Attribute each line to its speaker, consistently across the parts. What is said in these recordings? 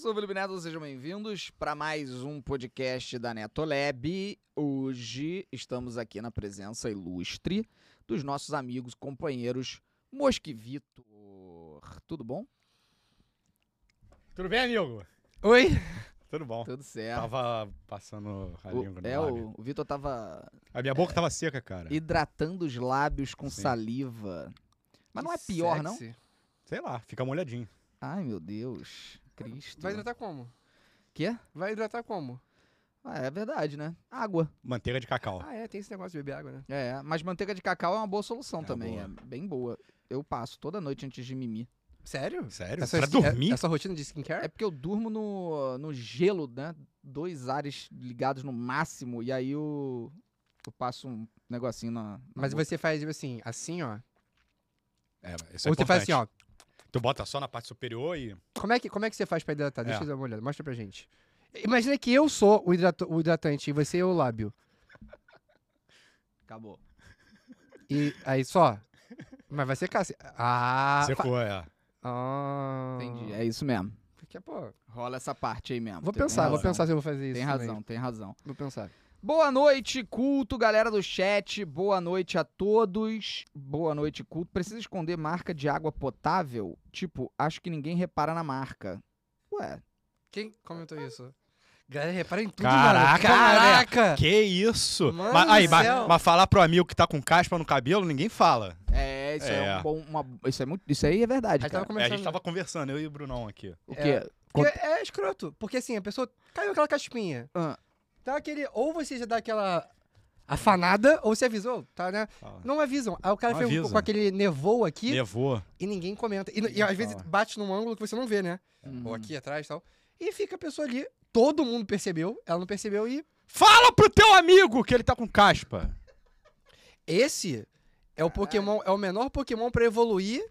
Speaker 1: sou o Felipe Neto, sejam bem-vindos para mais um podcast da Netolab. Hoje estamos aqui na presença ilustre dos nossos amigos, companheiros Mosquivitor. Tudo bom?
Speaker 2: Tudo bem, amigo?
Speaker 1: Oi!
Speaker 2: Tudo bom.
Speaker 1: Tudo certo.
Speaker 2: Tava passando a língua
Speaker 1: O,
Speaker 2: no
Speaker 1: é,
Speaker 2: lábio.
Speaker 1: o, o Vitor tava
Speaker 2: A minha boca tava seca, cara.
Speaker 1: hidratando os lábios com
Speaker 2: Sim.
Speaker 1: saliva. Mas não é
Speaker 3: Que
Speaker 1: pior, não?
Speaker 3: sexy.
Speaker 2: Sei lá, fica molhadinho.
Speaker 1: Ai, meu Deus. Cristo.
Speaker 3: Vai hidratar como?
Speaker 1: Quê?
Speaker 3: Vai hidratar como?
Speaker 1: Ah, é verdade, né? Água.
Speaker 2: Manteiga de cacau.
Speaker 3: Ah, é, tem esse negócio de beber água, né?
Speaker 1: É, mas manteiga de cacau é uma boa solução
Speaker 2: É
Speaker 1: também.
Speaker 2: boa.
Speaker 1: É bem boa. Eu passo toda noite antes de mimir.
Speaker 3: Sério?
Speaker 2: Sério?
Speaker 3: sua
Speaker 2: pra
Speaker 3: skin-
Speaker 2: dormir?
Speaker 3: É, é sua rotina de
Speaker 1: É
Speaker 3: skincare?
Speaker 1: porque eu durmo no, no gelo, né? Dois ares ligados no máximo. E aí eu, eu passo um negocinho na. na
Speaker 3: Mas
Speaker 1: boca.
Speaker 3: você faz tipo assim, assim, ó.
Speaker 2: É, isso é
Speaker 3: Ou você
Speaker 2: importante.
Speaker 3: faz assim, ó.
Speaker 2: Tu bota só na parte superior e...
Speaker 3: Como é que, como é que você faz pra hidratar? Deixa
Speaker 2: É.
Speaker 3: eu dar uma olhada, mostra pra gente. Imagina que eu sou o, hidrata- o hidratante e você é o lábio.
Speaker 1: Acabou.
Speaker 3: E aí só. Mas vai secar. se- Ah, fa-
Speaker 2: secou, é.
Speaker 3: ah.
Speaker 1: Entendi. É isso mesmo.
Speaker 3: Porque, pô,
Speaker 1: Rola essa parte aí mesmo.
Speaker 3: vou
Speaker 1: Tem- tem
Speaker 3: pensar, vou
Speaker 1: razão.
Speaker 3: pensar se eu vou fazer isso.
Speaker 1: Tem
Speaker 3: também.
Speaker 1: razão, tem razão.
Speaker 3: Vou pensar.
Speaker 1: Boa noite, culto, galera do chat. Boa noite a todos. Boa noite, culto. Precisa esconder marca de água potável? Tipo, acho que ninguém repara na marca. Ué,
Speaker 3: Quem comentou isso? Galera, repara em tudo,
Speaker 2: Caraca, galera.
Speaker 3: Caraca!
Speaker 2: Que isso?
Speaker 3: Mano
Speaker 2: mas, aí,
Speaker 3: do
Speaker 2: mas,
Speaker 3: céu.
Speaker 2: mas falar pro amigo que tá com caspa no cabelo, ninguém fala.
Speaker 1: é, isso é,
Speaker 2: É.
Speaker 1: um bom. uma- isso, é muito, isso aí é verdade.
Speaker 3: A gente tava
Speaker 1: cara.
Speaker 2: É, a gente
Speaker 3: começando-
Speaker 2: tava conversando, eu e o Brunão aqui.
Speaker 1: O
Speaker 3: tá É.
Speaker 1: quê?
Speaker 3: Porque é escroto. Porque assim, a pessoa caiu aquela caspinha.
Speaker 1: Ah.
Speaker 3: Tá aquele. Ou você já dá aquela afanada, ou você avisou, tá, né?
Speaker 2: Fala.
Speaker 3: Não avisam. Aí o cara
Speaker 2: Ah. Não
Speaker 3: fica
Speaker 2: avisa.
Speaker 3: com aquele nevou aqui
Speaker 2: Levou.
Speaker 3: e ninguém comenta. E, e
Speaker 2: Ninguém
Speaker 3: às vezes
Speaker 2: fala. Uhum.
Speaker 3: bate num ângulo que você não vê, né?
Speaker 1: Hum.
Speaker 3: Ou aqui atrás e tal. E fica a pessoa ali. Todo mundo percebeu, ela não percebeu e.
Speaker 2: Fala pro teu amigo que ele tá com caspa.
Speaker 3: Esse é o Pokémon, é o menor Pokémon pra evoluir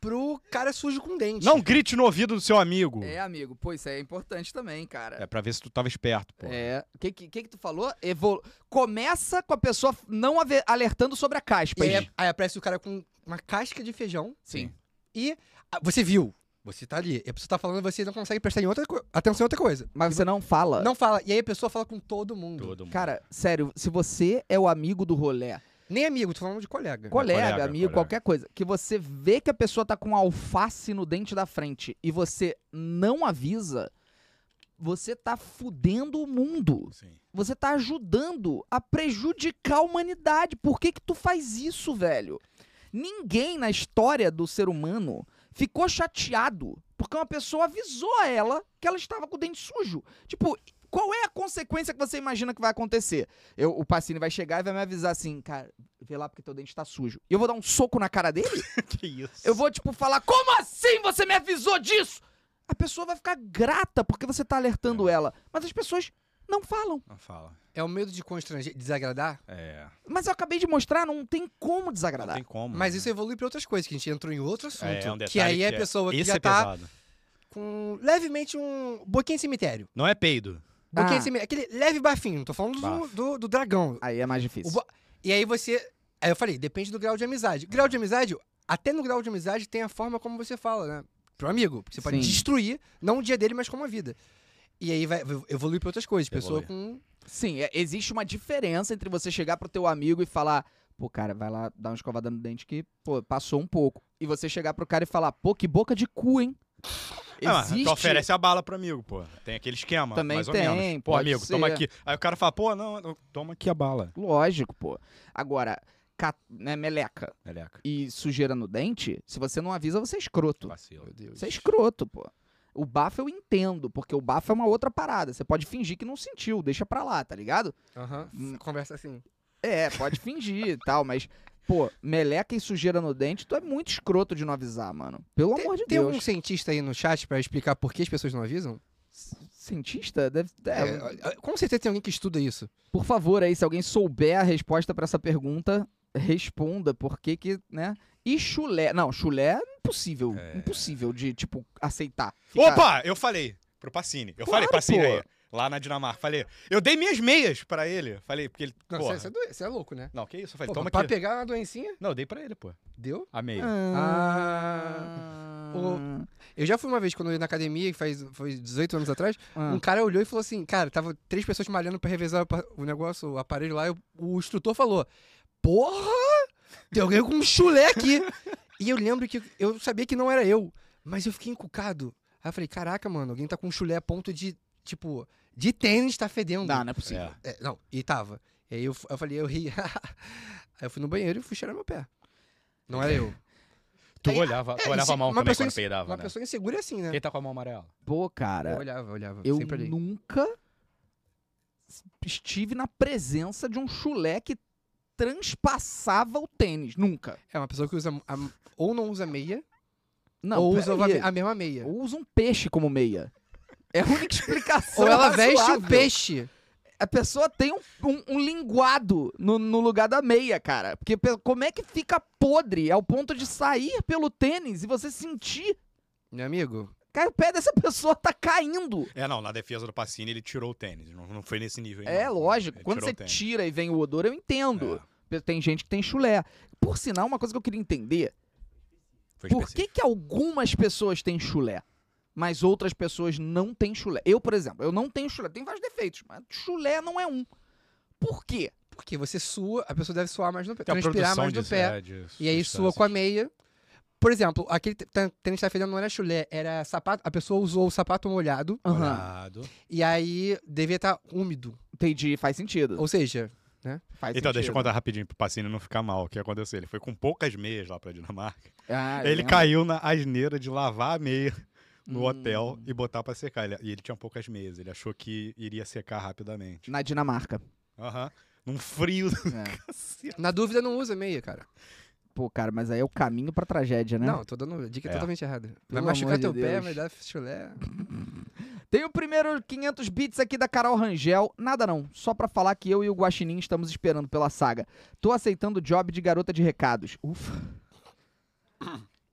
Speaker 3: pro cara sujo com dente.
Speaker 2: Não grite no ouvido do seu amigo.
Speaker 1: É,
Speaker 2: É,
Speaker 1: amigo, pô, isso aí é importante também, cara.
Speaker 2: pra ver se tu tava esperto, pô.
Speaker 1: É. O que, que, que que tu falou? Evol... Começa com a pessoa não ave- alertando sobre a caspa.
Speaker 3: E aí,
Speaker 1: hein?
Speaker 3: aí aparece o cara com uma casca de feijão.
Speaker 1: Sim.
Speaker 3: E ah, você viu. Você tá ali. E a pessoa tá falando e você não consegue prestar em outra co- atenção em outra coisa.
Speaker 1: Mas você não fala.
Speaker 3: Não fala. E aí a pessoa fala com todo mundo.
Speaker 2: Ah. Todo mundo.
Speaker 1: Cara, sério, se você é o amigo do rolê,
Speaker 3: Nem amigo, tô falando de colega.
Speaker 1: colega,
Speaker 2: colega,
Speaker 1: amigo,
Speaker 2: colega.
Speaker 1: qualquer coisa, que você vê que a pessoa tá com alface no dente da frente e você não avisa, você tá fudendo o mundo.
Speaker 2: Sim.
Speaker 1: Você tá ajudando a prejudicar a humanidade. Por que que tu faz isso, velho? Ninguém na história do ser humano ficou chateado porque uma pessoa avisou a ela que ela estava com o dente sujo. Tipo, qual é a consequência que você imagina que vai acontecer? Eu, o Pacini vai chegar e vai me avisar assim, cara, vê lá porque teu dente tá sujo. E eu vou dar um soco na cara dele?
Speaker 2: que isso?
Speaker 1: Eu vou, tipo, falar, como assim você me avisou disso? A pessoa vai ficar grata porque você tá alertando ela. Mas as pessoas não falam.
Speaker 2: Não fala.
Speaker 3: É o medo de constranger, desagradar.
Speaker 2: É.
Speaker 1: Mas eu acabei de mostrar, não tem como
Speaker 2: Não
Speaker 1: desagradar.
Speaker 2: tem como.
Speaker 3: Mas
Speaker 2: né?
Speaker 3: isso evolui pra outras coisas, que a gente entrou em outro assunto.
Speaker 2: É, é um
Speaker 3: que
Speaker 2: detalhe
Speaker 3: aí é
Speaker 2: que
Speaker 3: a pessoa que
Speaker 2: Esse
Speaker 3: já
Speaker 2: é
Speaker 3: tá
Speaker 2: pesado.
Speaker 3: com levemente um boquinha de cemitério.
Speaker 2: Não é peido.
Speaker 3: Boquinha
Speaker 1: Ah.
Speaker 3: de cemitério. Aquele leve bafinho. Tô falando do,
Speaker 2: Bafo.
Speaker 3: do, do dragão.
Speaker 1: Aí é mais
Speaker 3: O
Speaker 1: difícil.
Speaker 3: bo- E aí você. Aí eu falei, depende do grau de amizade. Grau
Speaker 1: Uhum.
Speaker 3: de amizade, até no grau de amizade tem a forma como você fala, né? Pro amigo. Porque você pode
Speaker 1: Sim.
Speaker 3: destruir, não o dia dele, mas como a vida. E aí vai vai evoluir pra outras coisas. Pessoa com.
Speaker 1: Sim, é- existe uma diferença entre você chegar pro teu amigo e falar, pô, cara, vai lá dar uma escovada no dente que, pô, passou um pouco. E você chegar pro cara e falar, pô, que boca de cu, hein?
Speaker 2: Ah, mas
Speaker 1: Existe.
Speaker 2: tu oferece a bala pro amigo, pô. Tem aquele esquema,
Speaker 1: Também
Speaker 2: mais ou
Speaker 1: tem,
Speaker 2: menos. Pô,
Speaker 1: pode
Speaker 2: amigo,
Speaker 1: ser.
Speaker 2: toma aqui. Aí o cara fala, pô, não, não, toma aqui a bala.
Speaker 1: Lógico, pô. Agora, ca- né, meleca
Speaker 2: Meleca.
Speaker 1: e sujeira no dente, se você não avisa, você é escroto.
Speaker 2: Vacilo.
Speaker 3: Deus.
Speaker 1: Você é escroto, pô. O bafo eu entendo, porque o bafo é uma outra parada. Você pode fingir que não sentiu, deixa pra lá, tá ligado?
Speaker 3: Aham.
Speaker 1: Hum.
Speaker 3: Conversa assim.
Speaker 1: É, pode fingir e tal, mas, pô, meleca e sujeira no dente, tu é muito escroto de não avisar, mano. Pelo amor de
Speaker 3: Tem
Speaker 1: Deus.
Speaker 3: algum cientista aí no chat pra explicar por que as pessoas não avisam?
Speaker 1: C- Cientista? Deve ter.
Speaker 3: É, com certeza tem alguém que estuda isso.
Speaker 1: Por favor, aí, se alguém souber a resposta pra essa pergunta, responda, porque que, né? E chulé. Não, chulé é impossível. Impossível de, tipo, aceitar. Ficar-
Speaker 2: Opa, eu falei pro Pacini. Eu
Speaker 1: Claro,
Speaker 2: falei, Pacini
Speaker 1: pô.
Speaker 2: aí. Lá na Dinamarca. Falei, eu dei minhas meias pra ele. Falei, porque ele.
Speaker 3: Não,
Speaker 2: porra.
Speaker 3: você é, doe- você é louco, né?
Speaker 2: Não, que isso? Eu falei,
Speaker 3: Pô,
Speaker 2: toma
Speaker 3: pra
Speaker 2: aqui.
Speaker 3: pegar uma doencinha,
Speaker 2: Não, eu dei pra ele, pô.
Speaker 3: deu.
Speaker 2: A meia.
Speaker 1: Ah.
Speaker 3: Ah. Eu já fui uma vez quando eu ia na academia, que faz foi 18 anos atrás,
Speaker 1: Ah.
Speaker 3: um cara olhou e falou assim, cara, tava três pessoas malhando pra revezar o pa- o negócio, o aparelho lá, e o- o instrutor falou, porra, tem alguém com um chulé aqui. e eu lembro que eu sabia que não era eu, mas eu fiquei encucado. Aí eu falei, caraca, mano, alguém tá com um chulé a ponto de, tipo, de tênis tá fedendo.
Speaker 1: Não, não é possível.
Speaker 2: É.
Speaker 3: É, não, e tava. E aí eu, f- eu falei, eu ri. aí eu fui no banheiro e fui cheirar meu pé. Não era eu.
Speaker 2: Tu
Speaker 3: Aí,
Speaker 2: olhava, tu
Speaker 3: é,
Speaker 2: olhava
Speaker 3: se-
Speaker 2: a mão
Speaker 3: uma
Speaker 2: também
Speaker 3: pessoa
Speaker 2: quando
Speaker 3: em-
Speaker 2: peidava,
Speaker 3: Uma
Speaker 2: né?
Speaker 3: pessoa insegura é assim, né?
Speaker 2: Quem tá com a mão amarela?
Speaker 1: Pô,
Speaker 3: Eu
Speaker 1: cara,
Speaker 3: olhava, eu olhava.
Speaker 1: eu
Speaker 3: sempre olhei.
Speaker 1: nunca estive na presença de um chulé que transpassava o tênis. Nunca.
Speaker 3: É uma pessoa que usa. a- ou não usa meia,
Speaker 1: Não,
Speaker 3: ou usa
Speaker 1: peraí.
Speaker 3: a, a mesma meia. Ou,
Speaker 1: Ou usa um peixe como meia. É a única explicação.
Speaker 3: ela veste um
Speaker 1: razoável.
Speaker 3: peixe.
Speaker 1: A pessoa tem um, um- um linguado no, no lugar da meia, cara. Porque pe- como é que fica podre ao ponto de sair pelo tênis e você sentir.
Speaker 3: Meu amigo,
Speaker 1: Cai o pé dessa pessoa tá caindo.
Speaker 2: É, não, na defesa do Pacini ele tirou o tênis. Não, não foi nesse nível. aí,
Speaker 1: É
Speaker 2: não.
Speaker 1: lógico.
Speaker 2: Ele
Speaker 1: Quando
Speaker 2: tirou
Speaker 1: você
Speaker 2: o tênis.
Speaker 1: tira e vem o odor, eu entendo.
Speaker 2: É,
Speaker 1: Pe- Tem gente que tem chulé. Por sinal, uma coisa que eu queria entender:
Speaker 2: É, foi
Speaker 1: por
Speaker 2: específico.
Speaker 1: que, que algumas pessoas têm chulé, mas outras pessoas não têm chulé? Eu, por exemplo, eu não tenho chulé. Tem vários defeitos, mas chulé não é um. Por quê?
Speaker 3: porque você sua, a pessoa deve suar mais no pé,
Speaker 2: Tem a
Speaker 3: transpirar
Speaker 2: produção
Speaker 3: mais no
Speaker 2: de-
Speaker 3: pé.
Speaker 2: é, de
Speaker 3: E aí sua com a meia. Por exemplo, aquele t- t- tênis que tá fedendo não era chulé, era sapato. A pessoa usou o sapato molhado
Speaker 2: substâncias.
Speaker 1: Aham.
Speaker 2: Molhado.
Speaker 3: e aí devia estar úmido.
Speaker 1: Entendi, faz sentido.
Speaker 3: Ou seja,
Speaker 1: Faz
Speaker 2: Então, deixa eu
Speaker 1: sentido.
Speaker 2: contar rapidinho pro Pacini não ficar mal. O que aconteceu? Ele foi com poucas meias lá pra Dinamarca.
Speaker 1: Ah, eu
Speaker 2: ele
Speaker 1: lembro.
Speaker 2: caiu na asneira de lavar a meia no
Speaker 1: Hum.
Speaker 2: hotel e botar pra secar. Ele- e ele tinha poucas meias. Ele achou que iria secar rapidamente.
Speaker 1: Na Dinamarca.
Speaker 2: Aham. Num frio do
Speaker 1: É.
Speaker 2: cacete.
Speaker 3: na dúvida não usa meia, cara.
Speaker 1: Pô, cara, mas aí é o caminho pra tragédia, né?
Speaker 3: Não, tô dando dica
Speaker 2: É.
Speaker 3: totalmente errada. Vai
Speaker 1: Pelo
Speaker 3: machucar
Speaker 1: amor de
Speaker 3: teu pé,
Speaker 1: Deus.
Speaker 3: vai dar chulé.
Speaker 1: Tem o primeiro 500 bits aqui da Carol Rangel. Nada não, só pra falar que eu e o Guaxinim estamos esperando pela saga. Tô aceitando o job de garota de recados. Ufa.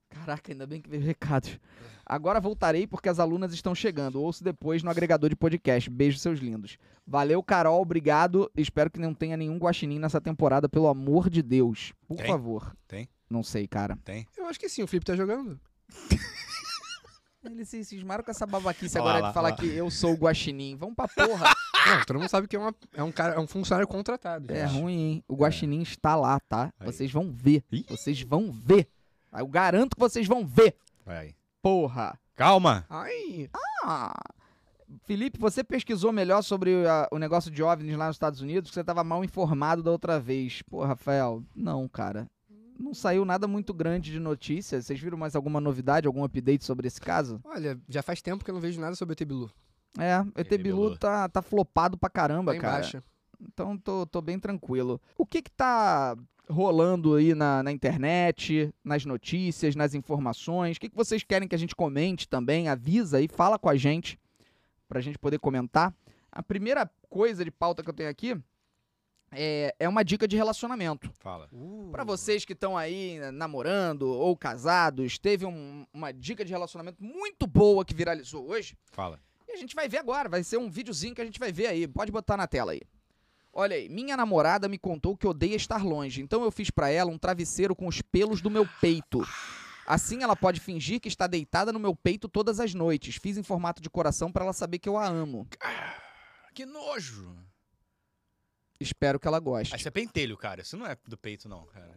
Speaker 1: Caraca, ainda bem que veio recados. Agora voltarei porque as alunas estão chegando. Ouço depois no agregador de podcast. Beijo, seus lindos. Valeu, Carol. Obrigado. Espero que não tenha nenhum guaxinim nessa temporada, pelo amor de Deus. Por
Speaker 2: Tem?
Speaker 1: favor.
Speaker 2: Tem?
Speaker 1: Não sei, cara.
Speaker 3: Eu acho que sim, o Felipe tá jogando.
Speaker 1: Eles se cismaram com essa babaquice
Speaker 2: Lá,
Speaker 1: agora
Speaker 2: lá,
Speaker 1: de falar
Speaker 2: lá.
Speaker 1: que eu sou o guaxinim. Vamos pra porra.
Speaker 3: Não, todo mundo sabe que é, uma- é um cara, é um funcionário contratado.
Speaker 1: É
Speaker 3: gente.
Speaker 1: ruim, hein? O Guaxinim está lá, tá?
Speaker 2: Aí.
Speaker 1: Vocês vão ver.
Speaker 2: Ih.
Speaker 1: Vocês vão ver. Eu garanto que vocês vão ver.
Speaker 2: Vai.
Speaker 1: Porra.
Speaker 2: Calma!
Speaker 3: Ai,
Speaker 1: Ah. Felipe, você pesquisou melhor sobre a- o negócio de OVNIs lá nos Estados Unidos? Que você estava mal informado da outra vez. Pô, Rafael, não, cara. Não saiu nada muito grande de notícia. Vocês viram mais alguma novidade, algum update sobre esse caso?
Speaker 3: olha, já faz tempo que eu não vejo nada sobre o Tebilu.
Speaker 1: É, o ET Bilu
Speaker 2: Bilu.
Speaker 1: tá, tá flopado pra caramba,
Speaker 3: Lá
Speaker 1: cara.
Speaker 3: Tá embaixo.
Speaker 1: Então tô, tô bem tranquilo. O que que tá rolando aí na, na internet, nas notícias, nas informações? O que, que vocês querem que a gente comente também? Avisa aí, fala com a gente pra gente poder comentar. A primeira coisa de pauta que eu tenho aqui é, é uma dica de relacionamento.
Speaker 2: Fala.
Speaker 1: Pra
Speaker 3: Uhum.
Speaker 1: vocês que estão aí né, namorando ou casados, teve um- uma dica de relacionamento muito boa que viralizou hoje.
Speaker 2: Fala.
Speaker 1: E a gente vai ver agora, vai ser um videozinho que a gente vai ver aí. Pode botar na tela aí. Olha aí, minha namorada me contou que odeia estar longe, então eu fiz pra ela um travesseiro com os pelos do meu peito. Assim ela pode fingir que está deitada no meu peito todas as noites. Fiz em formato de coração pra ela saber que eu a amo.
Speaker 2: Que nojo!
Speaker 1: Espero que ela goste.
Speaker 2: Ah, Isso é pentelho, cara. Isso não é do peito, não, cara.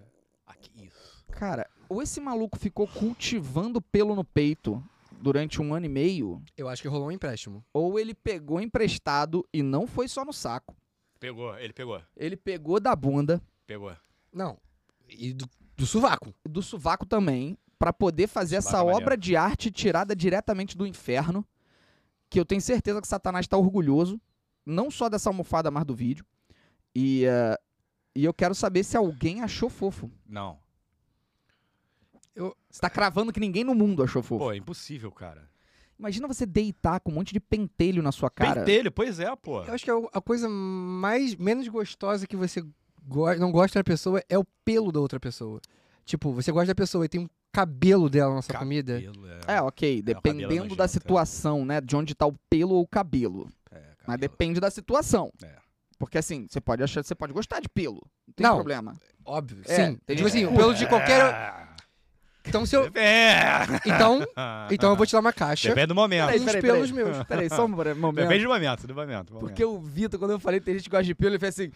Speaker 2: Aqui, isso.
Speaker 1: Cara, ou esse maluco ficou cultivando pelo no peito durante um ano e meio,
Speaker 3: Eu acho que rolou um empréstimo.
Speaker 1: ou ele pegou emprestado e não foi só no saco.
Speaker 2: Pegou, ele pegou.
Speaker 1: Ele pegou da bunda,
Speaker 2: Pegou.
Speaker 3: Não. E do, do sovaco.
Speaker 1: do sovaco também, pra poder fazer
Speaker 2: Sovaco
Speaker 1: essa
Speaker 2: é maneiro.
Speaker 1: obra de arte tirada diretamente do inferno, que eu tenho certeza que Satanás tá orgulhoso, não só dessa almofada, mas do vídeo. E, eh, e eu quero saber se alguém achou fofo.
Speaker 2: Não.
Speaker 1: Você tá cravando que ninguém no mundo achou fofo.
Speaker 2: Pô, é impossível, cara.
Speaker 1: Imagina você deitar com um monte de pentelho na sua cara.
Speaker 2: Pentelho, pois é, pô.
Speaker 3: Eu acho que a, a coisa mais menos gostosa que você go- não gosta da pessoa é o pelo da outra pessoa. Tipo, você gosta da pessoa e tem um cabelo dela na sua
Speaker 2: Cabelo,
Speaker 3: comida.
Speaker 1: É, ok,
Speaker 2: cabelo é
Speaker 1: dependendo da
Speaker 2: nojento,
Speaker 1: situação, né, de onde tá o pelo ou o cabelo.
Speaker 2: É, cabelo.
Speaker 1: Mas depende da situação.
Speaker 2: É.
Speaker 1: Porque assim, você pode achar, você pode gostar de pelo, não tem
Speaker 3: Não.
Speaker 1: problema.
Speaker 3: Óbvio.
Speaker 1: É,
Speaker 3: sim.
Speaker 1: tem
Speaker 3: Tipo
Speaker 1: gente
Speaker 2: É.
Speaker 3: assim,
Speaker 1: que
Speaker 3: o pelo de qualquer.
Speaker 2: Ah,
Speaker 3: Então, se eu.
Speaker 2: É.
Speaker 3: Então, então eu vou te dar uma caixa.
Speaker 2: Depende do momento.
Speaker 3: Peraí, peraí,
Speaker 1: pelos
Speaker 3: peraí.
Speaker 1: meus. Peraí, só um momento.
Speaker 2: Depende do momento, do momento. do momento.
Speaker 1: Porque o Vitor, quando eu falei tem gente que gosta de pelo, ele fez assim.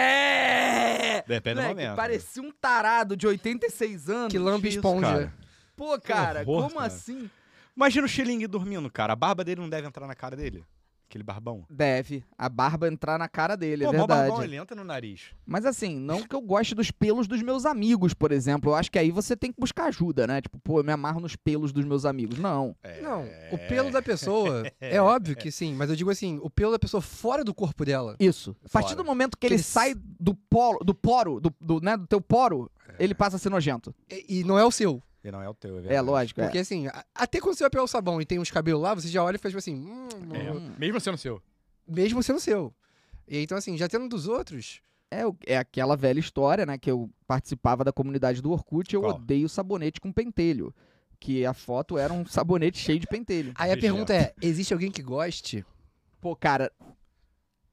Speaker 1: É!
Speaker 2: Depende do
Speaker 1: Moleque,
Speaker 2: momento.
Speaker 1: Parecia um tarado de 86 anos.
Speaker 3: Que lambe
Speaker 1: Isso.
Speaker 3: esponja.
Speaker 2: cara.
Speaker 1: Pô, cara,
Speaker 2: horror,
Speaker 1: como
Speaker 2: cara.
Speaker 1: assim?
Speaker 2: Imagina o Xilingue dormindo, cara. A barba dele não deve entrar na cara dele. Aquele barbão.
Speaker 1: Deve. A barba entrar na cara dele, é
Speaker 2: Pô, mó
Speaker 1: verdade.
Speaker 2: barbão, ele entra no nariz.
Speaker 1: Mas assim, não que eu goste dos pelos dos meus amigos, por exemplo. Eu acho que aí você tem que buscar ajuda, né? Tipo, pô, eu me amarro nos pelos dos meus amigos. Não.
Speaker 2: É.
Speaker 3: Não, o pelo da pessoa, é óbvio que sim, mas eu digo assim, o pelo da pessoa fora do corpo dela.
Speaker 1: Isso. A partir do
Speaker 2: Fora.
Speaker 1: momento que ele
Speaker 3: Aquele-
Speaker 1: sai do poro, do poro, do, do, né, do teu poro,
Speaker 2: É.
Speaker 1: ele passa a ser nojento.
Speaker 3: E, e não é o seu.
Speaker 2: E não é o teu, é
Speaker 1: É,
Speaker 2: verdade.
Speaker 1: lógico. é.
Speaker 3: Porque assim, a- até quando você vai pegar o sabão e tem uns cabelos lá, você já olha e faz tipo assim, hum,
Speaker 2: É,
Speaker 1: Hum.
Speaker 2: Mesmo sendo seu.
Speaker 3: mesmo sendo seu. E aí, então assim, já tendo dos outros,
Speaker 1: É, o- é aquela velha história, né? Que eu participava da comunidade do Orkut, eu
Speaker 2: Qual?
Speaker 1: odeio sabonete com pentelho. Que a foto era um sabonete cheio de pentelho.
Speaker 3: aí a
Speaker 2: Rejeito.
Speaker 3: pergunta é, existe alguém que goste?
Speaker 1: Pô, cara,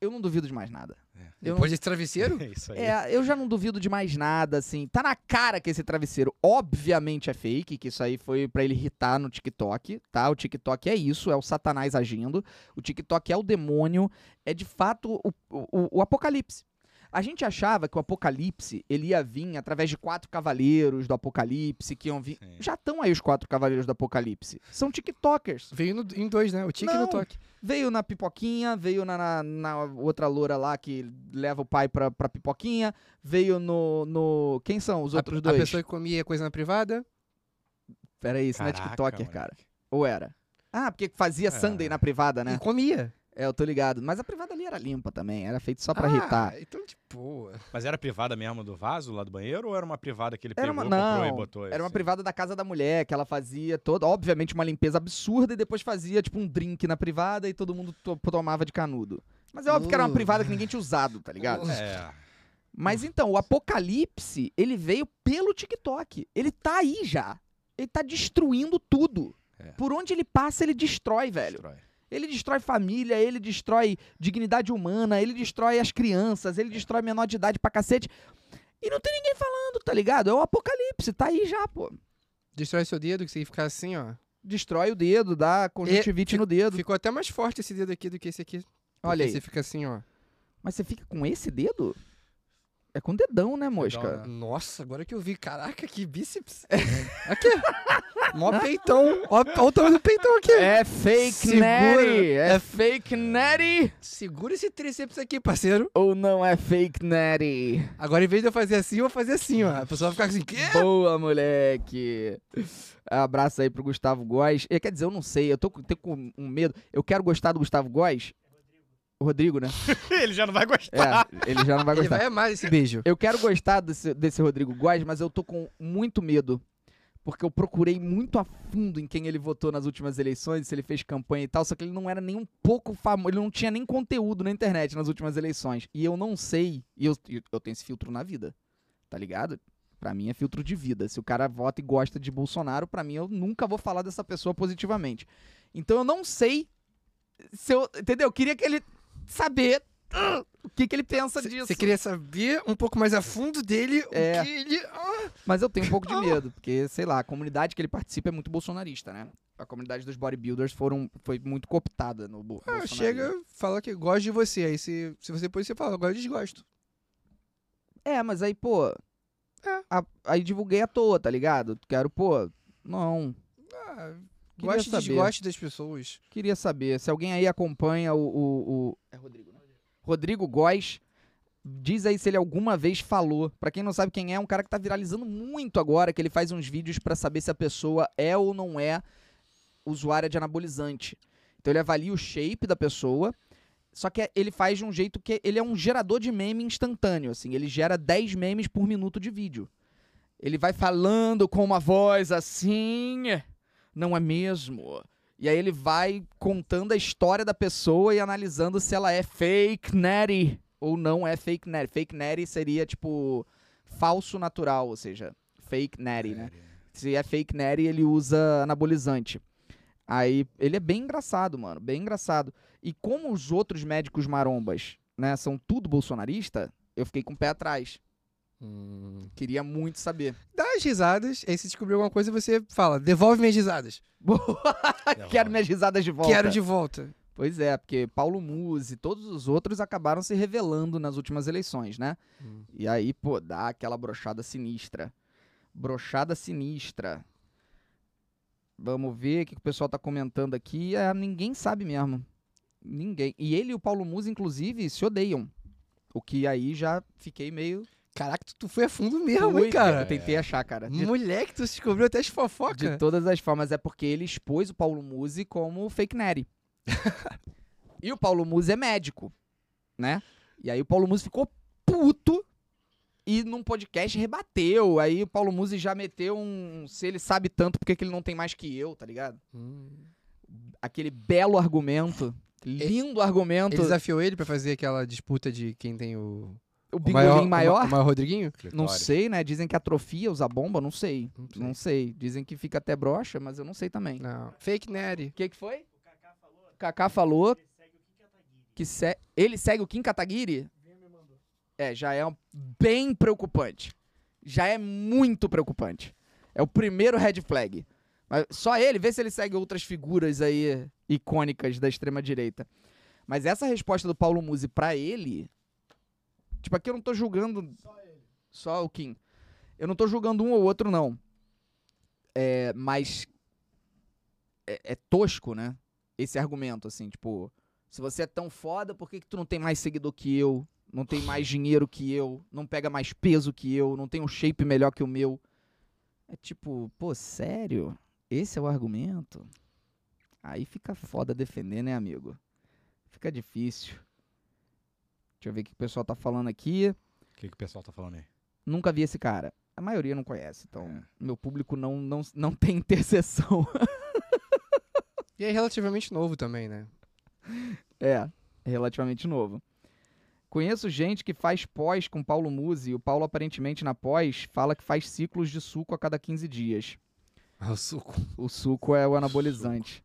Speaker 1: eu não duvido de mais nada. Eu não
Speaker 3: Depois desse travesseiro?
Speaker 2: É isso aí.
Speaker 1: É, eu já não duvido de mais nada, assim. Tá na cara que esse travesseiro, obviamente, é fake, que isso aí foi pra ele irritar no TikTok, tá? O TikTok é isso, é o Satanás agindo. O TikTok é o demônio, é de fato o, o, o apocalipse. A gente achava que o apocalipse ele ia vir através de quatro cavaleiros do apocalipse que iam vir.
Speaker 2: Sim.
Speaker 1: Já estão aí os quatro cavaleiros do apocalipse. São TikTokers.
Speaker 3: Veio no- em dois, né? O tique e
Speaker 1: Não.
Speaker 3: o toque.
Speaker 1: Veio na pipoquinha, veio na, na- na outra loura lá que leva o pai pra, pra pipoquinha, veio no, no. Quem são os
Speaker 3: A-
Speaker 1: outros
Speaker 3: a,
Speaker 1: dois?
Speaker 3: pessoa que comia coisa na privada,
Speaker 1: Peraí, isso não é
Speaker 2: Caraca,
Speaker 1: TikToker,
Speaker 2: moleque.
Speaker 1: cara. Ou era? Ah, porque fazia
Speaker 2: É.
Speaker 1: Sunday na privada,
Speaker 3: e
Speaker 1: né?
Speaker 3: comia.
Speaker 1: É, eu tô ligado. Mas a privada ali era limpa também, era feito só pra
Speaker 3: ah,
Speaker 1: irritar.
Speaker 3: então de boa.
Speaker 2: Mas era privada mesmo do vaso lá do banheiro ou era uma privada que ele
Speaker 1: Era
Speaker 2: pegou,
Speaker 1: uma-
Speaker 2: comprou e
Speaker 1: não,
Speaker 2: botou?
Speaker 1: Era uma
Speaker 2: assim?
Speaker 1: privada da casa da mulher, que ela fazia toda, obviamente, uma limpeza absurda e depois fazia, tipo, um drink na privada e todo mundo to- tomava de canudo. Mas é óbvio que era uma
Speaker 3: Uh.
Speaker 1: privada que ninguém tinha usado, tá ligado?
Speaker 2: É.
Speaker 1: Mas então, o apocalipse, ele veio pelo TikTok. Ele tá aí já. Ele tá destruindo tudo.
Speaker 2: É.
Speaker 1: Por onde ele passa, ele destrói, velho.
Speaker 2: Destrói.
Speaker 1: Ele destrói família, ele destrói dignidade humana, ele destrói as crianças, ele destrói menor de idade pra cacete. E não tem ninguém falando, tá ligado? É o apocalipse, tá aí já, pô.
Speaker 3: Destrói seu dedo, que você fica assim, ó.
Speaker 1: Destrói o dedo, dá conjuntivite no dedo.
Speaker 3: Ficou até mais forte esse dedo aqui do que esse aqui.
Speaker 1: Olha
Speaker 3: Porque
Speaker 1: aí.
Speaker 3: Você fica assim, ó.
Speaker 1: Mas você fica com esse dedo? É com dedão, né, mosca? É.
Speaker 2: né?
Speaker 3: Nossa, agora que eu vi. Caraca, que bíceps. aqui. Mó peitão. Ó, ó o tamanho do peitão aqui.
Speaker 1: É fake
Speaker 3: Segura.
Speaker 1: natty! É
Speaker 3: É-
Speaker 1: fake natty!
Speaker 3: Segura esse tríceps aqui, parceiro.
Speaker 1: Ou não é fake natty?
Speaker 3: Agora, em vez de eu fazer assim, eu vou fazer assim, ó. A pessoa vai ficar assim, quê?
Speaker 1: Boa, moleque! Abraço aí pro Gustavo Góes. Eh, Quer dizer, eu não sei, eu tô com, tenho com um medo. Eu quero gostar do Gustavo Góes. O Rodrigo, né?
Speaker 2: ele já não vai gostar.
Speaker 1: É, ele já não vai
Speaker 3: Ele
Speaker 1: gostar.
Speaker 3: vai amar esse beijo.
Speaker 1: Eu quero gostar desse, desse Rodrigo Góes, mas eu tô com muito medo. Porque eu procurei muito a fundo em quem ele votou nas últimas eleições, se ele fez campanha e tal, só que ele não era nem um pouco famoso, ele não tinha nem conteúdo na internet nas últimas eleições. E eu não sei, e eu, e eu tenho esse filtro na vida, tá ligado? Pra mim é filtro de vida. Se o cara vota e gosta de Bolsonaro, pra mim eu nunca vou falar dessa pessoa positivamente. Então eu não sei se eu. Entendeu? Eu queria que ele saber ah, o que, que ele pensa disso.
Speaker 3: Você queria saber um pouco mais a fundo dele
Speaker 1: É.
Speaker 3: o que ele. Ah,
Speaker 1: Mas eu tenho um pouco de medo, porque, sei lá, a comunidade que ele participa é muito bolsonarista, né? A comunidade dos bodybuilders foram, foi muito cooptada no bo
Speaker 3: ah,
Speaker 1: bolsonarismo.
Speaker 3: chega, fala que gosta de você. Aí se, se você pôr, você fala, agora eu desgosto.
Speaker 1: É, mas aí, pô.
Speaker 3: É.
Speaker 1: a- aí divulguei à toa, tá ligado? Quero, pô. Não.
Speaker 3: Ah,
Speaker 1: Queria
Speaker 3: gosto e
Speaker 1: saber.
Speaker 3: desgosto das pessoas.
Speaker 1: Queria saber. Se alguém aí acompanha o. o- o- É Rodrigo, né? Rodrigo Góes. Diz aí se ele alguma vez falou. Pra quem não sabe quem é, é um cara que tá viralizando muito agora, que ele faz uns vídeos pra saber se a pessoa é ou não é usuária é de anabolizante. Então ele avalia o shape da pessoa, só que ele faz de um jeito que ele é um gerador de meme instantâneo, assim, ele gera 10 memes por minuto de vídeo. Ele vai falando com uma voz assim, não é mesmo? E aí ele vai contando a história da pessoa e analisando se ela é fake natty ou não é fake natty. Fake natty seria tipo falso natural, ou seja, fake natty, né? Se é fake Nery, ele usa anabolizante. Aí ele é bem engraçado, mano, bem engraçado. E como os outros médicos marombas, né, são tudo bolsonarista, eu fiquei com o pé atrás.
Speaker 3: Hum.
Speaker 1: Queria muito saber.
Speaker 3: Dá as risadas, aí se descobrir alguma coisa, você fala, devolve minhas risadas.
Speaker 2: é,
Speaker 1: Quero minhas risadas de volta.
Speaker 3: Quero de volta.
Speaker 1: Pois é, porque Paulo Musi e todos os outros acabaram se revelando nas últimas eleições, né?
Speaker 3: Hum.
Speaker 1: E aí, pô, dá aquela brochada sinistra. Brochada sinistra. Vamos ver o que que o pessoal tá comentando aqui. É, ninguém sabe mesmo. Ninguém. E ele e o Paulo Musi, inclusive, se odeiam. O que aí já fiquei meio.
Speaker 3: Caraca, tu, tu foi a fundo mesmo,
Speaker 1: Ui,
Speaker 3: hein, cara? É.
Speaker 1: Eu tentei achar, cara. De,
Speaker 3: Moleque, tu descobriu até as fofocas.
Speaker 1: de todas as formas. É porque ele expôs o Paulo Musi como fake Nery. e o Paulo Musi é médico, né? E aí o Paulo Musi ficou puto e num podcast rebateu. Aí o Paulo Musi já meteu um. Se ele sabe tanto, por que que ele não tem mais que eu, tá ligado?
Speaker 3: Hum.
Speaker 1: Aquele belo argumento. Lindo argumento.
Speaker 3: Ele desafiou ele pra fazer aquela disputa de quem tem o,
Speaker 1: o
Speaker 3: o
Speaker 1: bigolinho
Speaker 3: o
Speaker 1: maior.
Speaker 3: ma- O maior Rodriguinho?
Speaker 2: é,
Speaker 1: Não sei, né? Dizem que atrofia, usa bomba, não sei.
Speaker 3: Não sei.
Speaker 1: Não sei. Dizem que fica até broxa, mas eu não sei também.
Speaker 3: Não. Fake Nery.
Speaker 1: O que, que foi? O Kaká falou que se- ele segue o Kim Kataguiri? É, já é um- bem preocupante. Já é muito preocupante. É o primeiro red flag. Mas só ele, vê se ele segue outras figuras aí icônicas da extrema direita. Mas essa resposta do Paulo Musi pra ele, tipo, aqui eu não tô julgando só, o Kim. Eu não tô julgando um ou outro não. É, mas é tosco, né? Esse argumento, assim, tipo, se você é tão foda, por que, que tu não tem mais seguidor que eu? Não tem mais dinheiro que eu? Não pega mais peso que eu? Não tem um shape melhor que o meu? É tipo, pô, sério? Esse é o argumento? Aí fica foda defender, né, amigo? Fica difícil. Deixa eu ver o que o pessoal tá falando aqui.
Speaker 2: O que, que o pessoal tá falando aí?
Speaker 1: Nunca vi esse cara. A maioria não conhece, então meu público não, não, não tem interseção.
Speaker 3: E é relativamente novo também, né?
Speaker 1: É, relativamente novo. Conheço gente que faz pós com Paulo Musi. O Paulo, aparentemente, na pós, fala que faz ciclos de suco a cada 15 dias.
Speaker 3: Ah, o suco.
Speaker 1: O suco é o anabolizante.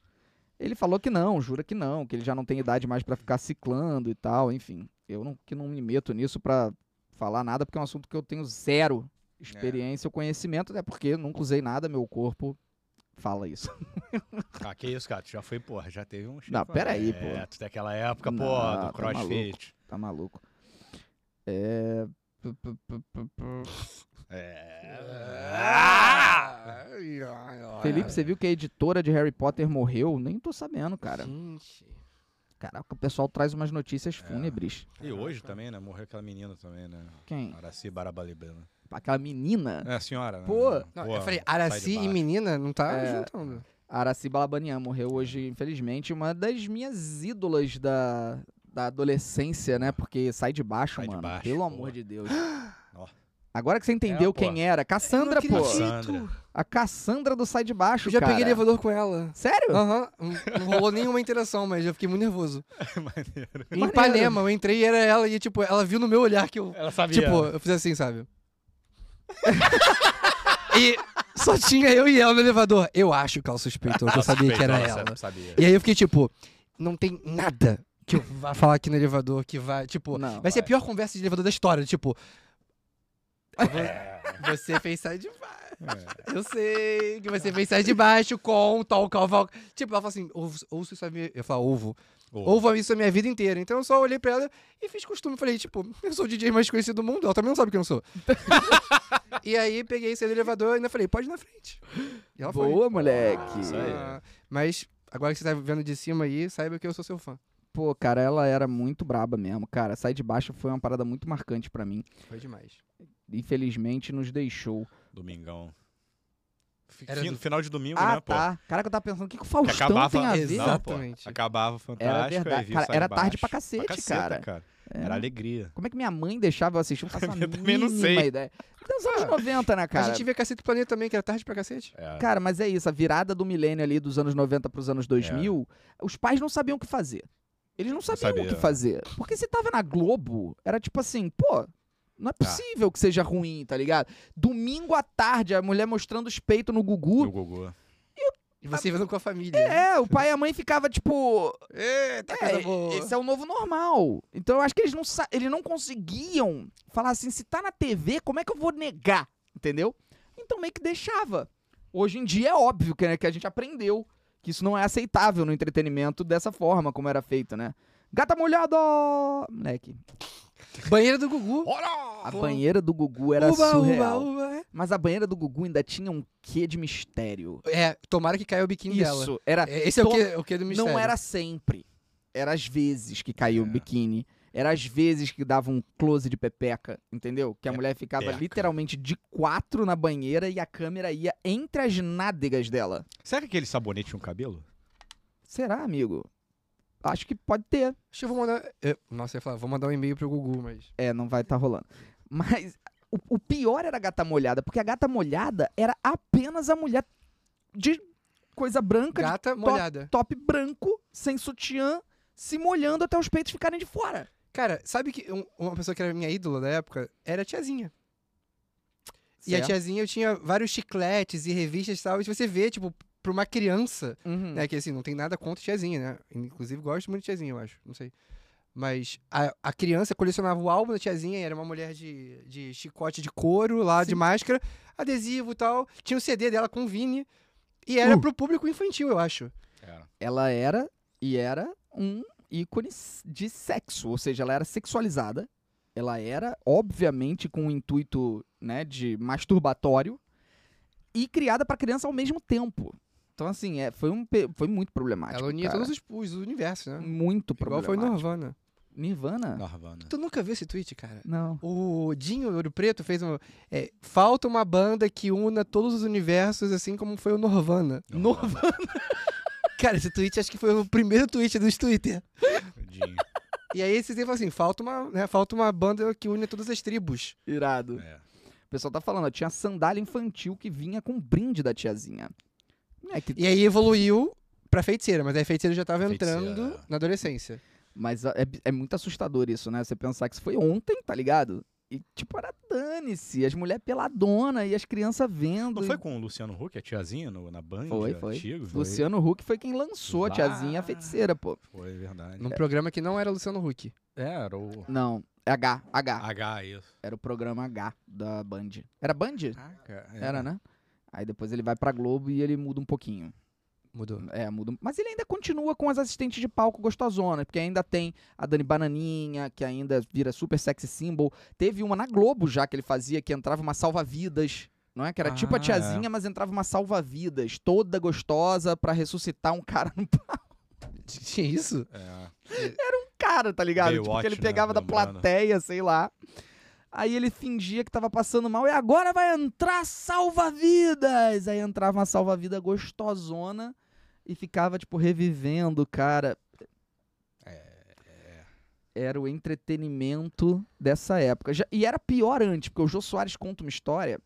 Speaker 1: Ele falou que não, jura que não, que ele já não tem idade mais pra ficar ciclando e tal, enfim. Eu não, que não me meto nisso pra falar nada, porque é um assunto que eu tenho zero experiência ou conhecimento, até porque eu nunca usei nada, meu corpo fala isso.
Speaker 2: Ah, que isso, cara. Tu já foi, porra. Já teve um...
Speaker 1: Não, peraí,
Speaker 2: É,
Speaker 1: pô.
Speaker 2: tu tem aquela época, pô,
Speaker 1: Não, tá
Speaker 2: do crossfit.
Speaker 1: Tá maluco. É. pu- pu- pu- pu- pu- Ah!
Speaker 3: Ah!
Speaker 2: é...
Speaker 1: Felipe, você viu que a editora de Harry Potter morreu? Nem tô sabendo, cara.
Speaker 3: Gente.
Speaker 1: Caraca, o pessoal traz umas notícias
Speaker 3: É.
Speaker 1: fúnebres.
Speaker 2: E hoje também, né? Morreu aquela menina também, né?
Speaker 1: Quem?
Speaker 2: Araci Barabalibana.
Speaker 1: Aquela menina,
Speaker 2: É, a senhora, né?
Speaker 1: Pô.
Speaker 3: Não,
Speaker 2: Pô,
Speaker 3: eu falei,
Speaker 2: sai de
Speaker 3: Araci e
Speaker 2: baixo.
Speaker 3: menina não tá
Speaker 1: É.
Speaker 3: juntando.
Speaker 1: Araci Balabanian,
Speaker 3: É.
Speaker 1: morreu hoje, infelizmente. Uma das minhas ídolas da, da adolescência, né? Porque sai de baixo,
Speaker 2: Sai de
Speaker 1: mano.
Speaker 2: baixo,
Speaker 1: Pelo
Speaker 2: pô.
Speaker 1: amor de Deus.
Speaker 2: Ó.
Speaker 1: Agora que você entendeu
Speaker 2: pô.
Speaker 1: quem era. Cassandra,
Speaker 3: É, Eu não
Speaker 1: pô.
Speaker 3: acredito. Sandra.
Speaker 1: A Cassandra do Sai de Baixo,
Speaker 3: Eu já
Speaker 1: cara.
Speaker 3: peguei elevador com ela.
Speaker 1: Sério?
Speaker 3: Aham, não- não rolou nenhuma interação, mas eu fiquei muito nervoso.
Speaker 2: É Maneiro.
Speaker 3: Em
Speaker 1: Maneiro.
Speaker 3: Ipanema, eu entrei e era ela, e tipo, ela viu no meu olhar que eu.
Speaker 2: Ela sabia.
Speaker 3: Tipo, eu fiz assim, sabe? e só tinha eu e ela no elevador. Eu acho que ela suspeitou, que eu sabia que era
Speaker 2: Suspeitou,
Speaker 3: ela.
Speaker 2: Não sabia.
Speaker 3: E aí eu fiquei tipo, não tem nada que eu vá falar aqui no elevador que vai, tipo,
Speaker 1: Não,
Speaker 3: vai, ser a pior conversa de elevador da história, tipo,
Speaker 2: É.
Speaker 3: você fez sai de baixo.
Speaker 1: É.
Speaker 3: Eu sei que você fez sai de baixo com tal calval. Tipo, ela fala assim, ouço, ouço isso a minha, eu falo ovo.
Speaker 2: Ou...
Speaker 3: Ouvo isso a minha vida inteira. Então eu só olhei pra ela e fiz costume, falei, tipo, eu sou o DJ mais conhecido do mundo, ela também não sabe quem eu sou. e aí peguei esse elevador e ainda falei, pode ir na frente. E ela foi.
Speaker 1: Boa, moleque.
Speaker 2: Isso aí.
Speaker 3: Ah, mas agora que você tá vendo de cima aí, saiba que eu sou seu fã.
Speaker 1: Pô, cara, ela era muito braba mesmo. Cara, Sai de Baixo foi uma parada muito marcante pra mim.
Speaker 3: Foi demais.
Speaker 1: Infelizmente nos deixou.
Speaker 2: Domingão. Fi-
Speaker 3: Era
Speaker 2: fim-
Speaker 3: do-
Speaker 2: Final de domingo,
Speaker 1: ah,
Speaker 2: né, pô?
Speaker 1: tá. Caraca, eu tava pensando, o que, que o
Speaker 2: Que
Speaker 1: Faustão
Speaker 2: acabava...
Speaker 1: tem a ver?
Speaker 2: Não,
Speaker 3: Exato.
Speaker 2: pô.
Speaker 3: Exatamente.
Speaker 2: Acabava o
Speaker 1: Era
Speaker 2: Fantástico, aí
Speaker 1: verdade.
Speaker 2: viu
Speaker 1: Cara,
Speaker 2: Sai de
Speaker 1: era tarde
Speaker 2: Baixo.
Speaker 1: pra cacete,
Speaker 2: caceta,
Speaker 1: cara.
Speaker 2: Era alegria.
Speaker 1: Como é que minha mãe deixava eu assistir? Eu não faço a
Speaker 2: Eu também
Speaker 1: mínima
Speaker 2: não sei.
Speaker 1: ideia. Nos anos 90, né, cara?
Speaker 3: a gente vê Cacete do Planeta também, que era tarde pra cacete.
Speaker 2: É.
Speaker 1: Cara, mas é isso. A virada do milênio ali dos anos 90 pros anos
Speaker 2: É.
Speaker 1: 2000, os pais não sabiam o que fazer. Eles não sabiam o que
Speaker 2: sabiam.
Speaker 1: fazer. Porque se tava na Globo, era tipo assim, pô... Não é
Speaker 2: Tá.
Speaker 1: possível que seja ruim, tá ligado? Domingo à tarde, a mulher mostrando os peitos no
Speaker 2: E
Speaker 1: Gugu.
Speaker 2: o Gugu.
Speaker 3: E você vivendo com a família.
Speaker 1: É, o pai e a mãe ficava tipo,
Speaker 3: Eita,
Speaker 1: é,
Speaker 3: coisa boa.
Speaker 1: esse é o novo normal. Então eu acho que eles não, sa- eles não conseguiam falar assim, se tá na TV, como é que eu vou negar? Entendeu? Então meio que deixava. Hoje em dia é óbvio que, né, que a gente aprendeu que isso não é aceitável no entretenimento dessa forma como era feito, né? Gata molhada! Moleque,
Speaker 3: Banheira do Gugu.
Speaker 1: a banheira do Gugu era
Speaker 3: uba,
Speaker 1: surreal.
Speaker 3: uba, é. uba.
Speaker 1: Mas a banheira do Gugu ainda tinha um quê de mistério.
Speaker 3: É, tomara que caia o biquinho dela.
Speaker 1: Isso, era,
Speaker 3: É, Esse é o
Speaker 1: Tom-
Speaker 3: que, o que do mistério.
Speaker 1: Não era sempre. Era às vezes que caiu o
Speaker 2: É.
Speaker 1: biquíni. Era às vezes que dava um close de pepeca, entendeu? Que a mulher ficava
Speaker 2: Pepeca.
Speaker 1: literalmente de quatro na banheira e a câmera ia entre as nádegas dela.
Speaker 2: Será que aquele sabonete tinha um cabelo?
Speaker 1: Será, amigo? Acho que pode ter.
Speaker 3: Deixa eu vou mandar... é, Nossa, eu ia falar, vou mandar um e-mail pro Gugu, mas...
Speaker 1: É, não vai estar rolando. Mas o, o pior era a gata molhada, porque a gata molhada era apenas a mulher de coisa branca, de
Speaker 3: Gata molhada.
Speaker 1: top branco, sem sutiã, se molhando até os peitos ficarem de fora.
Speaker 3: Cara, sabe que um- uma pessoa que era minha ídola da época era a tiazinha. E a
Speaker 1: Certo?
Speaker 3: tiazinha eu tinha vários chicletes e revistas e tal. E se você vê, tipo, pra uma criança,
Speaker 1: Uhum.
Speaker 3: né? Que assim, não tem nada contra tiazinha, né? Inclusive, gosto muito de tiazinha, eu acho. Não sei. Mas a, a criança colecionava o álbum da tiazinha, e era uma mulher de, de chicote de couro lá, de máscara, adesivo e tal. Tinha o CD dela com o Vini. E era
Speaker 1: Uh.
Speaker 3: pro público infantil, eu acho.
Speaker 2: Era.
Speaker 1: ela era e era um ícone s- de sexo, ou seja, ela era sexualizada. Ela era, obviamente, com um intuito né, de masturbatório e criada pra criança ao mesmo tempo. Então, assim, é, foi, um, pe- foi muito problemático.
Speaker 3: Ela unia
Speaker 1: cara.
Speaker 3: todos os, os universos, né?
Speaker 1: Muito
Speaker 3: Igual foi
Speaker 1: problemático.
Speaker 3: Nirvana.
Speaker 1: Nirvana?
Speaker 2: Narvana.
Speaker 3: Tu nunca viu esse tweet, cara?
Speaker 1: Não.
Speaker 3: O Dinho Ouro Preto fez um. é, Falta uma banda que una todos os universos, assim como foi o Norvana.
Speaker 2: Narvana.
Speaker 3: Cara, esse tweet acho que foi o primeiro tweet dos Twitter.
Speaker 2: Tadinho.
Speaker 3: E aí vocês falam assim: falta uma, né, falta uma banda que une todas as tribos.
Speaker 1: Irado.
Speaker 2: É.
Speaker 1: O pessoal tá falando, ó, tinha sandália infantil que vinha com um brinde da tiazinha. É que
Speaker 3: E aí evoluiu pra feiticeira, mas aí a feiticeira já tava entrando
Speaker 2: Feiticeira.
Speaker 3: na adolescência.
Speaker 1: Mas é, é muito assustador isso, né? Você pensar que isso foi ontem, tá ligado? E, tipo, era dane-se. As mulheres peladona e as crianças vendo.
Speaker 2: Não foi
Speaker 1: e-
Speaker 2: com o Luciano Huck, a tiazinha no- na Band?
Speaker 1: Foi, foi.
Speaker 2: Antigo?
Speaker 1: Luciano Huck foi quem lançou a
Speaker 2: Vá.
Speaker 1: tiazinha a feiticeira, pô.
Speaker 2: Foi, verdade.
Speaker 3: Num programa que não era Luciano Huck.
Speaker 2: É, era o
Speaker 1: Não, é H, H.
Speaker 2: H, isso.
Speaker 1: Era o programa H da Band. Era Band?
Speaker 2: Caraca,
Speaker 1: Era, né? Aí depois ele vai pra Globo e ele muda um pouquinho.
Speaker 3: Mudou.
Speaker 1: É, muda. um- Mas ele ainda continua com as assistentes de palco gostosonas, porque ainda tem a Dani Bananinha, que ainda vira super sexy symbol. Teve uma na Globo já que ele fazia, que entrava uma salva-vidas. Não é? Que era tipo a
Speaker 2: Ah, é.
Speaker 1: tiazinha, mas entrava uma salva-vidas, toda gostosa, pra ressuscitar um cara no
Speaker 3: Tinha isso?
Speaker 2: É.
Speaker 1: cara, tá ligado? tipo,
Speaker 2: Baywatch,
Speaker 1: que ele
Speaker 2: né?
Speaker 1: pegava da
Speaker 2: Lembrando.
Speaker 1: plateia, sei lá. Aí ele fingia que tava passando mal e agora vai entrar salva-vidas. Aí entrava uma salva-vida gostosona e ficava, tipo, revivendo, cara. Era o entretenimento dessa época. Já- e era pior antes, porque o Jô Soares conta uma história.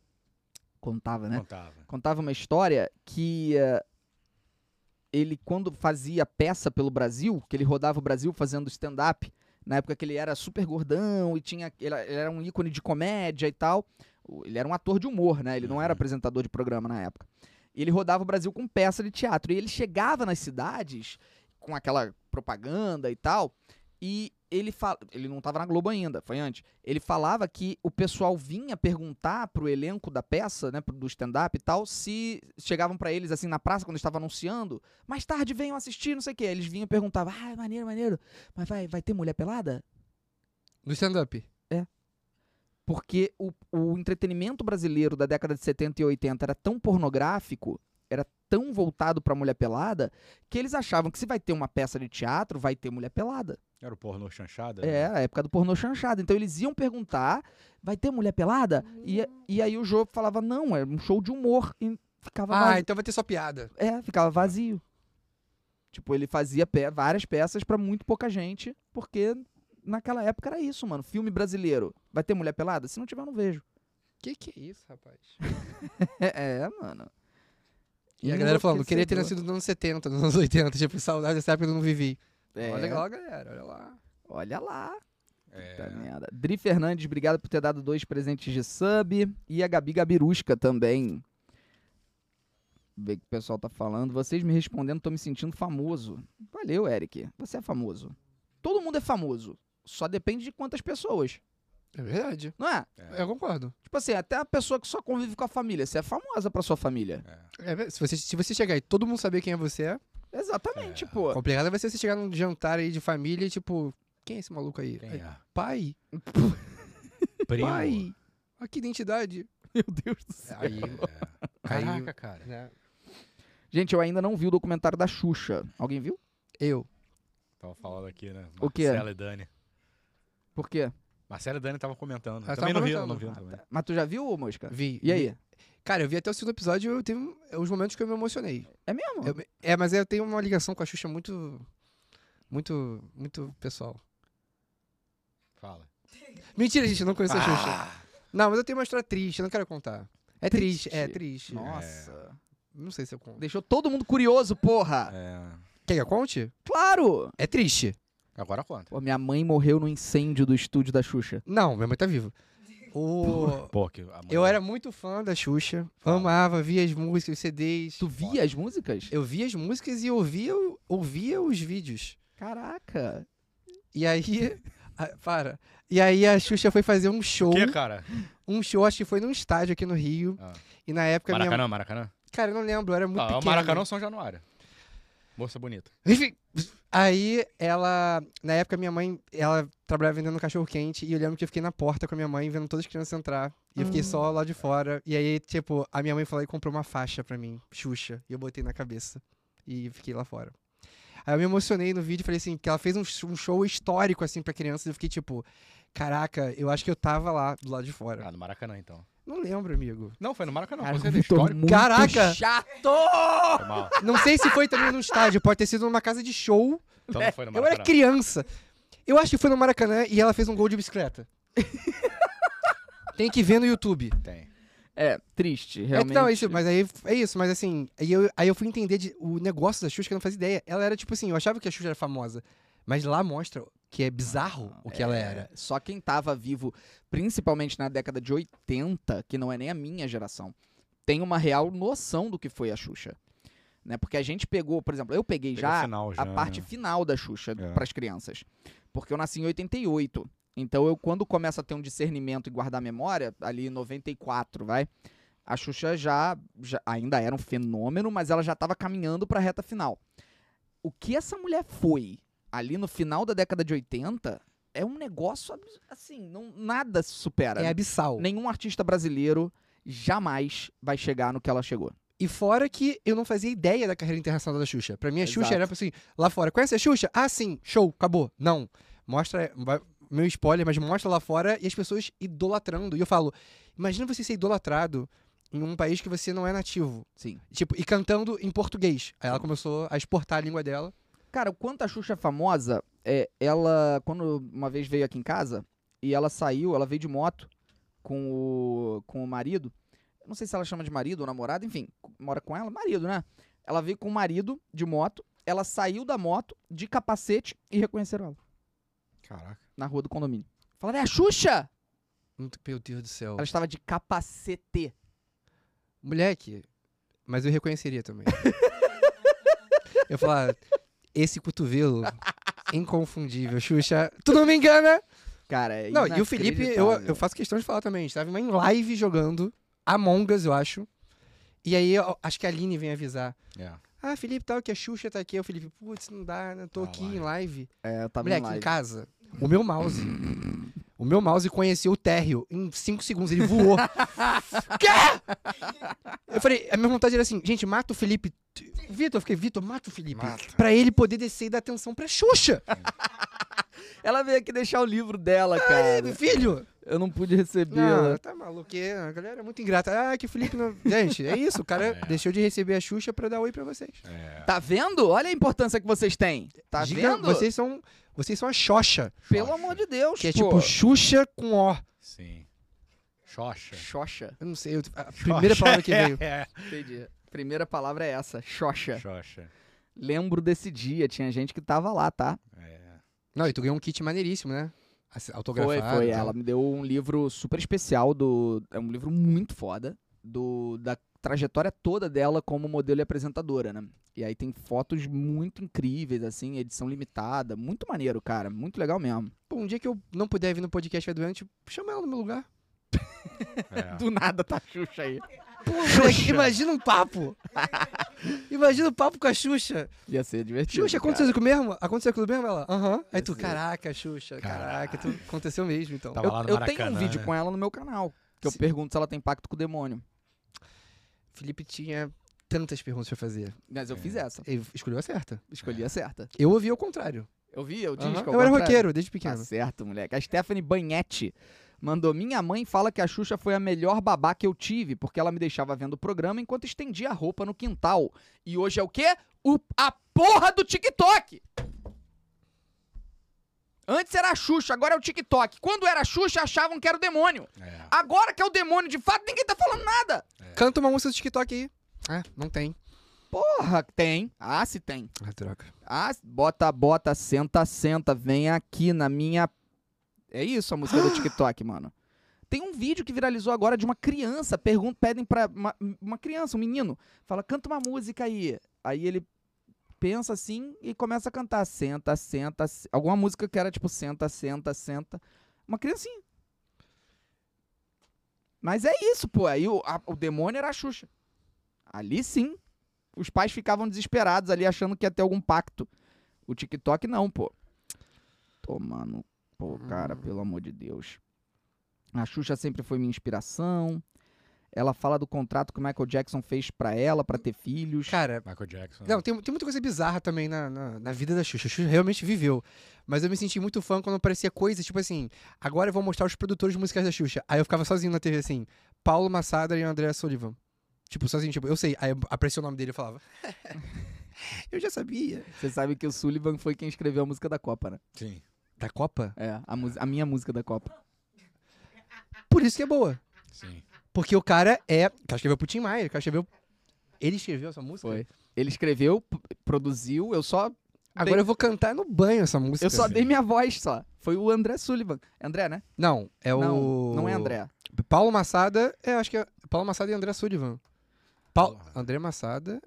Speaker 1: Contava, né?
Speaker 2: Contava.
Speaker 1: contava uma história que eh, ele, quando fazia peça pelo Brasil, que ele rodava o Brasil fazendo stand-up, na época que ele era super gordão e tinha. Ele era- ele era um ícone de comédia e tal. O- Ele era um ator de humor, né? Ele não era
Speaker 2: Uhum.
Speaker 1: apresentador de programa na época. E ele rodava o Brasil com peça de teatro. E ele chegava nas cidades com aquela propaganda e tal. E ele fala, ele não tava na Globo ainda, foi antes. Ele falava que o pessoal vinha perguntar pro elenco da peça, né, pro- do stand-up e tal, se chegavam pra eles assim na praça quando estava anunciando, mais tarde venham assistir, não sei o quê. Eles vinham e perguntavam: "Ah, maneiro, maneiro. Mas vai, vai ter mulher pelada?"
Speaker 3: No stand-up.
Speaker 1: Porque o, o entretenimento brasileiro da década de 70 e 80 era tão pornográfico, era tão voltado pra mulher pelada, que eles achavam que se vai ter uma peça de teatro, vai ter mulher pelada.
Speaker 2: Era o pornô chanchada?
Speaker 1: É,
Speaker 2: né?
Speaker 1: a época do pornô chanchado. Então eles iam perguntar, vai ter mulher pelada? E, e aí o jogo falava, não, é um show de humor. E ficava,
Speaker 3: Ah,
Speaker 1: vazio.
Speaker 3: então vai ter só piada.
Speaker 1: É, ficava vazio. Tipo, ele fazia pe- várias peças pra muito pouca gente, porque naquela época era isso, mano. Filme brasileiro, vai ter mulher pelada? Se não tiver, eu não vejo.
Speaker 3: Que que é isso, rapaz?
Speaker 1: É, é, mano.
Speaker 3: E a galera falando, queria ter nascido nos anos 70, nos anos 80, tipo, saudade dessa época que eu não vivi.
Speaker 1: É,
Speaker 3: Olha lá, galera, olha lá.
Speaker 1: Olha lá.
Speaker 2: É.
Speaker 1: Puta merda. Dri Fernandes, obrigado por ter dado dois presentes de sub. E a Gabi Gabirusca também. ver o que o pessoal tá falando. Vocês me respondendo, tô me sentindo famoso. Valeu, Eric. Você é famoso. Todo mundo é famoso. Só depende de quantas pessoas,
Speaker 3: É verdade.
Speaker 1: não é?
Speaker 2: É,
Speaker 3: Eu concordo.
Speaker 1: Tipo assim, até a pessoa que só convive com a família, você é famosa pra sua família.
Speaker 3: É ver- se, você, se você chegar e todo mundo saber quem é você, é.
Speaker 1: Exatamente, pô.
Speaker 3: Complicado vai ser você chegar num jantar aí de família e tipo, quem é esse maluco aí?
Speaker 2: Quem
Speaker 3: Aí,
Speaker 2: é?
Speaker 3: Pai,
Speaker 2: Primo.
Speaker 3: pai. Olha que identidade.
Speaker 1: Meu Deus do céu.
Speaker 2: Aí, é.
Speaker 3: Aí-
Speaker 2: Caraca, cara.
Speaker 1: Gente, eu ainda não vi o documentário da Xuxa. Alguém viu?
Speaker 3: Eu.
Speaker 2: Tava falando aqui, né?
Speaker 1: O quê?
Speaker 2: Marcela e Dani.
Speaker 1: Por quê?
Speaker 2: Marcela e Dani tava comentando.
Speaker 3: Ela
Speaker 2: também
Speaker 3: tava
Speaker 2: não viu,
Speaker 3: comentando.
Speaker 2: não viu
Speaker 3: Ah,
Speaker 2: também.
Speaker 1: Mas tu já viu, ô Mosca?
Speaker 3: Vi.
Speaker 1: E
Speaker 3: vi.
Speaker 1: aí?
Speaker 3: Cara, eu vi até o segundo episódio e eu teve um- uns momentos que eu me emocionei.
Speaker 1: É mesmo?
Speaker 3: Eu me- é, mas eu tenho uma ligação com a Xuxa muito. Muito. Muito pessoal.
Speaker 2: Fala.
Speaker 3: Mentira, gente, eu não conheço a Xuxa.
Speaker 2: Ah!
Speaker 3: Não, mas eu tenho uma história triste, eu não quero contar. É triste, é triste.
Speaker 1: Nossa.
Speaker 3: Não sei se eu conto.
Speaker 1: Deixou todo mundo curioso, porra.
Speaker 2: É.
Speaker 3: Quer que eu conte?
Speaker 1: Claro!
Speaker 3: É triste.
Speaker 2: Agora conta.
Speaker 1: Pô, minha mãe morreu no incêndio do estúdio da Xuxa.
Speaker 3: Não, minha mãe tá viva. O...
Speaker 2: Pô, que a
Speaker 3: Eu
Speaker 2: mulher-
Speaker 3: era muito fã da Xuxa.
Speaker 2: Fala.
Speaker 3: Amava, via as músicas, os CDs.
Speaker 1: Tu via as músicas?
Speaker 3: Eu via as músicas e ouvia, o- ouvia os vídeos.
Speaker 1: Caraca.
Speaker 3: E aí. Ah, para. E aí a Xuxa foi fazer um show.
Speaker 2: Que, cara?
Speaker 3: Um show, acho que foi num estádio aqui no Rio.
Speaker 2: Ah.
Speaker 3: E na época minha
Speaker 2: Maracanã, Maracanã.
Speaker 3: Cara, eu não lembro, eu era muito
Speaker 2: Ah,
Speaker 3: pequeno. né?
Speaker 2: Maracanã ou São Januário? Moça bonita.
Speaker 3: Enfim. Aí ela. Na época, minha mãe, ela trabalhava vendendo cachorro-quente. E eu lembro que eu fiquei na porta com a minha mãe, vendo todas as crianças entrar. E eu fiquei só lá de fora. E aí, tipo, a minha mãe falou e comprou uma faixa pra mim, Xuxa. E eu botei na cabeça. E fiquei lá fora. Aí eu me emocionei no vídeo, falei assim, que ela fez um, sh- um show histórico, assim, pra crianças. E eu fiquei tipo, caraca, eu acho que eu tava lá, do lado de fora.
Speaker 2: Ah, no Maracanã, então.
Speaker 3: Não lembro, amigo.
Speaker 2: Não, foi no Maracanã.
Speaker 1: Cara, o
Speaker 2: você é
Speaker 1: Vitor
Speaker 2: histórico.
Speaker 1: muito
Speaker 3: Caraca!
Speaker 1: chato!
Speaker 2: Foi mal.
Speaker 3: Não sei se foi também num estádio, pode ter sido numa casa de show.
Speaker 2: Então não foi no
Speaker 3: Eu era
Speaker 2: Maracanã.
Speaker 3: criança. Eu acho que foi no Maracanã e ela fez um gol de bicicleta. Tem que ver no YouTube.
Speaker 2: Tem.
Speaker 1: É, triste,
Speaker 3: É,
Speaker 1: realmente.
Speaker 3: não, é isso, mas aí é isso, mas assim, aí eu, aí eu fui entender de- o negócio da Xuxa que eu não fazia ideia. Ela era tipo assim, eu achava que a Xuxa era famosa, mas lá mostra que é bizarro o que ela
Speaker 1: É,
Speaker 3: era.
Speaker 1: Só quem tava vivo, principalmente na década de 80, que não é nem a minha geração, tem uma real noção do que foi a Xuxa. Né? Porque a gente pegou, por exemplo, eu peguei
Speaker 2: Pegou o
Speaker 1: já
Speaker 2: final, já,
Speaker 1: a parte
Speaker 2: né?
Speaker 1: final da Xuxa
Speaker 2: É.
Speaker 1: pras crianças. Porque eu nasci em 88. Então eu, quando começo a ter um discernimento e guardar memória, ali em 94, vai. A Xuxa já, já ainda era um fenômeno, mas ela já estava caminhando pra reta final. O que essa mulher foi ali no final da década de 80 é um negócio abs- assim, não, nada se supera. né?
Speaker 3: É abissal.
Speaker 1: Nenhum artista brasileiro jamais vai chegar no que ela chegou.
Speaker 3: E fora que eu não fazia ideia da carreira internacional da Xuxa. Pra mim, a Xuxa
Speaker 1: Exato.
Speaker 3: era assim, lá fora. Conhece a Xuxa? Ah, sim, show, acabou. Não. Mostra. vai- Meu spoiler, mas mostra lá fora e as pessoas idolatrando. E eu falo, imagina você ser idolatrado em um país que você não é nativo.
Speaker 1: Sim.
Speaker 3: Tipo, e cantando em português. Aí ela começou a exportar a língua dela.
Speaker 1: Cara, o quanto a Xuxa é famosa, é, ela, quando uma vez veio aqui em casa, e ela saiu, ela veio de moto com o, com o marido. Eu Não sei se ela chama de marido ou namorado, enfim, co- mora com ela, marido, né? Ela veio com o marido de moto, ela saiu da moto de capacete e reconheceram ela
Speaker 2: Caraca.
Speaker 1: na rua do condomínio. Falaram, é a Xuxa!
Speaker 3: Muito- Meu Deus do céu.
Speaker 1: Ela estava de capacete.
Speaker 3: Moleque, mas eu reconheceria também. eu falar, esse cotovelo inconfundível, Xuxa. Tu não me engana!
Speaker 1: Cara, é
Speaker 3: Não, e o Felipe, eu,
Speaker 1: inacreditável.
Speaker 3: eu faço questão de falar também. A gente tava em uma live jogando Among Us, eu acho. E aí, eu- acho que a Aline vem avisar.
Speaker 2: É.
Speaker 3: Ah, Felipe, tal, que a Xuxa tá aqui. Aí O Felipe, putz, não dá, né? Tô
Speaker 2: Ah,
Speaker 3: aqui em live.
Speaker 1: É, eu tava em
Speaker 3: Moleque, em
Speaker 1: live.
Speaker 3: casa, o meu mouse. O meu mouse conheceu o térreo em 5 segundos, ele voou. Quê? Eu falei, a minha vontade era assim, gente, mata o Felipe. Vitor, eu fiquei, Vitor, mata o Felipe.
Speaker 2: Mata.
Speaker 3: Pra ele poder descer e dar atenção pra Xuxa.
Speaker 1: Ela veio aqui deixar o livro dela, cara.
Speaker 3: Filho,
Speaker 1: Eu não pude receber.
Speaker 3: Não,
Speaker 1: ela.
Speaker 3: tá maluco. que A galera é muito ingrata. Ah, que o Felipe não. Gente, é isso. O cara
Speaker 2: É.
Speaker 3: deixou de receber a Xuxa pra dar oi pra vocês.
Speaker 1: Tá vendo? Olha a importância que vocês têm. Tá
Speaker 3: Diga-
Speaker 1: vendo?
Speaker 3: Vocês são, vocês são a Xoxa,
Speaker 1: Pelo
Speaker 2: Xoxa.
Speaker 1: amor de Deus,
Speaker 3: que é
Speaker 1: pô.
Speaker 3: tipo Xuxa com O.
Speaker 2: Sim. Xoxa.
Speaker 1: Xoxa.
Speaker 3: Eu não sei. eu- a primeira palavra que veio.
Speaker 2: É.
Speaker 1: Entendi. Primeira palavra é essa, Xoxa.
Speaker 2: Xoxa.
Speaker 1: Lembro desse dia, tinha gente que tava lá, tá?
Speaker 2: É.
Speaker 3: Não, e tu ganhou um kit maneiríssimo, né? Ass- Autografado.
Speaker 1: foi, foi.
Speaker 3: e tal.
Speaker 1: Ela me deu um livro super especial do. É um livro muito foda. Do, da trajetória toda dela como modelo e apresentadora, né? E aí tem fotos muito incríveis, assim, edição limitada. Muito maneiro, cara. Muito legal mesmo.
Speaker 3: Pô, um dia que eu não puder vir no podcast Eduante, chama ela no meu lugar.
Speaker 2: É.
Speaker 1: Do nada tá Xuxa aí.
Speaker 3: Pô, moleque, imagina um papo. imagina um papo com a Xuxa.
Speaker 1: Ia ser divertido.
Speaker 3: Xuxa,
Speaker 1: cara.
Speaker 3: aconteceu comigo mesmo? Aconteceu comigo mesmo? Ela, aham. Aí tu,
Speaker 1: Esse-
Speaker 3: caraca, Xuxa, caraca,
Speaker 2: Caraca.
Speaker 3: tu, aconteceu mesmo, então.
Speaker 2: Tava
Speaker 1: Eu,
Speaker 2: lá no
Speaker 1: eu tenho um
Speaker 2: Maracanã,
Speaker 1: vídeo
Speaker 2: né?
Speaker 1: com ela no meu canal. Que eu
Speaker 3: Se-
Speaker 1: pergunto se ela tem pacto com o demônio.
Speaker 3: Felipe tinha tantas perguntas pra fazer.
Speaker 1: Mas eu
Speaker 2: É.
Speaker 1: fiz essa.
Speaker 3: Ele escolheu a certa.
Speaker 1: Escolhi a certa.
Speaker 3: Eu ouvi ao contrário.
Speaker 1: Eu vi, eu
Speaker 3: Aham.
Speaker 1: disse que
Speaker 3: Eu era
Speaker 1: contrário.
Speaker 3: roqueiro desde
Speaker 1: Tá
Speaker 3: pequeno.
Speaker 1: certo, moleque. A Stephanie Bagnetti mandou: Minha mãe fala que a Xuxa foi a melhor babá que eu tive, porque ela me deixava vendo o programa enquanto estendia a roupa no quintal. E hoje é o quê? O- a porra do TikTok! Antes era a Xuxa, agora é o TikTok. Quando era a Xuxa, achavam que era o demônio.
Speaker 2: É.
Speaker 1: Agora que é o demônio de fato, ninguém tá falando nada.
Speaker 3: Canta uma música do TikTok aí. Ah, não tem.
Speaker 1: Porra, tem. Ah, se tem.
Speaker 3: Ah, troca.
Speaker 1: Ah, bota, bota, senta, senta, vem aqui na minha. É isso a música do TikTok, mano. Tem um vídeo que viralizou agora de uma criança, pergun- pedem pra uma, uma criança, um menino, fala, canta uma música aí. Aí ele pensa assim e começa a cantar, senta, senta, se- alguma música que era tipo, senta, senta, senta. Uma criancinha. Mas é isso, pô. Aí o, a- o demônio era a Xuxa. Ali sim, os pais ficavam desesperados ali, achando que ia ter algum pacto. O TikTok não, pô. Tomando. Pô, cara, pelo amor de Deus. A Xuxa sempre foi minha inspiração. Ela fala do contrato que o Michael Jackson fez pra ela, pra ter filhos.
Speaker 3: Cara,
Speaker 2: Michael Jackson.
Speaker 3: Não, tem, tem muita coisa bizarra também na, na, na vida da Xuxa. A Xuxa realmente viveu. Mas eu me senti muito fã quando aparecia coisa, tipo assim, agora eu vou mostrar os produtores musicais da Xuxa. Aí eu ficava sozinho na TV, assim, Paulo Massada e André Sullivan. Tipo, sozinho, tipo, eu sei. Aí aparecia o nome dele e eu falava. eu já sabia.
Speaker 1: Você sabe que o Sullivan foi quem escreveu a música da Copa, né?
Speaker 2: Sim.
Speaker 3: Da Copa?
Speaker 1: É, a, mus- a minha música da Copa.
Speaker 3: Por isso que é boa.
Speaker 2: Sim.
Speaker 3: Porque o cara é. O cara escreveu pro Tim Maia, o cara escreveu. Ele escreveu essa música?
Speaker 1: Foi. Ele escreveu, p- produziu, eu só.
Speaker 3: Agora eu vou cantar no banho essa música.
Speaker 1: Eu só
Speaker 2: sim.
Speaker 1: dei minha voz só. Foi o André Sullivan. É André, né?
Speaker 3: Não, é o.
Speaker 1: Não, não é André.
Speaker 3: Paulo Massada, é, acho que é Paulo Massada e André Sullivan. Paulo,
Speaker 2: Porra.
Speaker 3: André Massada,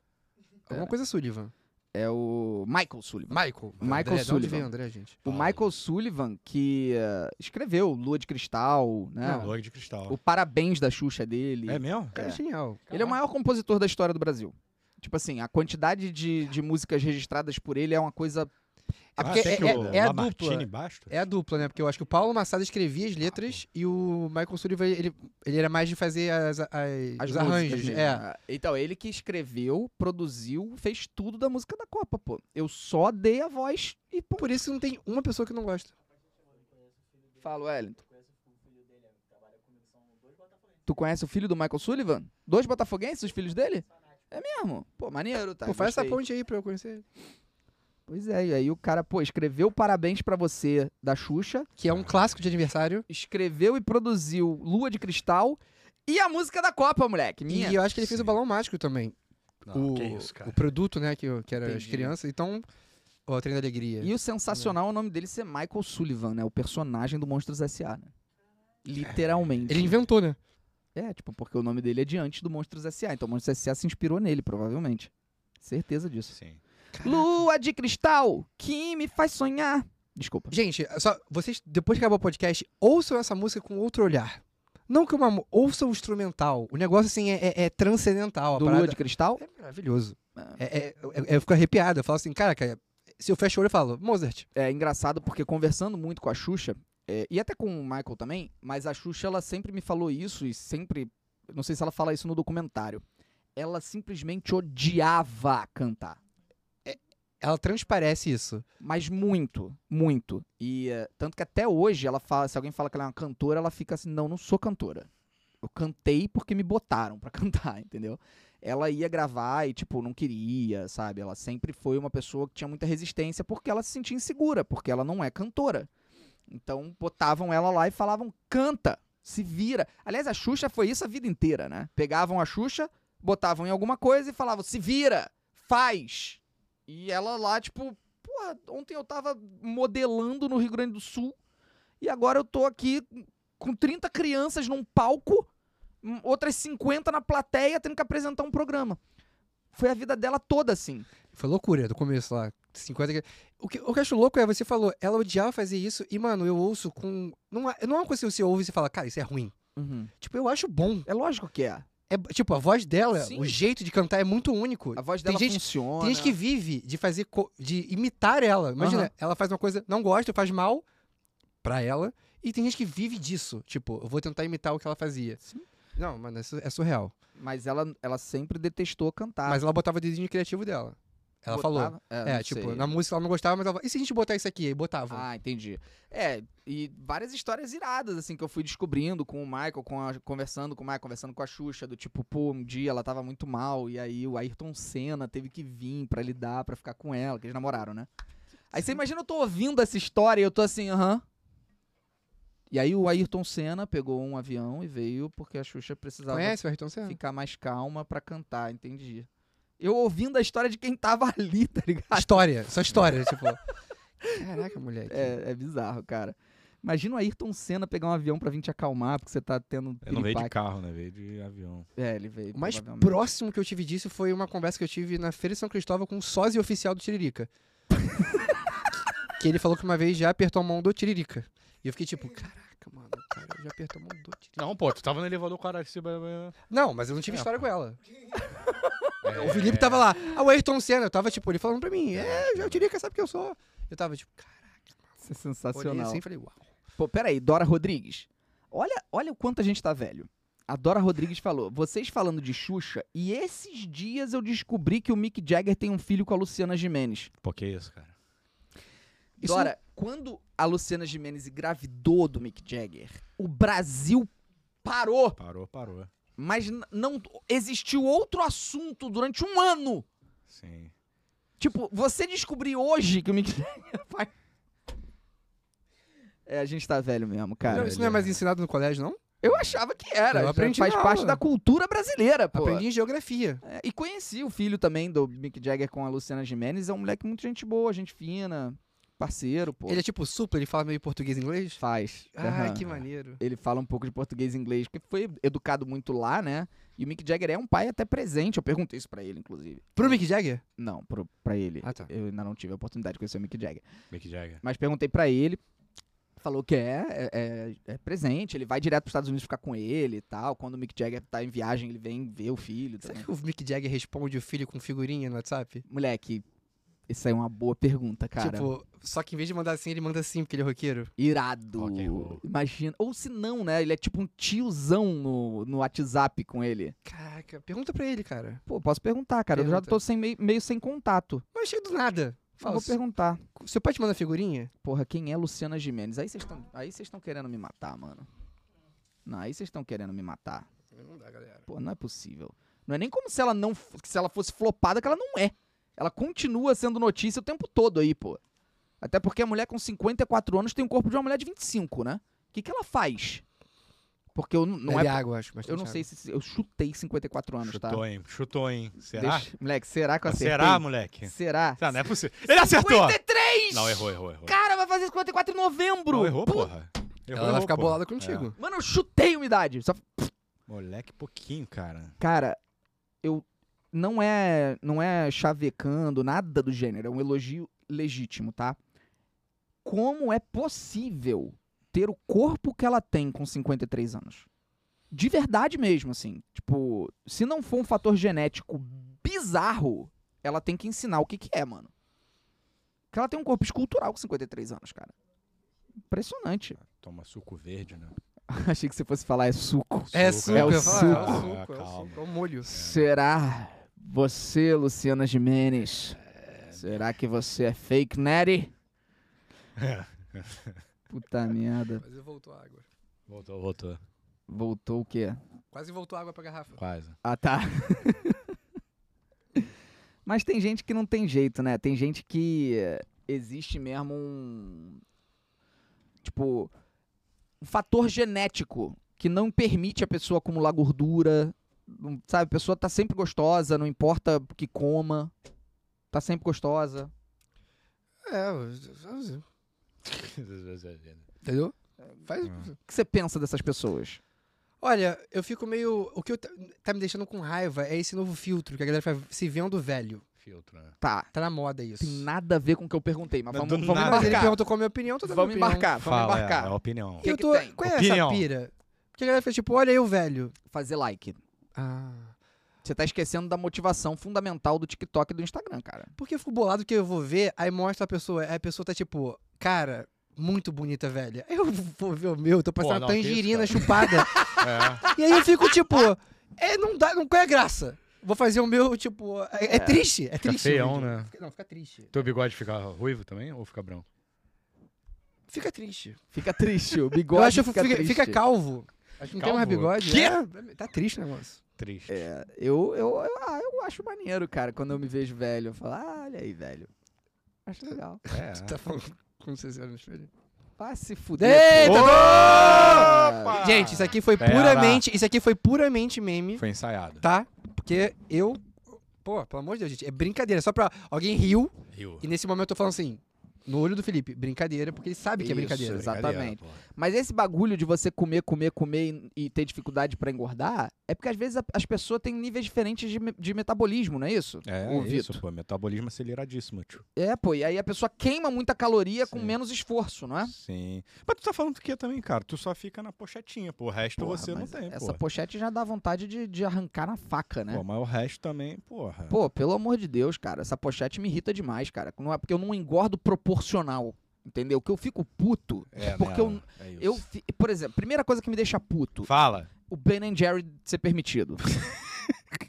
Speaker 3: alguma
Speaker 1: Pera.
Speaker 3: coisa Sullivan.
Speaker 1: É o Michael Sullivan.
Speaker 3: Michael.
Speaker 1: Michael
Speaker 3: André, de onde
Speaker 1: Sullivan.
Speaker 3: vem André, gente?
Speaker 1: O
Speaker 2: Fala.
Speaker 1: Michael Sullivan, que eh, escreveu Lua de Cristal, né?
Speaker 3: Não.
Speaker 2: Log de cristal.
Speaker 1: o Parabéns da Xuxa dele.
Speaker 2: É mesmo?
Speaker 3: O cara Ah, é,
Speaker 1: É.
Speaker 3: genial.
Speaker 1: ele é o maior compositor da história do Brasil. Tipo assim, a quantidade de, de músicas registradas por ele é uma coisa.
Speaker 3: É
Speaker 2: Ah,
Speaker 3: porque
Speaker 2: achei
Speaker 3: é,
Speaker 2: que o
Speaker 3: é- é a
Speaker 2: Lamartine
Speaker 3: dupla.
Speaker 2: Bastos?
Speaker 3: É a dupla, né? Porque eu acho que o Paulo Massada escrevia as letras e o Michael Sullivan, ele, ele era mais de fazer as, as-
Speaker 1: As
Speaker 3: os arranjos.
Speaker 1: músicas mesmo.
Speaker 3: É.
Speaker 1: Ah, Então, ele que escreveu, produziu, fez tudo da música da Copa, pô. Eu só dei a voz e pô,
Speaker 3: Por isso não tem uma pessoa que não gosta.
Speaker 1: falo, Wellington. Tu conhece o filho do Michael Sullivan? Dois botafoguenses, os filhos dele? É mesmo? Pô, maneiro, tá?
Speaker 3: Pô, faz essa
Speaker 1: gostei.
Speaker 3: ponte aí pra eu conhecer.
Speaker 1: Pois é, e aí o cara, pô, escreveu Parabéns pra Você da Xuxa,
Speaker 3: Que é um clássico de aniversário.
Speaker 1: escreveu e produziu Lua de Cristal e a música da Copa, moleque. Minha.
Speaker 3: E eu acho que ele fez o
Speaker 2: Sim.
Speaker 3: balão mágico também.
Speaker 2: Não,
Speaker 3: o,
Speaker 2: que isso, cara.
Speaker 3: o produto, né? Que, que era as
Speaker 1: Entendi.
Speaker 3: crianças. Então, ó, o trem da alegria.
Speaker 1: E o sensacional é o nome dele ser Michael Sullivan, né? O personagem do Monstros S.A., né? Literalmente.
Speaker 3: Ele inventou, né?
Speaker 1: É, tipo, porque o nome dele é de antes do Monstros S.A., então o Monstros S.A. se inspirou nele, provavelmente. Certeza disso.
Speaker 2: Sim.
Speaker 1: Lua de cristal, que me faz sonhar. Desculpa.
Speaker 3: Gente, só, vocês, depois que acabar o podcast, ouçam essa música com outro olhar. Não que uma. mu- Ouçam o instrumental. O negócio, assim, é, é- é transcendental. A
Speaker 1: Do
Speaker 3: parada
Speaker 1: Lua de Cristal?
Speaker 3: é maravilhoso. É, é- é- eu fico arrepiado. Eu falo assim, cara, cara, se eu fecho o olho, eu falo, Mozart.
Speaker 1: é engraçado porque conversando muito com a Xuxa, é, e até com o Michael também, mas a Xuxa ela sempre me falou isso e sempre, não sei se ela fala isso no documentário. Ela simplesmente odiava cantar,
Speaker 3: Ela transparece isso.
Speaker 1: mas muito, muito. E é, tanto que até hoje ela fala, se alguém fala que ela é uma cantora, ela fica assim, não, não sou cantora. Eu cantei porque me botaram pra cantar, entendeu? Ela ia gravar e tipo não queria, sabe? Ela sempre foi uma pessoa que tinha muita resistência porque ela se sentia insegura, porque ela não é cantora. Então botavam ela lá e falavam: canta, se vira. Aliás, a Xuxa foi isso a vida inteira, né? Pegavam a Xuxa, botavam em alguma coisa e falavam: se vira, faz. E ela lá, tipo, porra, ontem eu tava modelando no Rio Grande do Sul e agora eu tô aqui com 30 crianças num palco hum, outras 50 na plateia tendo que apresentar um programa. Foi a vida dela toda assim.
Speaker 3: Foi loucura do começo lá. 50. que- O que, o que eu acho louco é você falou, ela odiava fazer isso e, mano, eu ouço com. Não é, não é uma coisa que você ouve e você fala, cara, isso é ruim. Tipo, eu acho bom.
Speaker 1: É lógico que é.
Speaker 3: É, tipo, a voz dela,
Speaker 1: Sim.
Speaker 3: o jeito de cantar é muito único.
Speaker 1: A voz
Speaker 3: Tem
Speaker 1: dela
Speaker 3: gente-
Speaker 1: funciona.
Speaker 3: Tem gente que vive de fazer. co- de imitar ela. Imagina,
Speaker 1: Aham.
Speaker 3: ela faz uma coisa, não gosta, faz mal pra ela. E tem gente que vive disso. Tipo, eu vou tentar imitar o que ela fazia.
Speaker 1: Sim.
Speaker 3: Não, mano, é su- é surreal.
Speaker 1: Mas ela, ela sempre detestou cantar.
Speaker 3: Mas ela botava o dedinho criativo dela. Ela falou.
Speaker 1: Ah. Botava- eu
Speaker 3: É,
Speaker 1: não
Speaker 3: tipo,
Speaker 1: sei.
Speaker 3: na música ela não gostava, mas ela falava, e se a gente botar isso aqui? Aí botava.
Speaker 1: Ah, entendi. É, e várias histórias iradas, assim, que eu fui descobrindo com o Michael, com a- conversando com o Michael, conversando com a Xuxa, do tipo, pô, um dia ela tava muito mal, e aí o Ayrton Senna teve que vir pra lidar, pra ficar com ela, que eles namoraram, né? Aí você imagina eu tô ouvindo essa história e eu tô assim, aham. E aí o Ayrton Senna pegou um avião e veio porque a Xuxa precisava
Speaker 3: Conhece o Ayrton Senna?
Speaker 1: ficar mais calma pra cantar, entendi. Eu ouvindo a história de quem tava ali, tá ligado?
Speaker 3: História, só história, tipo. Caraca, moleque.
Speaker 1: É, é bizarro, cara. Imagina o Ayrton Senna pegar um avião pra vir te acalmar, porque você tá tendo.
Speaker 2: Ele não veio de
Speaker 1: piripaque.
Speaker 2: carro, né? Veio de avião.
Speaker 1: É, ele veio.
Speaker 3: O mais
Speaker 1: provavelmente.
Speaker 3: próximo que eu tive disso foi uma conversa que eu tive na Feira de São Cristóvão com um sósia oficial do Tiririca. que ele falou que uma vez já apertou a mão do Tiririca. E eu fiquei tipo, caraca, mano, cara, eu já apertou a mão do Tiririca.
Speaker 2: Não, pô, tu tava no elevador com a Araciba.
Speaker 3: Não, mas eu não tive
Speaker 2: É,
Speaker 3: história com ela.
Speaker 2: É,
Speaker 3: O Felipe tava lá, ah, o Ayrton Senna, eu tava tipo, ele falando pra mim, é, já o Tiririca sabe quem eu sou. Eu tava tipo, caraca,
Speaker 1: Isso é
Speaker 3: olhei
Speaker 1: sensacional.
Speaker 3: assim e falei, uau.
Speaker 1: Pô, peraí, Dora Rodrigues. Olha, olha o quanto a gente tá velho. A Dora Rodrigues falou: vocês falando de Xuxa, e esses dias eu descobri que o Mick Jagger tem um filho com a Luciana Gimenez.
Speaker 2: Pô, que isso, cara?
Speaker 3: Isso
Speaker 1: Dora, quando a Luciana Gimenez engravidou do Mick Jagger, o Brasil parou.
Speaker 2: Parou, parou.
Speaker 1: Mas n- não existiu outro assunto durante um ano
Speaker 2: Sim.
Speaker 1: Tipo, você descobrir hoje que o Mick Jagger vai... É, a gente tá velho mesmo,
Speaker 3: Não,
Speaker 1: cara.
Speaker 3: isso não é mais ensinado no colégio, não?
Speaker 1: Eu achava que era.
Speaker 3: Eu
Speaker 1: já
Speaker 3: aprendi
Speaker 1: faz
Speaker 3: na
Speaker 1: parte
Speaker 3: aula.
Speaker 1: da cultura brasileira, pô.
Speaker 3: Aprendi em geografia.
Speaker 1: É, e conheci o filho também do Mick Jagger com a Luciana Jimenez. É um moleque muito gente boa, gente fina, parceiro, pô.
Speaker 3: Ele é tipo supla, ele fala meio português e inglês.
Speaker 1: faz.
Speaker 3: Ai,
Speaker 1: Aham.
Speaker 3: que maneiro.
Speaker 1: Ele fala um pouco de português e inglês, porque foi educado muito lá, né? E o Mick Jagger é um pai até presente. Eu perguntei isso pra ele, inclusive.
Speaker 3: Pro Mick Jagger?
Speaker 1: Não, pro, pra ele.
Speaker 3: Ah, tá.
Speaker 1: Eu ainda não tive a oportunidade de conhecer o Mick Jagger.
Speaker 2: Mick Jagger.
Speaker 1: Mas perguntei pra ele, falou que é, é, é- é presente, ele vai direto pros Estados Unidos ficar com ele e tal. Quando o Mick Jagger tá em viagem, ele vem ver o filho.
Speaker 3: Será
Speaker 1: também.
Speaker 3: que o Mick Jagger responde o filho com figurinha no WhatsApp?
Speaker 1: Moleque, isso aí é uma boa pergunta, cara.
Speaker 3: Tipo, só que em vez de mandar assim, ele manda assim, porque ele é roqueiro.
Speaker 1: Irado.
Speaker 2: Rock and roll.
Speaker 1: Imagina. Ou se não, né? Ele é tipo um tiozão no, no WhatsApp com ele.
Speaker 3: Caraca, pergunta pra ele, cara.
Speaker 1: Pô, posso perguntar, cara. Eu já
Speaker 3: Pergunta.
Speaker 1: tô sem, meio, meio sem contato.
Speaker 3: Mas chega do nada. Fala,
Speaker 1: Vou perguntar.
Speaker 3: "Se- seu pai te manda figurinha?
Speaker 1: Porra, quem é Luciana Gimenez? Aí vocês estão aí vocês estão querendo me matar, mano. Não, aí vocês estão querendo me matar.
Speaker 3: Não dá, galera.
Speaker 1: Pô, não é possível. Não é nem como se ela não f- se ela fosse flopada, que ela não é. Ela continua sendo notícia o tempo todo aí, pô. Até porque a mulher com 54 anos tem o corpo de uma mulher de 25, né? O que, que ela faz? Porque eu n- não
Speaker 3: Bebe
Speaker 1: é.
Speaker 3: água, acho.
Speaker 1: Eu não sei se. se- Eu chutei 54 anos,
Speaker 2: Chutou,
Speaker 1: tá?
Speaker 2: hein? Chutou, hein? Será?
Speaker 1: Deixa- Moleque, será que eu
Speaker 2: Mas
Speaker 1: acertei?
Speaker 2: Será, moleque?
Speaker 1: Será?
Speaker 2: Tá, não é possível. Ele acertou!
Speaker 1: 53!
Speaker 2: Não, errou, errou, errou.
Speaker 1: Cara, vai fazer 54 em novembro!
Speaker 2: Não, errou,
Speaker 1: Pô,
Speaker 2: porra. Errou,
Speaker 3: Ela vai
Speaker 2: errou,
Speaker 3: ficar
Speaker 2: porra.
Speaker 3: bolada contigo.
Speaker 1: Mano, eu chutei uma idade. Só-
Speaker 2: Moleque, pouquinho, cara.
Speaker 1: Cara, eu não é não é chavecando nada do gênero, é um elogio legítimo, tá? Como é possível ter o corpo que ela tem com 53 anos? De verdade mesmo, assim. Tipo, se não for um fator genético bizarro, ela tem que ensinar o que que é, mano. Porque ela tem um corpo escultural com 53 anos, cara. Impressionante.
Speaker 2: Toma suco verde, né?
Speaker 1: Achei que você fosse falar é suco.
Speaker 3: É
Speaker 2: Suco, Ah,
Speaker 3: suco,
Speaker 1: é o
Speaker 3: eu ia falar,
Speaker 1: suco.
Speaker 3: é o suco, é o
Speaker 2: Calma.
Speaker 3: suco, é o molho.
Speaker 1: Será você, Luciana Jimenez? Será que você é fake Nery? Puta merda.
Speaker 3: Quase voltou a água.
Speaker 2: Voltou, voltou.
Speaker 1: Voltou o quê?
Speaker 3: Quase voltou a água pra garrafa.
Speaker 2: Quase.
Speaker 1: Ah, tá. Mas tem gente que não tem jeito, né? Tem gente que eh, existe mesmo um. Tipo. Um fator genético que não permite a pessoa acumular gordura. não- Sabe? A pessoa tá sempre gostosa, não importa o que coma. Tá sempre gostosa.
Speaker 3: É, entendeu? Faz...
Speaker 1: É. O que você pensa dessas pessoas?
Speaker 3: Olha, eu fico meio. O que eu tá tá me deixando com raiva é esse novo filtro que a galera fica se vendo velho.
Speaker 2: Filtro, né?
Speaker 1: Tá.
Speaker 3: Tá na moda isso.
Speaker 1: Tem nada a ver com o que eu perguntei, mas
Speaker 2: Não,
Speaker 1: vamos,
Speaker 2: do
Speaker 1: vamos
Speaker 2: nada.
Speaker 3: Mas ele
Speaker 1: embarcar.
Speaker 3: perguntou qual é a minha opinião, eu tô dando
Speaker 1: Vamos
Speaker 3: minha opinião.
Speaker 1: embarcar, vamos
Speaker 2: Fala, é,
Speaker 1: embarcar.
Speaker 2: a opinião.
Speaker 1: Que
Speaker 3: eu
Speaker 1: que
Speaker 3: tô.
Speaker 1: tem?
Speaker 3: Qual é
Speaker 2: Opinião.
Speaker 3: essa pira? Porque a galera fica tipo, olha eu velho.
Speaker 2: é,
Speaker 1: Fazer like.
Speaker 3: Ah.
Speaker 1: Você tá esquecendo da motivação fundamental do TikTok e do Instagram, cara.
Speaker 3: Porque eu fico bolado que eu vou ver, aí mostra a pessoa, aí a pessoa tá tipo, cara, muito bonita, velha. Eu vou ver o meu, tô passando
Speaker 2: não, que isso, cara.
Speaker 3: tangerina chupada.
Speaker 2: É.
Speaker 3: e aí eu fico tipo, é, não dá, não qual é a graça? Vou fazer o meu, tipo, é, é triste, é
Speaker 2: Fica
Speaker 3: triste. o
Speaker 2: feião,
Speaker 3: vídeo.
Speaker 2: né?
Speaker 3: Fica- Não, fica triste.
Speaker 2: Teu bigode fica ruivo também ou fica branco?
Speaker 3: Fica triste.
Speaker 1: Fica triste, o
Speaker 3: eu
Speaker 1: bigode
Speaker 3: acho que
Speaker 1: fica,
Speaker 3: fica,
Speaker 1: triste.
Speaker 3: fica calvo. Acho que não tem mais
Speaker 2: Calvo?
Speaker 3: bigode.
Speaker 2: Quê?
Speaker 3: É, tá triste o negócio.
Speaker 2: Triste.
Speaker 1: É, eu, eu, eu, ah, eu acho maneiro, cara, quando eu me vejo velho. Eu falo, ah, olha aí, velho. Acho legal.
Speaker 2: É.
Speaker 3: Tu tá falando com né, 60 anos filho.
Speaker 1: Vai se fuder.
Speaker 3: Eita!
Speaker 1: pô. tá
Speaker 2: Opa!
Speaker 3: Gente, isso aqui foi
Speaker 2: Pera.
Speaker 3: puramente. Isso aqui foi puramente meme,
Speaker 2: Foi ensaiado.
Speaker 3: tá? Porque eu. Pô, pelo amor de Deus, gente. É brincadeira. Só pra. Alguém riu
Speaker 2: Rio.
Speaker 3: e nesse momento eu tô falando assim. No olho do Felipe, brincadeira, porque ele sabe que é
Speaker 1: Isso,
Speaker 3: brincadeira.
Speaker 1: exato. exatamente. Mas esse bagulho de você comer, comer, comer e, e ter dificuldade pra engordar, é porque às vezes a- as pessoas têm níveis diferentes de, me- de metabolismo, não é isso?
Speaker 2: É,
Speaker 1: O
Speaker 2: isso,
Speaker 1: Vitor.
Speaker 2: pô. Metabolismo aceleradíssimo, tio.
Speaker 1: É, pô, e aí a pessoa queima muita caloria com
Speaker 2: Sim.
Speaker 1: menos esforço, não é?
Speaker 2: Sim. Mas tu tá falando do que também, cara? Tu só fica na pochetinha, pô. O resto
Speaker 1: Porra,
Speaker 2: você não
Speaker 1: mas
Speaker 2: tem,
Speaker 1: Essa
Speaker 2: pô.
Speaker 1: pochete já dá vontade de, de arrancar na faca, né?
Speaker 2: Pô, mas o resto também, porra.
Speaker 1: Pô, pelo amor de Deus, cara, essa pochete me irrita demais, cara. Não é porque eu não engordo proporcional, entendeu? Que eu fico puto.
Speaker 2: É,
Speaker 1: porque eu-
Speaker 2: é isso.
Speaker 1: Eu, fi- por exemplo, primeira coisa que me deixa puto,
Speaker 2: Fala.
Speaker 1: o Ben Jerry ser permitido.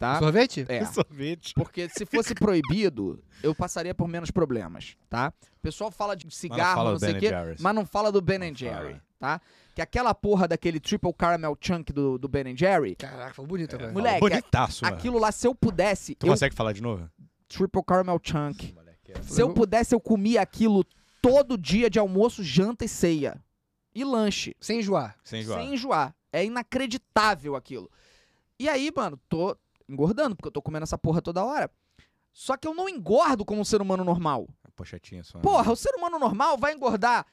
Speaker 1: tá?
Speaker 3: Sorvete?
Speaker 1: É.
Speaker 2: Sorvete.
Speaker 1: Porque se fosse proibido, eu passaria por menos problemas, tá? O pessoal fala de cigarro,
Speaker 2: fala
Speaker 1: não,
Speaker 2: do
Speaker 1: sei o
Speaker 2: Ben
Speaker 1: quê,
Speaker 2: Jerry's.
Speaker 1: mas não fala do Ben
Speaker 2: Não
Speaker 1: Jerry,
Speaker 2: fala.
Speaker 1: tá? Que aquela porra daquele triple caramel chunk do, do Ben Jerry,
Speaker 3: Caraca, foi
Speaker 2: É.
Speaker 3: bonito agora.
Speaker 1: Moleque,
Speaker 2: Bonitaço, mano.
Speaker 1: aquilo lá, se eu pudesse,
Speaker 2: Tu
Speaker 1: eu...
Speaker 2: consegue falar de novo?
Speaker 1: Triple caramel chunk.
Speaker 2: Moleque, é.
Speaker 1: Se eu pudesse, eu comia aquilo todo dia de almoço, janta e ceia. E lanche.
Speaker 3: Sem enjoar.
Speaker 2: Sem enjoar.
Speaker 1: Sem enjoar. É inacreditável aquilo. E aí, mano, tô engordando, porque eu tô comendo essa porra toda hora. Só que eu não engordo como um ser humano normal.
Speaker 2: Pochetinha só. né?
Speaker 1: Porra, o ser humano normal vai engordar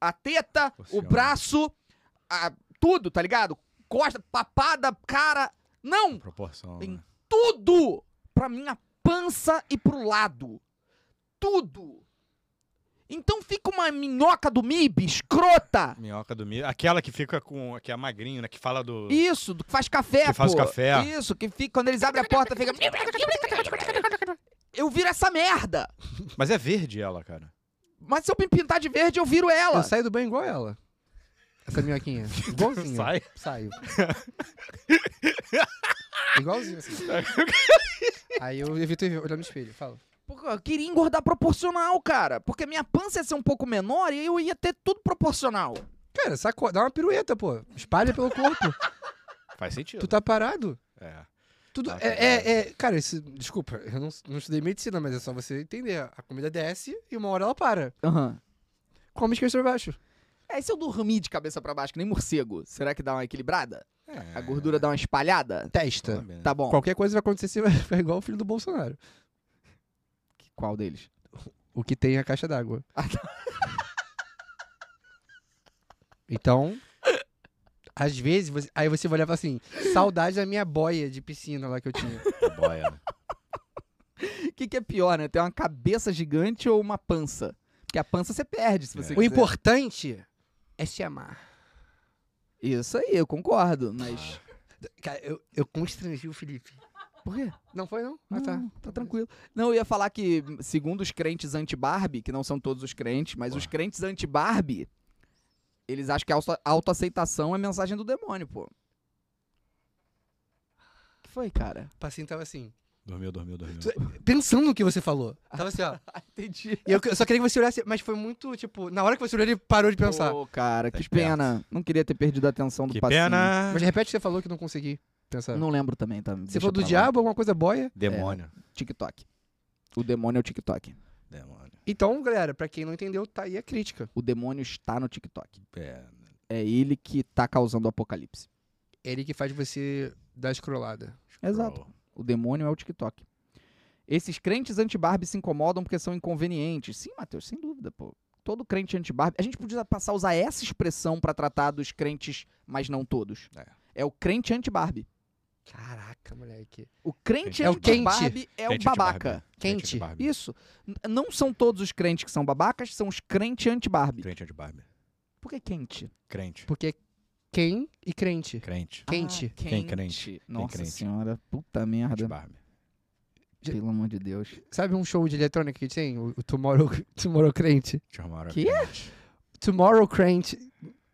Speaker 1: a teta,
Speaker 2: Ô,
Speaker 1: o
Speaker 2: senhora.
Speaker 1: braço, a- tudo, tá ligado? Costa, papada, cara. Não!
Speaker 2: Proporção.
Speaker 1: Tem
Speaker 2: né?
Speaker 1: tudo pra minha pança e pro lado. Tudo. Então fica uma minhoca do MIB escrota.
Speaker 2: Minhoca do milho. Aquela que fica com. que é magrinho, né? Que fala do.
Speaker 1: Isso, do que faz café,
Speaker 2: Que faz
Speaker 1: pô.
Speaker 2: café.
Speaker 1: Isso, que fica, quando eles abrem a porta, fica. Eu viro essa merda.
Speaker 2: Mas é verde ela, cara.
Speaker 1: Mas se eu me pintar de verde, eu viro ela.
Speaker 3: Eu saio do banho igual ela. Essa minhoquinha. Igualzinho.
Speaker 2: Sai.
Speaker 3: Saio. Igualzinho assim. Aí eu evito olhar no espelho. Falo.
Speaker 1: Porque eu queria engordar proporcional, cara. Porque minha pança ia ser um pouco menor e eu ia ter tudo proporcional.
Speaker 3: Cara, saco... dá uma pirueta, pô. Espalha pelo corpo.
Speaker 2: Faz sentido.
Speaker 3: tu tá parado.
Speaker 2: É.
Speaker 3: Tudo.
Speaker 2: Ah, tá
Speaker 3: é,
Speaker 2: ligado.
Speaker 3: é, é- Cara, isso... desculpa, eu não, não estudei medicina, mas é só você entender. A comida desce e uma hora ela para.
Speaker 1: Aham.
Speaker 3: Come de cabeça pra baixo.
Speaker 1: É, e se eu dormir de cabeça pra baixo, que nem morcego, será que dá uma equilibrada?
Speaker 2: É.
Speaker 1: A gordura dá uma espalhada?
Speaker 3: Testa.
Speaker 2: Sabe, né?
Speaker 1: Tá bom.
Speaker 3: Qualquer coisa vai acontecer, você vai ficar igual o filho do Bolsonaro.
Speaker 1: Qual deles?
Speaker 3: O que tem é a caixa d'água.
Speaker 1: Ah,
Speaker 3: Então, às vezes, você- aí você vai olhar e falar assim, saudade da minha boia de piscina lá que eu tinha.
Speaker 2: Boia, né?
Speaker 1: O que, que é pior, né? Ter uma cabeça gigante ou uma pança? Porque a pança você perde, se você
Speaker 2: É.
Speaker 1: quiser.
Speaker 3: o importante é se amar.
Speaker 1: Isso aí, eu concordo,
Speaker 3: Ah,
Speaker 1: mas...
Speaker 3: Cara, eu, eu constrangi o Felipe.
Speaker 1: Por quê?
Speaker 3: Não foi, não? Ah,
Speaker 1: Não,
Speaker 3: tá.
Speaker 1: não, tá tranquilo. Não, eu ia falar que, segundo os crentes anti-Barbie, que não são todos os crentes, mas os
Speaker 2: Porra.
Speaker 1: crentes anti-Barbie, eles acham que a auto- autoaceitação é mensagem do demônio, pô. que foi, cara?
Speaker 3: O paciente tava assim,
Speaker 2: Dormiu, dormiu, dormiu.
Speaker 3: Tu- pensando no que você falou. Tava assim, ó.
Speaker 1: Ah, Entendi.
Speaker 3: E eu, eu só queria que você olhasse, mas foi muito, tipo, na hora que você olhou, ele parou de pensar.
Speaker 1: Pô, cara, que
Speaker 2: Tá perto.
Speaker 1: pena. Não queria ter perdido a atenção do
Speaker 2: Que
Speaker 1: passinho.
Speaker 2: pena.
Speaker 3: Mas é repete o que você falou que eu não consegui pensar.
Speaker 1: Não lembro também, tá?
Speaker 3: Você
Speaker 1: Deixa
Speaker 3: falou do
Speaker 1: pra lá.
Speaker 3: diabo, alguma coisa boia?
Speaker 2: Demônio.
Speaker 1: TikTok. O demônio é o TikTok.
Speaker 2: Demônio.
Speaker 3: Então, galera, pra quem não entendeu, tá aí a crítica.
Speaker 1: O demônio está no TikTok.
Speaker 2: É.
Speaker 1: É ele que tá causando o apocalipse.
Speaker 3: Ele que faz você dar escrolada.
Speaker 1: Exato. O demônio é o TikTok. Esses crentes anti-Barbie se incomodam porque são inconvenientes. Sim, Matheus, sem dúvida, pô. Todo crente anti-Barbie. A gente podia passar a usar essa expressão pra tratar dos crentes, mas não todos.
Speaker 2: É.
Speaker 1: É o crente anti-Barbie.
Speaker 3: Caraca, moleque.
Speaker 1: O crente
Speaker 3: É o quente.
Speaker 1: anti-Barbie é, o
Speaker 2: Crente de
Speaker 1: babaca.
Speaker 2: Barbie. Crente
Speaker 3: Quente.
Speaker 2: de Barbie.
Speaker 1: Isso. N- Não são todos os crentes que são babacas, são os crentes anti-Barbie.
Speaker 2: Crente de Barbie.
Speaker 1: Por que quente?
Speaker 2: Crente.
Speaker 3: Porque é quem e crente.
Speaker 2: Crente.
Speaker 3: Quente.
Speaker 1: Ah,
Speaker 2: Tem
Speaker 1: quente.
Speaker 2: crente.
Speaker 1: Nossa
Speaker 2: crente.
Speaker 1: senhora, puta
Speaker 2: Crente de
Speaker 1: merda.
Speaker 2: Barbie.
Speaker 1: Pelo amor de Deus.
Speaker 3: Sabe um show de eletrônica que tem? O, o Tomorrow, Tomorrow Crente.
Speaker 2: Tomorrow.
Speaker 1: Que?
Speaker 2: Crente.
Speaker 3: Tomorrow Crente.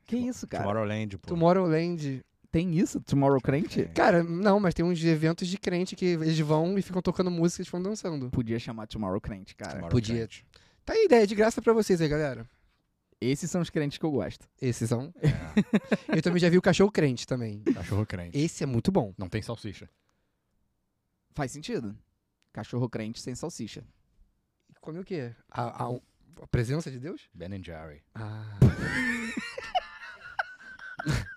Speaker 1: Que isso, cara?
Speaker 2: Tomorrowland, pô.
Speaker 3: Tomorrowland.
Speaker 1: Tem isso? Tomorrow crente?
Speaker 2: É.
Speaker 3: Cara, não, mas tem uns eventos de crente que eles vão e ficam tocando música e eles ficam dançando.
Speaker 1: Podia chamar Tomorrow crente, cara.
Speaker 2: Tomorrow
Speaker 3: podia.
Speaker 2: Crente.
Speaker 3: Tá aí ideia de graça pra vocês aí, galera.
Speaker 1: Esses são os crentes que eu gosto.
Speaker 3: Esses são. Eu também já vi o cachorro crente também.
Speaker 2: Cachorro crente.
Speaker 3: Esse é muito bom.
Speaker 2: Não tem salsicha.
Speaker 1: Faz sentido. Cachorro crente sem salsicha.
Speaker 3: Come o quê? A, a, a presença de Deus?
Speaker 2: Ben and Jerry.
Speaker 3: Ah.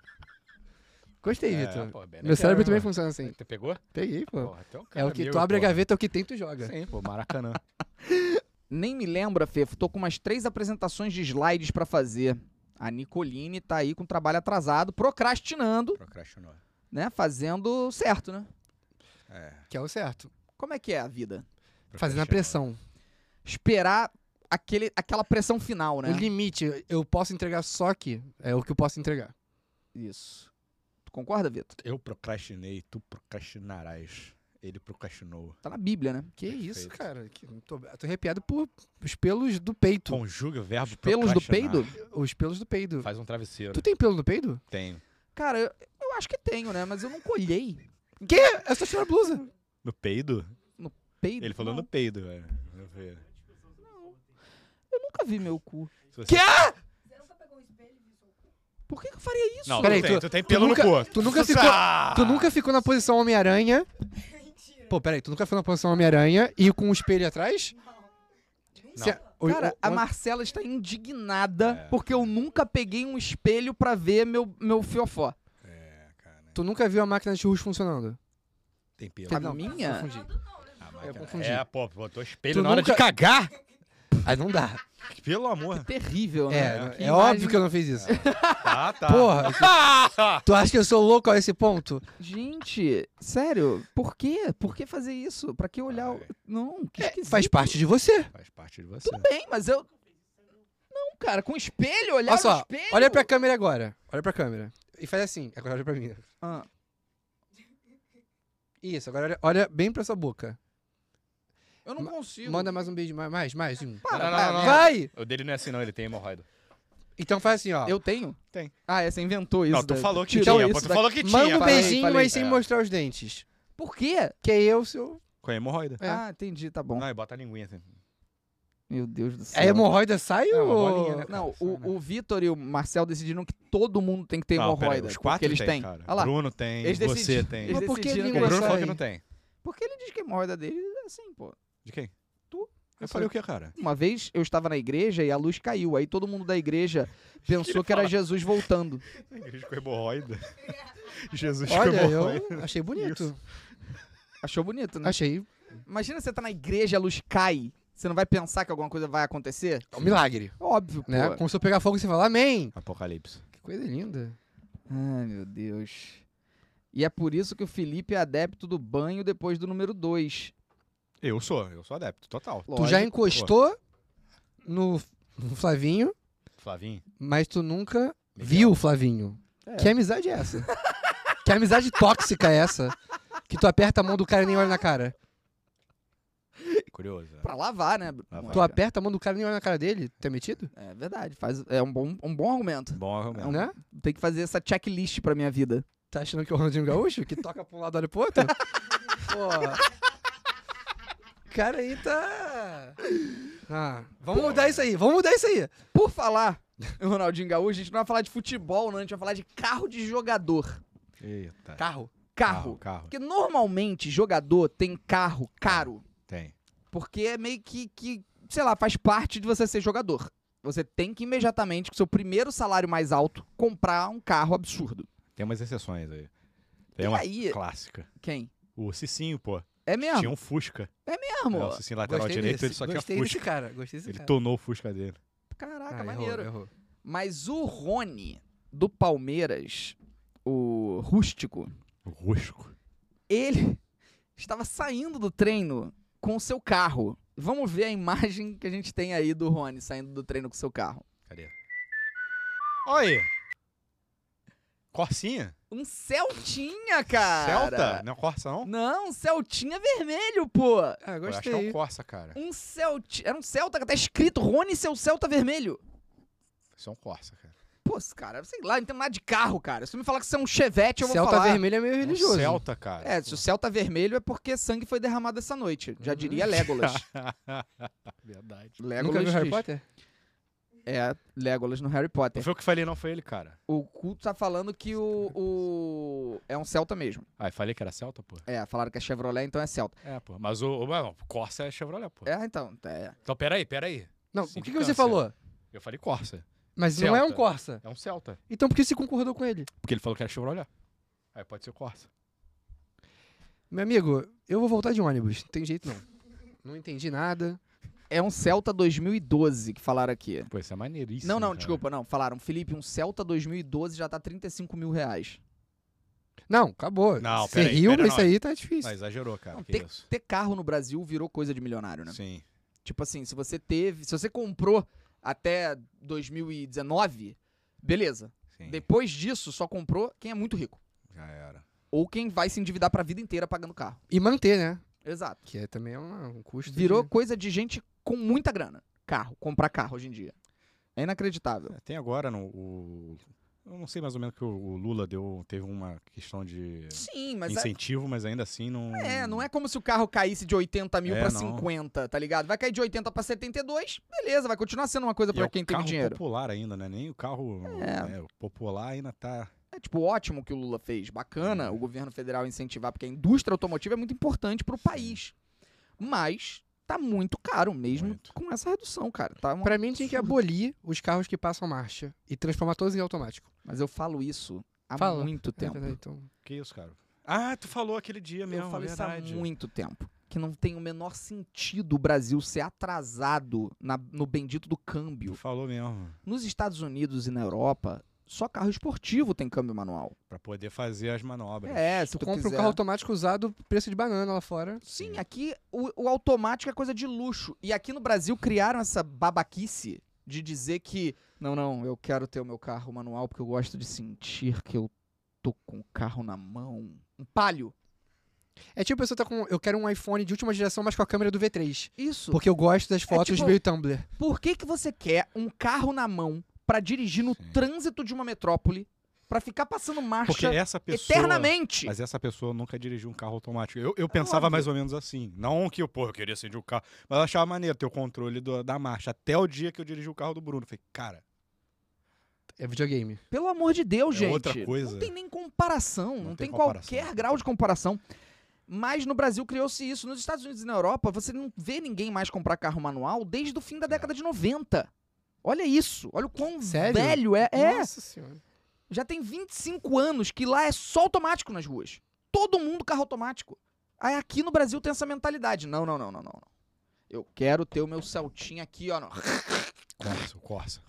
Speaker 3: Gostei,
Speaker 2: É,
Speaker 3: Vitor.
Speaker 2: pô, Ben and
Speaker 3: Meu cérebro
Speaker 2: Jerry,
Speaker 3: também
Speaker 2: mano.
Speaker 3: funciona assim.
Speaker 2: Você pegou?
Speaker 3: Peguei, pô.
Speaker 2: Porra, tu um
Speaker 3: É
Speaker 2: cara
Speaker 3: o que
Speaker 2: meu,
Speaker 3: tu abre a
Speaker 2: porra.
Speaker 3: gaveta, é o que tem, tu joga.
Speaker 2: Sim, pô, Maracanã.
Speaker 1: Nem me lembra, Fefo. Tô com umas três apresentações de slides pra fazer. A Nicoline tá aí com o trabalho atrasado, procrastinando,
Speaker 2: Procrastinou.
Speaker 1: né? Fazendo certo, né?
Speaker 2: É.
Speaker 3: Que é o certo.
Speaker 1: Como é que é a vida?
Speaker 3: Fazendo a
Speaker 2: procrastinou.
Speaker 3: pressão.
Speaker 1: Esperar aquele, aquela pressão final, né?
Speaker 3: O limite, eu posso entregar só aqui. É o que eu posso entregar.
Speaker 1: Isso. Tu concorda, Vitor?
Speaker 2: Eu procrastinei, tu procrastinarás. Ele procrastinou.
Speaker 1: Tá na Bíblia, né?
Speaker 3: Que
Speaker 2: Perfeito.
Speaker 3: isso, cara. Que- tô, tô arrepiado por os pelos do peito.
Speaker 2: Conjuga o verbo
Speaker 1: Pelos do
Speaker 2: procrastinar.
Speaker 1: peido?
Speaker 3: Os pelos do peido.
Speaker 2: Faz um travesseiro.
Speaker 3: Tu tem pelo no peido?
Speaker 2: Tenho.
Speaker 1: Cara, eu, eu acho que tenho, né? Mas eu não colhei.
Speaker 3: Quê? É só tirar a blusa.
Speaker 2: No peido?
Speaker 1: Peido.
Speaker 2: Ele falou
Speaker 1: não.
Speaker 2: no peido, é. velho. No peido.
Speaker 1: Eu nunca vi meu cu.
Speaker 2: Se você-
Speaker 3: Quê?
Speaker 1: Por que, que eu faria isso?
Speaker 2: Não,
Speaker 3: é Peraí,
Speaker 2: tu, tem,
Speaker 3: tu-
Speaker 2: tu tem
Speaker 3: tu
Speaker 2: pelo
Speaker 3: nunca-
Speaker 2: no cu.
Speaker 3: tu nunca ficou-
Speaker 2: Ah!
Speaker 3: Tu nunca ficou na posição Homem-Aranha. Pô, peraí, tu nunca ficou na posição Homem-Aranha e com o espelho atrás? Se- o-
Speaker 1: Cara,
Speaker 3: o-
Speaker 1: a
Speaker 3: o-
Speaker 1: Marcela está indignada
Speaker 2: É.
Speaker 1: porque eu nunca peguei um espelho pra ver meu, meu fiofó.
Speaker 2: É, cara.
Speaker 3: Tu nunca viu a máquina de churros funcionando?
Speaker 2: Tem pelo.
Speaker 1: A
Speaker 3: não,
Speaker 1: minha?
Speaker 3: Confundi.
Speaker 2: Ah, mas-
Speaker 3: eu confundi.
Speaker 2: É, pô, botou espelho
Speaker 3: Tu
Speaker 2: na hora de
Speaker 3: nunca-
Speaker 2: cagar.
Speaker 3: Aí não dá.
Speaker 2: Pelo amor.
Speaker 1: É Terrível, né?
Speaker 3: É,
Speaker 1: Que
Speaker 3: é
Speaker 1: imagem-
Speaker 3: óbvio que eu não fiz isso.
Speaker 2: Tá, tá.
Speaker 3: Porra,
Speaker 2: Ah!
Speaker 3: tu acha que eu sou louco a esse ponto?
Speaker 1: Gente, sério, por quê? Por que fazer isso? Pra que olhar o...
Speaker 2: Ai.
Speaker 1: Não, É que esquisito.
Speaker 3: É, Faz parte de você.
Speaker 2: Faz parte de você.
Speaker 1: Tudo bem, mas eu... Não, cara, com espelho, olhar
Speaker 3: Olha só,
Speaker 1: no espelho...
Speaker 3: Olha pra câmera agora. Olha pra câmera. E faz assim. Agora olha pra mim.
Speaker 1: Ah,
Speaker 3: Isso, agora olha, olha bem pra sua boca.
Speaker 1: eu não
Speaker 3: Ma-
Speaker 1: consigo.
Speaker 3: Manda mais um beijo. mais- Mais, mais um.
Speaker 1: Para,
Speaker 2: Não, não,
Speaker 1: para,
Speaker 2: não, não.
Speaker 1: merda.
Speaker 3: Vai!
Speaker 2: O dele não é assim, não, ele tem hemorroida.
Speaker 3: Então faz assim, ó.
Speaker 1: Eu tenho?
Speaker 2: Tem.
Speaker 1: Ah, é, você inventou isso.
Speaker 2: Não, tu
Speaker 1: da-
Speaker 2: falou que
Speaker 1: tirou
Speaker 2: tinha,
Speaker 1: isso
Speaker 2: pô, tu
Speaker 1: da-
Speaker 2: falou que tinha.
Speaker 3: Manda um
Speaker 2: falei.
Speaker 3: beijinho,
Speaker 1: falei.
Speaker 3: mas sem
Speaker 2: É.
Speaker 3: mostrar os dentes.
Speaker 1: Por quê?
Speaker 3: Que é eu, seu.
Speaker 2: Com a hemorroida.
Speaker 3: É.
Speaker 1: Ah, entendi, tá bom.
Speaker 2: Não, e bota a linguinha assim.
Speaker 1: Meu Deus do céu.
Speaker 3: É, A hemorroida sai
Speaker 2: É uma
Speaker 3: ou.
Speaker 2: bolinha, né?
Speaker 1: Não,
Speaker 2: Cara, sai, né?
Speaker 1: o, o Vitor e o Marcel decidiram que todo mundo tem que ter
Speaker 2: Não, peraí,
Speaker 1: hemorroida.
Speaker 2: os
Speaker 1: porque
Speaker 2: quatro
Speaker 1: eles
Speaker 2: tem,
Speaker 1: têm.
Speaker 2: cara.
Speaker 1: Olha lá.
Speaker 2: Bruno tem,
Speaker 1: Eles
Speaker 2: você
Speaker 1: decidem.
Speaker 2: tem.
Speaker 1: Eles
Speaker 3: Mas por que
Speaker 1: decidiram que
Speaker 2: O
Speaker 3: língua
Speaker 1: eles-
Speaker 2: Bruno falou
Speaker 3: sai?
Speaker 2: que não tá- tem.
Speaker 1: Porque ele diz que a hemorroida dele é assim, pô.
Speaker 2: De quem?
Speaker 1: Tu.
Speaker 2: Eu, falei o que, cara?
Speaker 1: Uma vez eu estava na igreja e a luz caiu. Aí todo mundo da igreja pensou que era Jesus voltando.
Speaker 2: Igreja com hemorroida. Jesus com
Speaker 3: Olha,
Speaker 2: hemorroida.
Speaker 3: eu achei bonito.
Speaker 1: Achou bonito, né?
Speaker 3: Achei. um
Speaker 1: Imagina você tá na igreja, a luz cai. Você não vai pensar que alguma coisa vai acontecer?
Speaker 3: É um milagre.
Speaker 1: Óbvio, pô.
Speaker 3: Né? Como se eu pegar fogo e você falar amém.
Speaker 2: Apocalipse.
Speaker 3: Que coisa linda.
Speaker 1: Ai, meu Deus. E é por isso que o Felipe é adepto do banho depois do número 2.
Speaker 2: Eu sou, eu sou adepto, total.
Speaker 3: tu já encostou no, no Flavinho,
Speaker 2: Flavinho.
Speaker 3: mas tu nunca
Speaker 2: Miguel.
Speaker 3: viu o Flavinho.
Speaker 1: É.
Speaker 3: Que amizade é essa? que amizade tóxica é essa? Que tu aperta a mão do cara e nem olha na cara.
Speaker 2: Curioso. né?
Speaker 1: Pra lavar, né?
Speaker 2: Lavar.
Speaker 3: Tu
Speaker 1: Mônica?
Speaker 3: aperta a mão do cara e nem olha na cara dele? Tu é metido?
Speaker 1: É verdade. Faz, é um bom, um bom argumento.
Speaker 2: Bom
Speaker 1: É um-
Speaker 2: argumento.
Speaker 3: Né?
Speaker 1: Tem que fazer essa checklist pra minha vida.
Speaker 3: Tá achando que é o Ronaldinho Gaúcho? Que toca pra um lado e olha pro outro? Pô. O cara aí tá. Ah, vamos mudar isso aí, vamos mudar isso aí.
Speaker 1: Por falar em Ronaldinho Gaúcho, a gente não vai falar de futebol, não. A gente vai falar de carro de jogador.
Speaker 2: Eita.
Speaker 3: Carro.
Speaker 1: Carro.
Speaker 2: Carro.
Speaker 1: Porque normalmente jogador tem carro caro.
Speaker 2: Tem.
Speaker 1: Porque é meio que, que, sei lá, faz parte de você ser jogador. Você tem que imediatamente, com seu primeiro salário mais alto, comprar um carro absurdo.
Speaker 2: Tem umas exceções aí.
Speaker 1: E
Speaker 2: Tem uma
Speaker 1: aí?
Speaker 2: clássica.
Speaker 1: Quem?
Speaker 2: O Cicinho, pô.
Speaker 1: É mesmo?
Speaker 2: Tinha um Fusca.
Speaker 1: mesmo?
Speaker 2: É, o Cicinho lateral direito, ele só tinha
Speaker 3: gostei desse
Speaker 2: Fusca.
Speaker 3: cara, gostei desse
Speaker 2: Ele
Speaker 3: cara.
Speaker 2: tonou o Fusca dele.
Speaker 1: Caraca,
Speaker 3: Ah, errou,
Speaker 1: maneiro.
Speaker 3: errou.
Speaker 1: Mas o Rony do Palmeiras o rústico,
Speaker 2: Rosco.
Speaker 1: ele estava saindo do treino com o seu carro. Vamos ver a imagem que a gente tem aí do Rony saindo do treino com o seu carro.
Speaker 2: Cadê? Olha aí. Corsinha?
Speaker 1: Um Celtinha, cara.
Speaker 2: Celta? Não é Corsa, não?
Speaker 1: Não, um Celtinha vermelho, pô.
Speaker 3: Ah,
Speaker 2: Eu acho que é um
Speaker 3: gostei.
Speaker 2: Corsa, cara.
Speaker 1: Um Celtinha. Era um Celta que tá escrito Rony e seu Celta vermelho.
Speaker 2: Isso é um Corsa, cara.
Speaker 1: Pô, esse cara, sei lá, não tem nada de carro, cara. Se tu me falar que você é um Chevette, eu vou
Speaker 3: Celta
Speaker 1: falar.
Speaker 3: vermelho é meio
Speaker 2: É um
Speaker 3: religioso.
Speaker 2: Celta, cara.
Speaker 1: É, se o céu tá vermelho é porque sangue foi derramado essa noite.
Speaker 2: Uhum.
Speaker 1: Já diria Legolas.
Speaker 2: Verdade.
Speaker 1: Legolas
Speaker 3: Nunca viu Harry
Speaker 1: diz.
Speaker 3: Potter?
Speaker 1: É, Legolas no Harry
Speaker 2: Não
Speaker 1: Potter.
Speaker 2: foi eu que falei, não foi ele, cara.
Speaker 1: O culto tá falando que o, o- É um Celta mesmo.
Speaker 2: Ah, eu falei que era Celta, pô.
Speaker 1: É, falaram que é Chevrolet, então é Celta.
Speaker 2: É, pô. Mas o. o- não, Corsa é Chevrolet, pô.
Speaker 1: É, então. É.
Speaker 2: Então, peraí, peraí.
Speaker 3: Não,
Speaker 2: Sim,
Speaker 3: o que,
Speaker 2: de
Speaker 3: que você
Speaker 2: câncer.
Speaker 3: falou?
Speaker 2: Eu falei Corsa.
Speaker 3: Mas não é um
Speaker 2: Celta.
Speaker 3: Corsa.
Speaker 2: É um Celta.
Speaker 3: Então por que você concordou com ele?
Speaker 2: Porque ele falou que era Chevrolet. Aí pode ser Corsa.
Speaker 3: Meu amigo, eu vou voltar de ônibus. Não tem jeito não. Não entendi nada.
Speaker 1: É um Celta 2012 que falaram aqui.
Speaker 2: Pô, isso é maneiríssimo.
Speaker 1: não, não,
Speaker 2: cara.
Speaker 1: desculpa, não. Falaram, Felipe, um Celta 2012 já tá 35 mil reais.
Speaker 3: Não, acabou.
Speaker 2: Não,
Speaker 3: Você
Speaker 2: pera aí,
Speaker 3: riu,
Speaker 2: pera
Speaker 3: mas
Speaker 2: não.
Speaker 3: isso aí tá difícil.
Speaker 2: Não, exagerou, cara.
Speaker 1: Não,
Speaker 2: que
Speaker 1: tem-
Speaker 2: isso.
Speaker 1: Ter carro no Brasil virou coisa de milionário, né?
Speaker 2: Sim.
Speaker 1: Tipo assim, se você teve. Se você comprou até 2019, beleza.
Speaker 2: Sim.
Speaker 1: Depois disso, só comprou quem é muito rico.
Speaker 2: Já era.
Speaker 1: Ou quem vai se endividar pra vida inteira pagando carro.
Speaker 3: E manter, né?
Speaker 1: Exato.
Speaker 3: Que é também é uma- um custo.
Speaker 1: Virou
Speaker 3: de-
Speaker 1: coisa de gente com muita grana. Carro, comprar carro hoje em dia. É inacreditável.
Speaker 2: É, tem agora no. O... Eu não sei mais ou menos que o- o Lula deu, teve uma questão de
Speaker 1: Sim, mas é,
Speaker 2: incentivo, mas ainda assim não.
Speaker 1: é, não é como se o carro caísse de 80 mil
Speaker 2: É,
Speaker 1: pra
Speaker 2: não.
Speaker 1: 50, tá ligado? Vai cair de 80 pra 72, beleza, vai continuar sendo uma coisa
Speaker 2: E é
Speaker 1: pra
Speaker 2: o
Speaker 1: quem tem
Speaker 2: carro
Speaker 1: dinheiro.
Speaker 2: popular ainda, né? Nem o carro né, o popular ainda tá.
Speaker 1: É tipo ótimo que o Lula fez, bacana
Speaker 2: Uhum.
Speaker 1: o governo federal incentivar, porque a indústria automotiva é muito importante pro país. Mas tá muito caro mesmo
Speaker 2: Muito.
Speaker 1: com essa redução, cara. Tá uma
Speaker 3: Pra mim tinha que abolir os carros que passam marcha e transformar todos em automático.
Speaker 1: Mas eu falo isso há
Speaker 3: Fala.
Speaker 1: muito
Speaker 3: É,
Speaker 1: tempo.
Speaker 3: peraí, então.
Speaker 2: Que isso, cara? Ah, tu falou aquele dia mesmo.
Speaker 1: eu falo isso há
Speaker 2: verdade.
Speaker 1: muito tempo. Que não tem o menor sentido o Brasil ser atrasado na- no bendito do
Speaker 2: Tu
Speaker 1: câmbio.
Speaker 2: falou mesmo.
Speaker 1: Nos Estados Unidos e na Europa, só carro esportivo tem câmbio manual.
Speaker 2: Pra poder fazer as manobras.
Speaker 1: É, se
Speaker 3: Tu,
Speaker 1: tu,
Speaker 3: compra
Speaker 1: quiser.
Speaker 3: um carro automático usado, preço de banana lá fora.
Speaker 1: Sim, aqui o, o automático é coisa de luxo. E aqui no Brasil criaram essa babaquice de dizer que, não, não, eu quero ter o meu carro manual porque eu gosto de sentir que eu tô com o carro na mão. Um palio.
Speaker 3: É tipo a pessoa tá com. Eu quero um iPhone de última geração, mas com a câmera do V3.
Speaker 1: Isso.
Speaker 3: Porque eu gosto das fotos
Speaker 1: tipo-
Speaker 3: meio Tumblr.
Speaker 1: Por que, que você quer um carro na mão pra dirigir no
Speaker 2: Sim.
Speaker 1: trânsito de uma metrópole pra ficar passando
Speaker 2: Porque
Speaker 1: marcha
Speaker 2: essa pessoa.
Speaker 1: eternamente? É
Speaker 2: Mas essa pessoa nunca dirigiu um carro automático. Eu, eu pensava
Speaker 1: óbvio.
Speaker 2: mais ou menos assim. Não que eu, porra, eu queria acender o carro. Mas eu achava maneiro ter o controle do- da marcha. Até o dia que eu dirigi o carro do Bruno. Falei, cara,
Speaker 3: É videogame.
Speaker 1: Pelo amor de Deus,
Speaker 2: É
Speaker 1: gente.
Speaker 2: outra coisa.
Speaker 1: Não tem nem comparação, não,
Speaker 2: Não
Speaker 1: tem,
Speaker 2: tem comparação.
Speaker 1: qualquer grau de comparação. Mas no Brasil criou-se isso. Nos Estados Unidos e na Europa, você não vê ninguém mais comprar carro manual desde o fim
Speaker 2: É.
Speaker 1: da década de 90. Olha isso. Olha o quão
Speaker 3: Sério?
Speaker 1: velho é. É.
Speaker 3: Nossa senhora.
Speaker 1: Já tem 25 anos que lá é só automático nas ruas. Todo mundo carro automático. Aí aqui no Brasil tem essa mentalidade. Não, não, não, não, não. não. Eu quero ter o meu Celtinha aqui, ó, no-
Speaker 2: Corsa, o Corsa.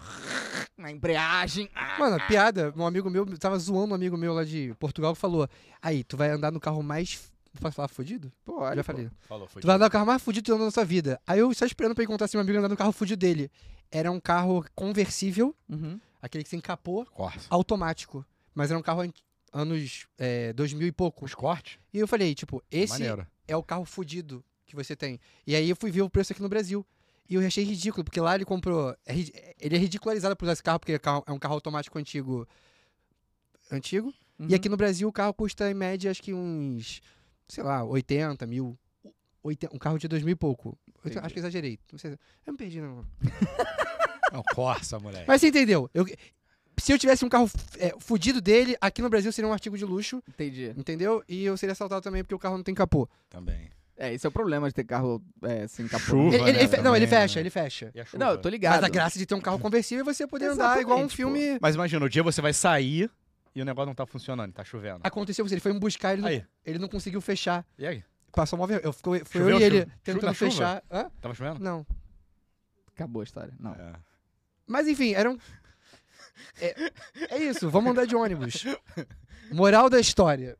Speaker 1: na embreagem. Ah.
Speaker 3: Mano, a piada, um amigo meu, tava zoando um amigo meu lá de Portugal que falou: Aí, tu vai andar no carro mais. f- Posso falar fudido?
Speaker 1: Pô, olha,
Speaker 3: Já
Speaker 1: pô.
Speaker 3: falei.
Speaker 2: Falou, foi.
Speaker 3: Tu vai andar no carro mais fudido que tu andou na sua vida. Aí eu só esperando pra encontrar esse meu amigo andar no carro fudido dele. Era um carro conversível,
Speaker 1: Uhum.
Speaker 3: aquele que se encapou,
Speaker 2: Corsa.
Speaker 3: automático. Mas era um carro an- anos é, 2000 e pouco.
Speaker 2: Os cortes?
Speaker 3: E eu falei, tipo, esse
Speaker 2: Maneiro.
Speaker 3: é o carro fudido que você tem. E aí eu fui ver o preço aqui no Brasil. E eu achei ridículo, porque lá ele comprou. é ri- ele é ridicularizado por usar esse carro, porque é carro- é um carro automático antigo. Antigo.
Speaker 1: Uhum.
Speaker 3: E aqui no Brasil o carro custa em média, acho que uns. Sei lá, 80 mil. Oiten- um carro de 2000 e pouco. Eu te-
Speaker 1: Entendi.
Speaker 3: acho que exagerei. Não sei, se- eu me perdi, não.
Speaker 2: Não, Corsa, moleque.
Speaker 3: Mas você entendeu? Eu- se eu tivesse um carro f- é, fudido dele, aqui no Brasil seria um artigo de luxo,
Speaker 1: Entendi.
Speaker 3: entendeu? E eu seria assaltado também porque o carro não tem capô.
Speaker 2: Também.
Speaker 1: É, esse é o problema de ter carro é, sem capô.
Speaker 2: Chuva,
Speaker 3: Ele-
Speaker 2: Porra,
Speaker 3: ele-
Speaker 2: né,
Speaker 3: ele fe- não, ele
Speaker 2: também,
Speaker 3: fecha,
Speaker 2: né?
Speaker 3: ele fecha.
Speaker 2: E a chuva?
Speaker 1: Não, eu tô ligado.
Speaker 3: Mas a graça de ter um carro conversível é você poder andar
Speaker 1: Exatamente,
Speaker 3: igual um
Speaker 1: pô.
Speaker 3: filme.
Speaker 2: Mas imagina, o dia você vai sair e o negócio não tá funcionando, tá chovendo.
Speaker 3: Aconteceu com isso, ele foi me buscar, ele não,
Speaker 2: Aí,
Speaker 3: ele não conseguiu fechar.
Speaker 2: e aí?
Speaker 3: Passou uma vergonha. Eu, ficou- foi
Speaker 2: Choveu,
Speaker 3: eu e ele
Speaker 2: choveu.
Speaker 3: tentando
Speaker 2: Na chuva?
Speaker 3: fechar. Hã?
Speaker 2: Tava chovendo?
Speaker 3: Não.
Speaker 1: Acabou a história. Não.
Speaker 2: É.
Speaker 3: Mas enfim, era um. É isso, vamos andar de ônibus. Moral da história.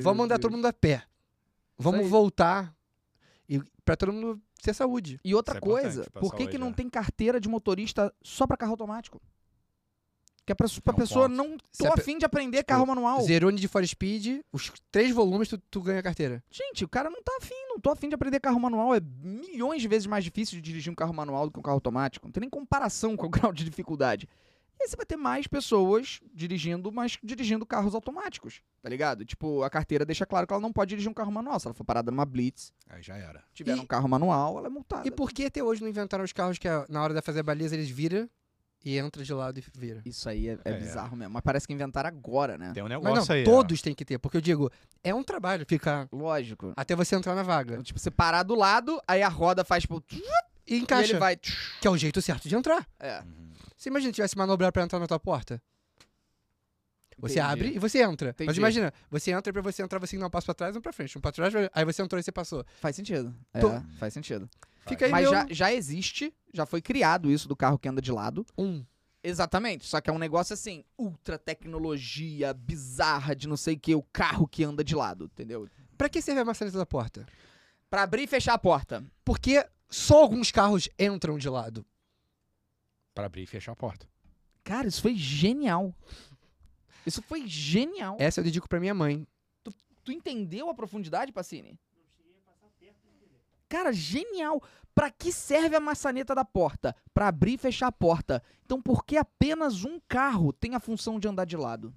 Speaker 3: vamos andar todo mundo a pé. Vamos
Speaker 1: aí.
Speaker 3: voltar. E pra todo mundo ter saúde.
Speaker 1: E outra
Speaker 2: Isso é importante
Speaker 1: coisa,
Speaker 2: pra
Speaker 1: por que,
Speaker 2: saúde,
Speaker 1: que não
Speaker 2: né?
Speaker 1: tem carteira de motorista só pra carro automático? Que é pra, pra
Speaker 2: É um
Speaker 1: pessoa
Speaker 2: ponto.
Speaker 1: não
Speaker 3: Se
Speaker 1: tô
Speaker 3: a pe-
Speaker 1: afim de
Speaker 2: Tipo,
Speaker 1: aprender carro manual.
Speaker 3: Zerone de For Speed, os três volumes, tu, tu ganha a carteira.
Speaker 1: Gente, o cara não tá afim, não tô afim de aprender carro manual. É milhões de vezes mais difícil de dirigir um carro manual do que um carro automático. Não tem nem comparação com o grau de dificuldade. E aí você vai ter mais pessoas dirigindo, mas dirigindo carros automáticos, tá ligado? Tipo, a carteira deixa claro que ela não pode dirigir um carro manual. Se ela for parada numa blitz,
Speaker 2: Aí já era.
Speaker 1: tiver
Speaker 3: E-
Speaker 1: um carro manual, ela é multada.
Speaker 3: E por que até hoje não inventaram os carros que a- na hora de fazer a baliza eles viram e entra de lado e vira?
Speaker 1: Isso aí é, é
Speaker 2: É.
Speaker 1: bizarro mesmo. Mas parece que inventaram agora, né?
Speaker 2: Tem um
Speaker 3: Mas
Speaker 2: negócio
Speaker 3: não,
Speaker 2: aí. ó.
Speaker 3: todos têm que ter, porque eu digo, é um trabalho ficar
Speaker 1: Lógico.
Speaker 3: até você entrar na vaga.
Speaker 1: Tipo, você parar do lado, aí a roda faz, tipo, tchum,
Speaker 3: E
Speaker 1: e ele
Speaker 3: encaixa,
Speaker 1: vai.
Speaker 3: que é o jeito certo de entrar.
Speaker 1: É.
Speaker 2: Uhum.
Speaker 3: Você imagina se tivesse manobrar pra entrar na tua porta? Você
Speaker 1: Entendi.
Speaker 3: abre e você entra. Mas
Speaker 1: Entendi.
Speaker 3: imagina, você entra e pra você entrar, você dá um passo pra trás, um pra frente, um pra trás, aí você entrou e você passou.
Speaker 1: Faz sentido. É,
Speaker 3: Tô-
Speaker 1: faz sentido.
Speaker 3: Fica aí
Speaker 1: Mas
Speaker 3: meu...
Speaker 1: já, já existe, já foi criado isso do carro que anda de lado.
Speaker 3: Um.
Speaker 1: Exatamente. Só que é um negócio assim, ultra tecnologia bizarra de não sei o que, o carro que anda de lado, entendeu?
Speaker 3: Pra que serve a maçaneta da porta?
Speaker 1: Pra abrir e fechar a porta.
Speaker 3: Porque só alguns carros entram de lado.
Speaker 2: Pra abrir e fechar a porta.
Speaker 1: Cara, isso foi genial. Isso foi genial.
Speaker 3: Essa eu dedico pra minha mãe.
Speaker 1: É, Tu entendeu a profundidade, Pacini? Cara, genial. Pra que serve a maçaneta da porta? Pra abrir e fechar a porta. Então, por que apenas um carro tem a função de andar de lado?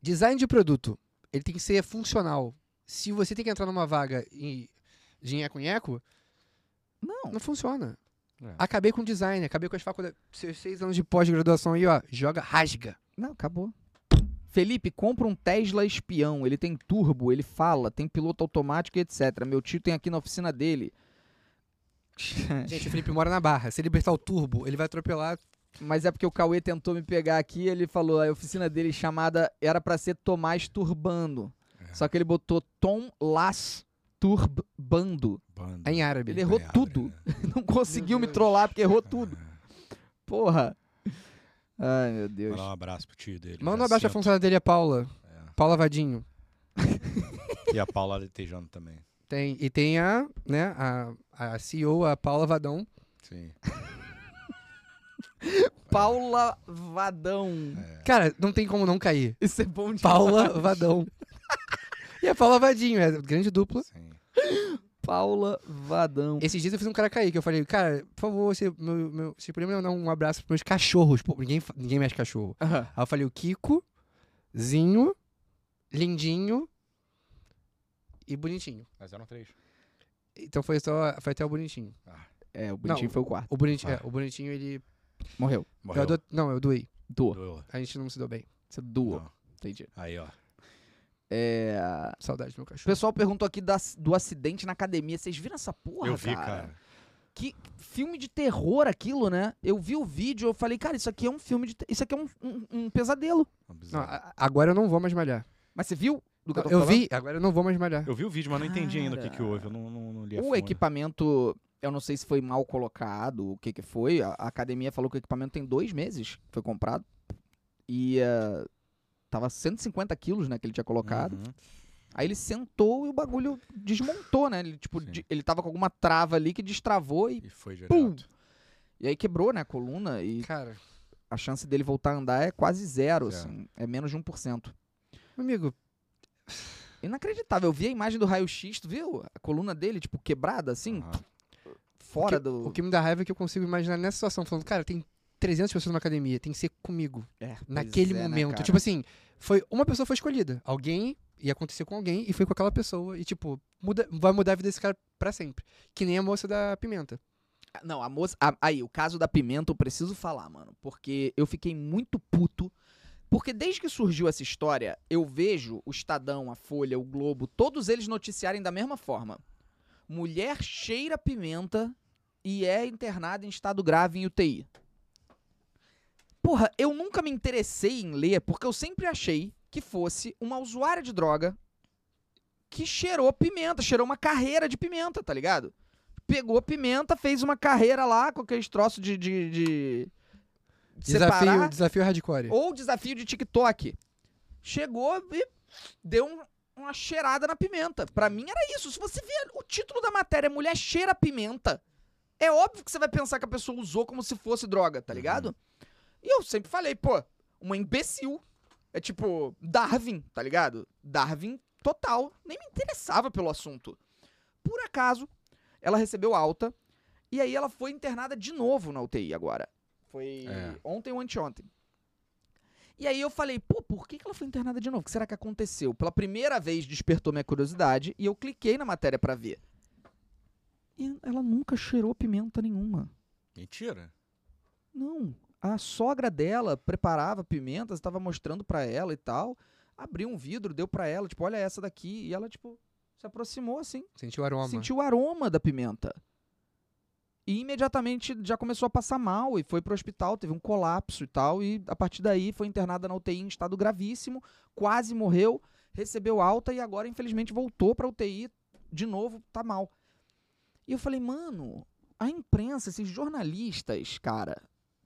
Speaker 3: Design de produto, ele tem que ser funcional. Se você tem que entrar numa vaga em, de nheco-nheco,
Speaker 1: Não.
Speaker 3: não funciona.
Speaker 2: É.
Speaker 3: Acabei com design, acabei com as faculdades. Seus seis anos de pós-graduação aí, ó, joga, rasga.
Speaker 1: Não, acabou. Felipe, compra um Tesla espião. Ele tem turbo, ele fala, tem piloto automático e etc. Meu tio tem aqui na oficina dele.
Speaker 3: Gente, o Felipe mora na barra. Se ele libertar o turbo, ele vai atropelar.
Speaker 1: Mas é porque o Cauê tentou me pegar aqui, ele falou, a oficina dele chamada era pra ser Tomás Turbando.
Speaker 2: É.
Speaker 1: Só que ele botou Tom Las Turbando.
Speaker 2: Bando.
Speaker 3: É em árabe.
Speaker 1: Ele errou
Speaker 2: Ganhar,
Speaker 1: tudo.
Speaker 2: né?
Speaker 1: Não conseguiu me
Speaker 3: Deus.
Speaker 1: trollar porque errou tudo. Porra. Ai, meu Deus.
Speaker 2: Mandar um abraço pro tio dele.
Speaker 3: Manda um abraço pra É. funcionária dele, a Paula.
Speaker 2: funcionar.
Speaker 3: Paula Vadinho.
Speaker 2: E a Paula Letejano também.
Speaker 3: Tem, e tem a, né, a, a CEO, a Paula Vadão.
Speaker 2: Sim.
Speaker 1: Paula Vadão.
Speaker 3: Cara, não tem como não cair.
Speaker 1: Isso é bom demais.
Speaker 3: Paula Vadão. e a Paula Vadinho, é grande dupla.
Speaker 2: Sim.
Speaker 1: Paula Vadão.
Speaker 3: Esses dias eu fiz um cara cair, que eu falei, cara, por favor, você, meu, meu, você poderia me mandar um abraço pros meus cachorros? Pô, ninguém, fa- ninguém mexe cachorro.
Speaker 1: Aham.
Speaker 3: Aí eu falei, o Kiko, Zinho, Lindinho e Bonitinho.
Speaker 2: Mas eram três.
Speaker 3: Então foi, só, foi até o Bonitinho.
Speaker 1: É, o bonitinho
Speaker 3: Não.
Speaker 1: foi o quarto.
Speaker 3: O Bonitinho,
Speaker 2: Ah.
Speaker 3: é, o bonitinho ele...
Speaker 1: Morreu.
Speaker 3: Eu
Speaker 2: Morreu.
Speaker 3: ado- Não, eu doei.
Speaker 1: Doa.
Speaker 2: Doeu.
Speaker 3: A gente não se deu bem.
Speaker 1: Você doa.
Speaker 2: Não.
Speaker 1: Entendi.
Speaker 2: Aí, ó.
Speaker 1: É...
Speaker 3: Saudade do meu
Speaker 1: O
Speaker 3: cachorro.
Speaker 1: pessoal perguntou aqui da- do acidente na academia. Vocês viram essa porra,
Speaker 2: eu vi,
Speaker 1: cara?
Speaker 2: cara.
Speaker 1: Que filme de terror aquilo, né? Eu vi o vídeo, eu falei, cara, isso aqui é um filme de... te- Isso aqui é um, um- um pesadelo.
Speaker 2: É um
Speaker 3: Não,
Speaker 2: bizarro.
Speaker 3: a- agora eu não vou mais malhar.
Speaker 1: Mas você viu do que eu tô
Speaker 3: eu
Speaker 1: falando?
Speaker 3: vi, agora eu não vou mais malhar.
Speaker 2: Eu vi o vídeo, mas não entendi ainda o que, que
Speaker 1: Cara.
Speaker 2: houve. Eu não, não, não li a
Speaker 1: O
Speaker 2: fundo.
Speaker 1: equipamento, eu não sei se foi mal colocado, o que que foi. A, a academia falou que o equipamento tem dois meses que foi comprado. E eh, tava 150 quilos, né, que ele tinha colocado.
Speaker 2: Uhum.
Speaker 1: Aí ele sentou e o bagulho desmontou, né? Ele, tipo,
Speaker 2: Sim.
Speaker 1: de- ele tava com alguma trava ali que destravou e,
Speaker 2: E foi direto.
Speaker 1: Pum! e aí quebrou, né, a coluna. E
Speaker 3: Cara,
Speaker 1: a chance dele voltar a andar é quase zero,
Speaker 2: Zero.
Speaker 1: assim. É menos de 1%.
Speaker 3: meu amigo,
Speaker 1: Inacreditável. Eu vi a imagem do raio-x, tu viu? A coluna dele, tipo, quebrada, assim,
Speaker 2: Aham.
Speaker 1: fora
Speaker 3: que-
Speaker 1: do...
Speaker 3: O que me dá raiva é que eu consigo imaginar nessa situação, falando, cara, tem 300 pessoas numa academia, tem que ser comigo,
Speaker 1: É, pois
Speaker 3: naquele
Speaker 1: é, né,
Speaker 3: momento.
Speaker 1: cara?
Speaker 3: tipo assim, foi uma pessoa foi escolhida, alguém ia acontecer com alguém e foi com aquela pessoa e tipo, muda, vai mudar a vida desse cara pra sempre. Que nem a moça da pimenta. assim,
Speaker 1: Não, a moça. a- aí, o caso da pimenta eu preciso falar, mano. Porque eu fiquei muito puto. Porque desde que surgiu essa história, eu vejo o Estadão, a Folha, o Globo, todos eles noticiarem da mesma forma. Mulher cheira pimenta e é internada em estado grave em UTI. Porra, eu nunca me interessei em ler porque eu sempre achei que fosse uma usuária de droga que cheirou pimenta, cheirou uma carreira de pimenta, tá ligado? pegou pimenta, fez uma carreira lá com aqueles troços de, de, de-
Speaker 3: Desafio,
Speaker 1: separar
Speaker 3: desafio hardcore.
Speaker 1: ou desafio de TikTok. Chegou e deu um- uma cheirada na pimenta. Pra mim era isso. Se você vê o título da matéria, mulher cheira pimenta, é óbvio que você vai pensar que a pessoa usou como se fosse droga, tá ligado? E eu sempre falei, pô, uma imbecil. É tipo Darwin, tá ligado? Darwin total. Nem me interessava pelo assunto. Por acaso, ela recebeu alta e aí ela foi internada de novo na UTI agora. Foi
Speaker 2: É.
Speaker 1: ontem ou anteontem. E aí eu falei, pô, por que que ela foi internada de novo? O que será que aconteceu? Pela primeira vez despertou minha curiosidade e eu cliquei na matéria pra ver. E ela nunca cheirou pimenta nenhuma.
Speaker 2: Mentira.
Speaker 1: Não. A sogra dela preparava pimentas, estava mostrando pra ela e tal. Abriu um vidro, deu pra ela, tipo, olha essa daqui. E ela, tipo, se aproximou assim,
Speaker 3: Sentiu o aroma.
Speaker 1: sentiu o aroma da pimenta. E imediatamente já começou a passar mal e foi pro hospital, teve um colapso e tal. E a partir daí foi internada na UTI em estado gravíssimo, quase morreu, recebeu alta e agora, infelizmente, voltou pra UTI de novo, tá mal. E eu falei, mano, a imprensa, esses jornalistas, cara,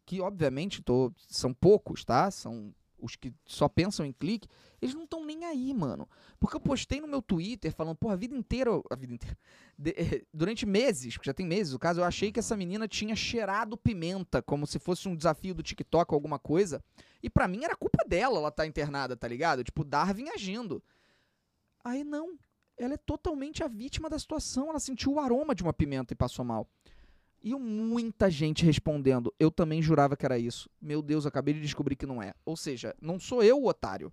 Speaker 1: que obviamente tô- são poucos, tá? São os que só pensam em clique, eles não estão nem aí, mano. Porque eu postei no meu Twitter falando, porra, a vida inteira, eu- a vida inteira, de- eh, durante meses, porque já tem meses o caso, eu achei que essa menina tinha cheirado pimenta, como se fosse um desafio do TikTok ou alguma coisa. E pra mim era culpa dela ela tá internada, tá ligado? Tipo, Darwin agindo. Aí não, ela é totalmente a vítima da situação, ela sentiu o aroma de uma pimenta e passou mal. E muita gente respondendo, eu também jurava que era isso. Meu Deus, eu acabei de descobrir que não é. Ou seja, não sou eu o otário.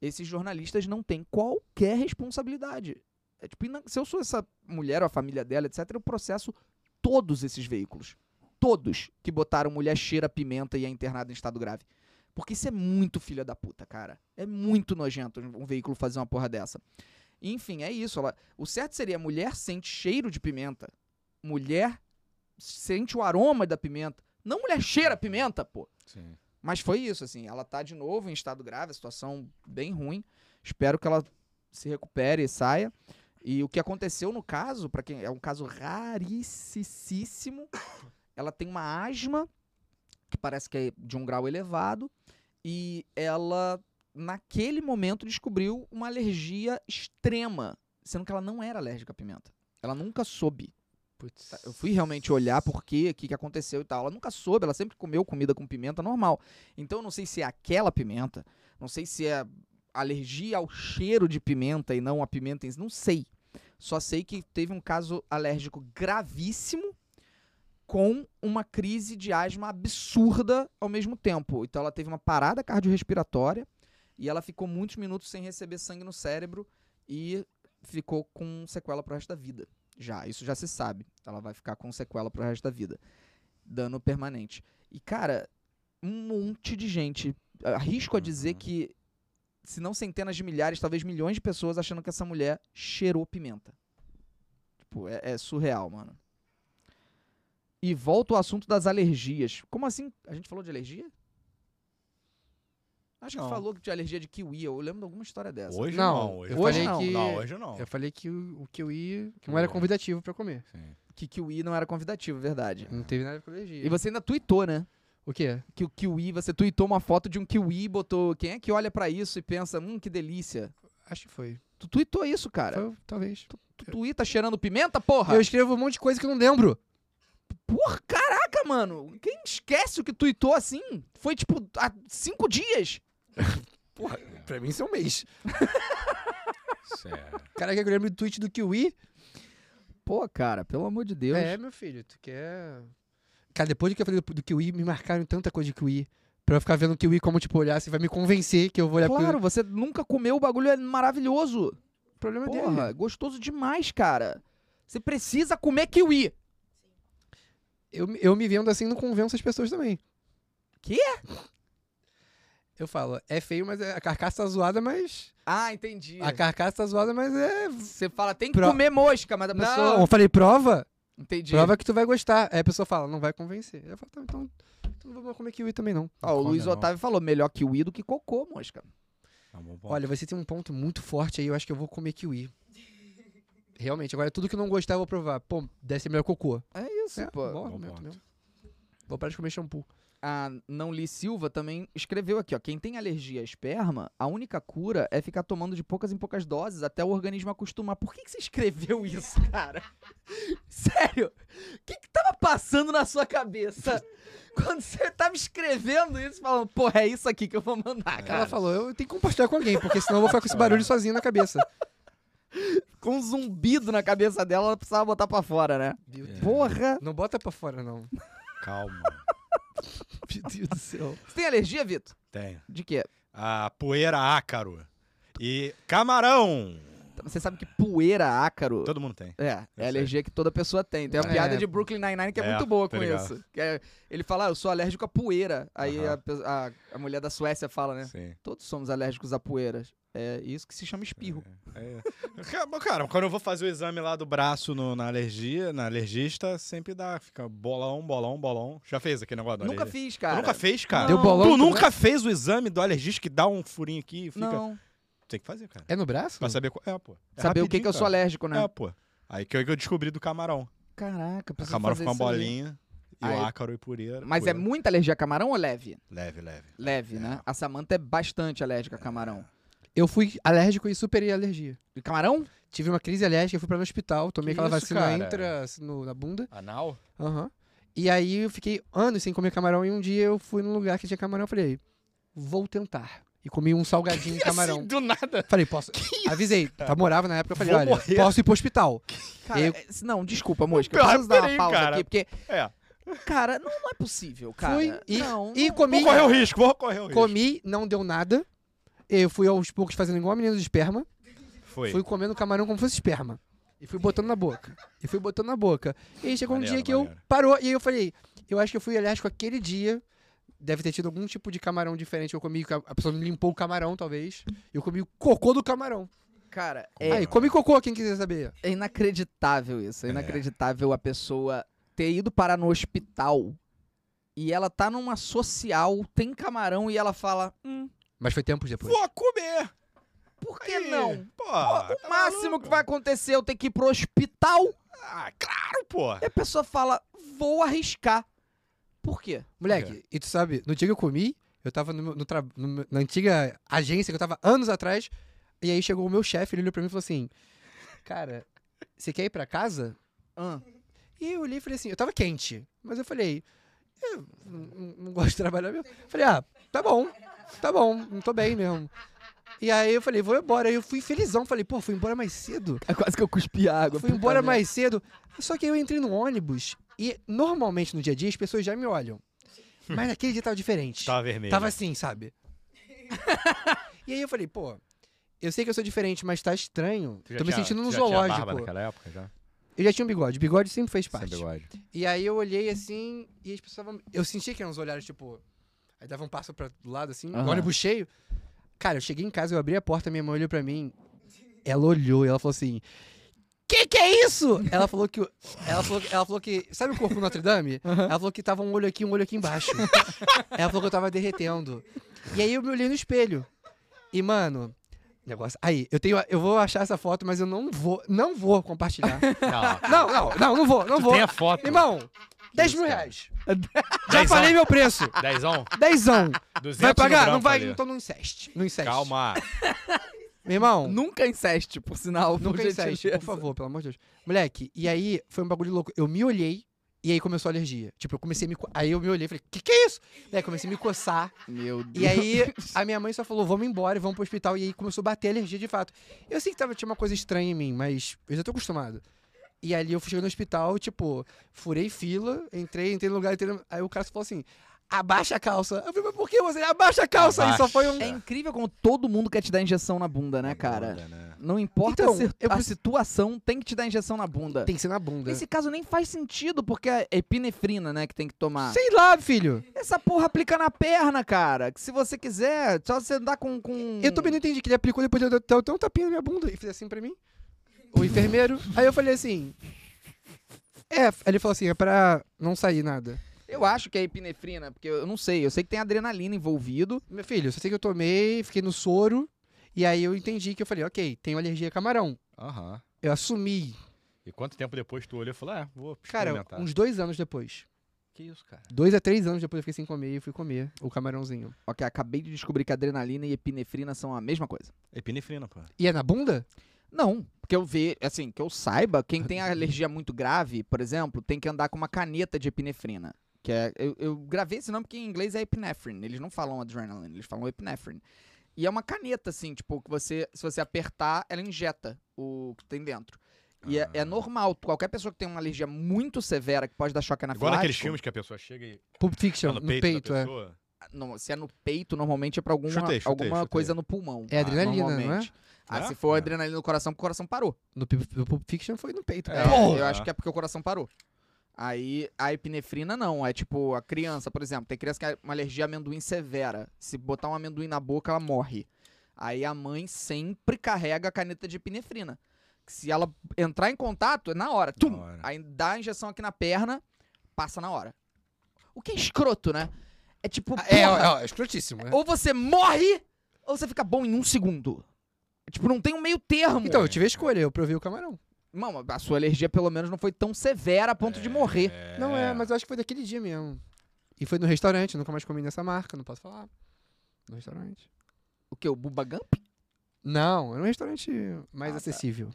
Speaker 1: Esses jornalistas não têm qualquer responsabilidade. É tipo, ina- se eu sou essa mulher ou a família dela, etc., eu processo todos esses veículos. Todos que botaram mulher cheira pimenta e é internada em estado grave. Porque isso é muito filha da puta, cara. É muito nojento um um veículo fazer uma porra dessa. Enfim, é isso. ela- O certo seria mulher sente cheiro de pimenta. Mulher sente o aroma da pimenta. Não mulher cheira pimenta, pô.
Speaker 2: Sim.
Speaker 1: Mas foi isso, assim. Ela tá de novo em estado grave, a situação bem ruim. Espero que ela se recupere e saia. E o que aconteceu no caso, pra quem é um caso rarissíssimo, ela tem uma asma, que parece que é de um grau elevado, e ela, naquele momento, descobriu uma alergia extrema, sendo que ela não era alérgica à pimenta. Ela nunca soube.
Speaker 3: Putz.
Speaker 1: Tá, Eu fui realmente olhar por quê, o que, que aconteceu e tal. Ela nunca soube, ela sempre comeu comida com pimenta normal. Então eu não sei se é aquela pimenta, não sei se é alergia ao cheiro de pimenta e não a pimenta em si, não sei. Só sei que teve um caso alérgico gravíssimo com uma crise de asma absurda ao mesmo tempo. Então ela teve uma parada cardiorrespiratória e ela ficou muitos minutos sem receber sangue no cérebro e ficou com sequela pro resto da vida. Já, isso já se sabe. Ela vai ficar com sequela pro resto da vida. Dano permanente. E, cara, um monte de gente. Arrisco a dizer
Speaker 2: Uhum.
Speaker 1: que, se não centenas de milhares, talvez milhões de pessoas achando que essa mulher cheirou pimenta. Tipo, é, é surreal, mano. E volta ao assunto das alergias. Como assim? A gente falou de alergia? Acho
Speaker 2: Não.
Speaker 1: que falou de alergia de kiwi. Eu lembro de alguma história dessa.
Speaker 2: Hoje
Speaker 3: Não,
Speaker 2: não.
Speaker 3: eu
Speaker 1: falei
Speaker 2: hoje não.
Speaker 3: que-
Speaker 2: Não, hoje não.
Speaker 3: Eu falei que o, o kiwi
Speaker 2: Que
Speaker 3: não era
Speaker 2: bom.
Speaker 3: convidativo pra comer.
Speaker 2: Sim.
Speaker 1: que kiwi não era convidativo, verdade.
Speaker 3: Não teve nada com
Speaker 1: E
Speaker 3: alergia.
Speaker 1: você ainda tweetou, né?
Speaker 3: O quê?
Speaker 1: Que o kiwi, você tweetou uma foto de um kiwi e botou. Quem é que olha pra isso e pensa, hum, que delícia?
Speaker 3: Acho que foi.
Speaker 1: Tu tweetou isso, cara.
Speaker 3: Foi, talvez.
Speaker 1: Tu tweeta cheirando pimenta, porra?
Speaker 3: Eu escrevo um monte de coisa que eu não lembro.
Speaker 1: Porra, caraca, mano. Quem esquece o que tweetou assim? Foi tipo há cinco dias.
Speaker 3: Pra mim, isso é um mês.
Speaker 2: Sério.
Speaker 3: Caraca, eu lembro do tweet do Kiwi.
Speaker 1: Pô, cara, pelo amor de Deus.
Speaker 3: É, meu filho, tu quer. Cara, depois que eu falei do, do Kiwi, me marcaram tanta coisa de Kiwi. Pra eu ficar vendo o Kiwi como, tipo, olhar, você vai me convencer que eu vou olhar pro-
Speaker 1: Claro, você nunca comeu o bagulho é maravilhoso.
Speaker 3: O problema é
Speaker 1: Porra,
Speaker 3: dele.
Speaker 1: gostoso demais, cara. Você precisa comer kiwi.
Speaker 3: Eu, me- eu me vendo assim, não convenço as pessoas também.
Speaker 1: Quê?
Speaker 3: Eu falo, é feio, mas é- a carcaça tá zoada, mas.
Speaker 1: Ah, entendi.
Speaker 3: A carcaça tá zoada, mas é.
Speaker 1: Você fala, tem que
Speaker 3: Pro-
Speaker 1: comer mosca, mas a pessoa.
Speaker 3: Não, eu falei, prova?
Speaker 1: Entendi.
Speaker 3: Prova que tu vai gostar. Aí a pessoa fala, não vai convencer. Eu falo, tá, então, então não vou comer kiwi também, não.
Speaker 1: Ó, o
Speaker 2: Come
Speaker 1: Luiz
Speaker 2: não.
Speaker 1: Otávio falou, melhor kiwi do que cocô, mosca.
Speaker 2: É um bom ponto.
Speaker 3: Olha, você tem um ponto muito forte aí, eu acho que eu vou comer kiwi. Realmente, agora tudo que eu não gostar eu vou provar. Pô, deve ser melhor cocô.
Speaker 1: É isso,
Speaker 3: É,
Speaker 1: pô.
Speaker 3: bom
Speaker 2: Bom
Speaker 3: argumento
Speaker 2: ponto.
Speaker 3: mesmo. Vou parar de comer shampoo.
Speaker 1: a Não Li Silva também escreveu aqui, ó. Quem tem alergia a esperma, a única cura é ficar tomando de poucas em poucas doses até o organismo acostumar. Por que, que você escreveu isso, cara? Sério? O que, que tava passando na sua cabeça quando você tava escrevendo isso, falando, porra, é isso aqui que eu vou mandar,
Speaker 3: Ela
Speaker 1: cara?
Speaker 3: falou, eu tenho que compartilhar com alguém, porque senão eu vou ficar com esse barulho sozinho na cabeça.
Speaker 1: Com um zumbido na cabeça dela, ela precisava botar pra fora, né?
Speaker 3: Meu Deus.
Speaker 1: Porra!
Speaker 3: Não bota pra fora, não.
Speaker 2: Calma.
Speaker 3: Meu Deus do céu.
Speaker 1: Você tem alergia, Vitor?
Speaker 2: Tem.
Speaker 1: De quê?
Speaker 2: A poeira ácaro. E camarão.
Speaker 1: Você sabe que poeira ácaro.
Speaker 2: Todo mundo tem.
Speaker 1: É, é
Speaker 2: sei.
Speaker 1: a alergia que toda pessoa tem. Tem uma
Speaker 3: É.
Speaker 1: piada de Brooklyn Nine-Nine que é,
Speaker 2: É,
Speaker 1: muito boa
Speaker 2: tá
Speaker 1: com
Speaker 2: ligado.
Speaker 1: isso. Que é- ele fala, ah, eu sou alérgico à poeira. Aí
Speaker 2: Aham.
Speaker 1: a pe- a, a mulher da Suécia fala, né?
Speaker 2: Sim.
Speaker 1: Todos somos alérgicos a poeiras. É isso que se chama espirro.
Speaker 2: É. Cara, Cara, quando eu vou fazer o exame lá do braço no- na alergia, na alergista, sempre dá. Fica bolão, bolão, bolão. Já fez aquele negócio da
Speaker 1: nunca
Speaker 2: alergia?
Speaker 1: fiz,
Speaker 2: Tu
Speaker 1: cara.
Speaker 2: Nunca fez, cara?
Speaker 1: Deu
Speaker 3: bolão
Speaker 2: Tu
Speaker 3: também?
Speaker 2: nunca fez o exame do alergista que dá um furinho aqui e fica.
Speaker 1: Não.
Speaker 2: Tem que fazer, cara.
Speaker 3: É no braço?
Speaker 2: Pra saber qual. É, pô. É
Speaker 1: Saber o que,
Speaker 2: rapidinho,
Speaker 1: que eu sou
Speaker 2: cara.
Speaker 1: alérgico, né?
Speaker 2: É, pô. Aí que eu que eu descobri do camarão.
Speaker 1: Caraca,
Speaker 2: O
Speaker 1: preciso
Speaker 2: camarão
Speaker 1: fazer
Speaker 2: fica
Speaker 1: isso
Speaker 2: uma
Speaker 1: aí.
Speaker 2: bolinha. E
Speaker 1: Aí-
Speaker 2: o ácaro e poeira.
Speaker 1: Mas é
Speaker 2: poeira.
Speaker 1: muita alergia a camarão ou leve?
Speaker 2: Leve, leve.
Speaker 1: Leve,
Speaker 2: É.
Speaker 1: né? A Samanta é bastante alérgica a camarão.
Speaker 3: Eu fui alérgico e superei a alergia.
Speaker 1: E camarão?
Speaker 3: Tive uma crise alérgica, eu fui pra no hospital, tomei
Speaker 2: Que
Speaker 3: aquela
Speaker 2: isso,
Speaker 3: vacina
Speaker 2: cara?
Speaker 3: intra assim, no- na bunda.
Speaker 2: Anal?
Speaker 3: Aham. E aí eu fiquei anos sem comer camarão e um dia eu fui num lugar que tinha camarão e falei, vou tentar. E comi um salgadinho
Speaker 1: Assim,
Speaker 3: de camarão.
Speaker 2: do nada.
Speaker 3: Falei, posso. Avisei, tá, morava na época, eu falei,
Speaker 2: assim? Vou
Speaker 3: olha,
Speaker 2: morrer.
Speaker 3: posso ir pro hospital.
Speaker 1: Cara,
Speaker 3: Eu-
Speaker 1: é- não, desculpa, Mosca. Eu
Speaker 2: Cara,
Speaker 1: preciso dar uma
Speaker 2: peraí,
Speaker 1: pausa
Speaker 2: cara.
Speaker 1: aqui, porque,
Speaker 2: É.
Speaker 1: cara, não, não é possível, cara.
Speaker 3: Fui e-
Speaker 1: não,
Speaker 3: e
Speaker 1: não-
Speaker 3: comi-
Speaker 2: Vou correr o risco, vou correr o risco.
Speaker 3: Comi, não deu nada. Eu fui aos poucos fazendo igual a menina do esperma.
Speaker 2: Foi.
Speaker 3: Fui comendo camarão como fosse esperma. E fui botando na boca. E fui botando na boca. E aí chegou um
Speaker 2: Maneiro,
Speaker 3: dia que eu
Speaker 2: maneiro.
Speaker 3: parou. E aí eu falei, eu acho que eu fui alérgico aquele dia. Deve ter tido algum tipo de camarão diferente. Eu comi, a pessoa me limpou o camarão, talvez. Eu comi o cocô do camarão.
Speaker 1: Cara, é,
Speaker 3: Aí, comi cocô, quem quiser saber.
Speaker 1: é inacreditável isso. É
Speaker 2: É.
Speaker 1: inacreditável a pessoa ter ido parar no hospital e ela tá numa social, tem camarão e ela fala, hum,
Speaker 3: Mas foi tempos depois.
Speaker 2: Vou comer.
Speaker 1: por que
Speaker 2: Aí,
Speaker 1: não?
Speaker 2: Pô,
Speaker 1: Pô,
Speaker 2: tá
Speaker 1: o máximo
Speaker 2: maluco?
Speaker 1: que vai acontecer é eu ter que ir pro hospital
Speaker 2: Ah, claro, pô.
Speaker 1: e a pessoa fala, vou arriscar. Por quê?
Speaker 3: Moleque, e tu sabe, no dia que eu comi, eu tava no, meu- no tra- no meu- na antiga agência que eu tava anos atrás, e aí chegou o meu chefe, ele olhou pra mim e falou assim: Cara, você quer ir pra casa?
Speaker 1: Hã?
Speaker 3: E eu olhei e falei assim: Eu tava quente, mas eu falei: Eu não, não- não gosto de trabalhar mesmo. Falei: Ah, tá bom, tá bom, não tô bem mesmo. E aí eu falei: Vou embora. Aí eu fui felizão, falei: Pô, fui embora mais cedo.
Speaker 1: É quase que eu cuspi água.
Speaker 3: Fui embora
Speaker 2: né?"
Speaker 1: puta merda.
Speaker 3: mais cedo. Só que aí eu entrei no ônibus e normalmente no dia a dia as pessoas já me olham. Mas naquele dia tava diferente.
Speaker 2: Tava vermelho.
Speaker 3: Tava assim, sabe? e aí eu falei, pô, eu sei que eu sou diferente, mas tá estranho.
Speaker 1: assim,
Speaker 2: Tu já
Speaker 3: Tô me
Speaker 2: tinha-
Speaker 3: sentindo num
Speaker 2: tu já tinha barba
Speaker 3: zoológico.
Speaker 2: naquela época já?
Speaker 3: Eu já tinha um bigode, bigode sempre
Speaker 1: Tipo,
Speaker 3: fez parte.
Speaker 2: Sem bigode.
Speaker 3: E aí eu olhei assim e as pessoas estavam. Eu sentia que eram uns olhares, tipo. Aí dava um passo pra do lado, assim,
Speaker 1: Aham.
Speaker 3: ônibus cheio. Cara, eu cheguei em casa, eu abri a porta, minha mãe olhou pra mim. Ela olhou e ela falou assim. Que que é isso? Ela falou que. o- Ela falou, que- ela falou que. Sabe o corpo do Notre Dame? Ela falou que tava um olho aqui e um olho aqui embaixo. ela falou que eu tava derretendo. E aí eu me olhei no espelho. E, mano. Negócio. Aí, eu tenho. Eu vou achar essa foto, mas eu não vou. Não vou compartilhar.
Speaker 2: Não,
Speaker 3: não, não, não, não vou, não
Speaker 2: tu
Speaker 3: vou.
Speaker 2: tem a foto.
Speaker 3: Irmão, 10 mil
Speaker 2: isso, cara?
Speaker 3: reais. Já falei meu preço.
Speaker 2: Dezão?
Speaker 3: Dezão.
Speaker 2: 200
Speaker 3: Vai
Speaker 2: no
Speaker 3: pagar?
Speaker 2: grampo
Speaker 3: Não vai,
Speaker 2: ali.
Speaker 3: então não inceste. Não inceste.
Speaker 2: Calma.
Speaker 3: Meu irmão,
Speaker 1: Nunca inceste, por sinal. por
Speaker 3: nunca inceste, por
Speaker 1: gentileza.
Speaker 3: favor, pelo amor de Deus. Moleque, e aí foi um bagulho louco. Eu me olhei e aí começou a alergia. Tipo, eu comecei a me... co- Aí eu me olhei e falei, que que é isso? Daí comecei a me coçar.
Speaker 1: Meu Deus.
Speaker 3: E aí a minha mãe só falou, vamos embora e vamos pro hospital. E aí começou a bater a alergia de fato. Eu sei que tava, tinha uma coisa estranha em mim, mas eu já tô acostumado. E ali eu fui chegando no hospital, tipo, furei fila, entrei, entrei no lugar, entrei no... Aí o cara só falou assim, abaixa a calça. Eu falei, mas por que você abaixa a calça? Aí só foi um...
Speaker 1: É incrível como todo mundo quer te dar injeção na bunda, né, cara?
Speaker 2: Bunda, né?
Speaker 1: Não importa
Speaker 3: Então,
Speaker 1: a, cir-
Speaker 3: eu
Speaker 1: a
Speaker 3: preci-
Speaker 1: situação, tem que te dar injeção na bunda.
Speaker 3: Tem que ser na bunda.
Speaker 1: Nesse caso nem faz sentido, porque é epinefrina, né, que tem que tomar.
Speaker 3: Sei lá, filho.
Speaker 1: Essa porra aplica na perna, cara. Que se você quiser, só você andar com. com...
Speaker 3: Eu também não entendi que ele aplicou depois de eu dar até um tapinha na minha bunda e fez assim pra mim. O enfermeiro. Aí eu falei assim... É, aí ele falou assim, é pra não sair nada.
Speaker 1: Eu acho que é epinefrina, porque eu não sei. Eu sei que tem adrenalina envolvido.
Speaker 3: Meu filho, eu só sei que eu tomei, fiquei no soro, e aí eu entendi que eu falei, ok, tenho alergia a camarão.
Speaker 2: Aham.
Speaker 3: Eu assumi,
Speaker 2: E quanto tempo depois tu olhou e falou, é, vou
Speaker 3: cara, um
Speaker 2: experimentar.
Speaker 3: uns dois anos depois.
Speaker 2: Que isso, cara?
Speaker 3: Dois a três anos depois eu fiquei sem comer e fui comer o camarãozinho.
Speaker 1: Ok, acabei de descobrir que adrenalina e epinefrina são a mesma coisa.
Speaker 2: Epinefrina, pô.
Speaker 3: E é na bunda?
Speaker 1: Não, que eu vi, assim, que eu saiba,
Speaker 2: Ah,
Speaker 1: quem tem alergia muito grave, por exemplo, tem que andar com uma caneta de epinefrina. Que é, eu, eu gravei esse nome porque em inglês é epinephrine. Eles não falam adrenaline, eles falam epinephrine. E é uma caneta, assim, tipo, que você, se você apertar, ela injeta o que tem dentro. E é, é
Speaker 2: Ah.
Speaker 1: normal, qualquer pessoa que tem uma alergia muito severa, que pode dar choque anafilático...
Speaker 2: Igual naqueles filmes que a pessoa chega e
Speaker 3: Pulp Fiction,
Speaker 2: tá
Speaker 3: no,
Speaker 2: no
Speaker 3: peito,
Speaker 2: peito, da
Speaker 3: é.
Speaker 2: pessoa.
Speaker 1: Não, se é no peito, normalmente é pra alguma,
Speaker 2: Chutei, chutei,
Speaker 1: alguma
Speaker 2: chutei.
Speaker 1: coisa no pulmão.
Speaker 3: É adrenalina, não é?
Speaker 1: normalmente. Ah,
Speaker 2: É?
Speaker 1: se for
Speaker 2: É.
Speaker 1: adrenalina no coração, porque o coração parou.
Speaker 3: No Pulp no Pulp Fiction foi no peito.
Speaker 2: É.
Speaker 3: né?
Speaker 1: Eu
Speaker 2: Ah.
Speaker 1: acho que é porque o coração parou. Aí a epinefrina não, é tipo a criança, por exemplo, tem criança que tem uma alergia a amendoim severa. Se botar um amendoim na boca, ela morre. Aí a mãe sempre carrega a caneta de epinefrina. Que se ela entrar em contato, é na hora. Tum!
Speaker 2: hora.
Speaker 1: Aí dá a injeção aqui na perna, passa na hora. O que é escroto, né? É tipo.
Speaker 3: É,
Speaker 1: porra,
Speaker 3: ó, ó, é escrotíssimo. né?
Speaker 1: ou você morre, ou você fica bom em um segundo. É Tipo, não tem um meio termo.
Speaker 3: Então, eu tive a escolha, eu provei o camarão.
Speaker 1: Mano, a sua alergia pelo menos não foi tão severa a ponto de morrer.
Speaker 3: Não é, mas eu acho que foi daquele dia mesmo. E foi no restaurante, eu nunca mais comi nessa marca, não posso falar. No restaurante.
Speaker 1: O que? O Bubagump?
Speaker 3: Não, era um restaurante mais
Speaker 1: Ah, tá.
Speaker 3: acessível.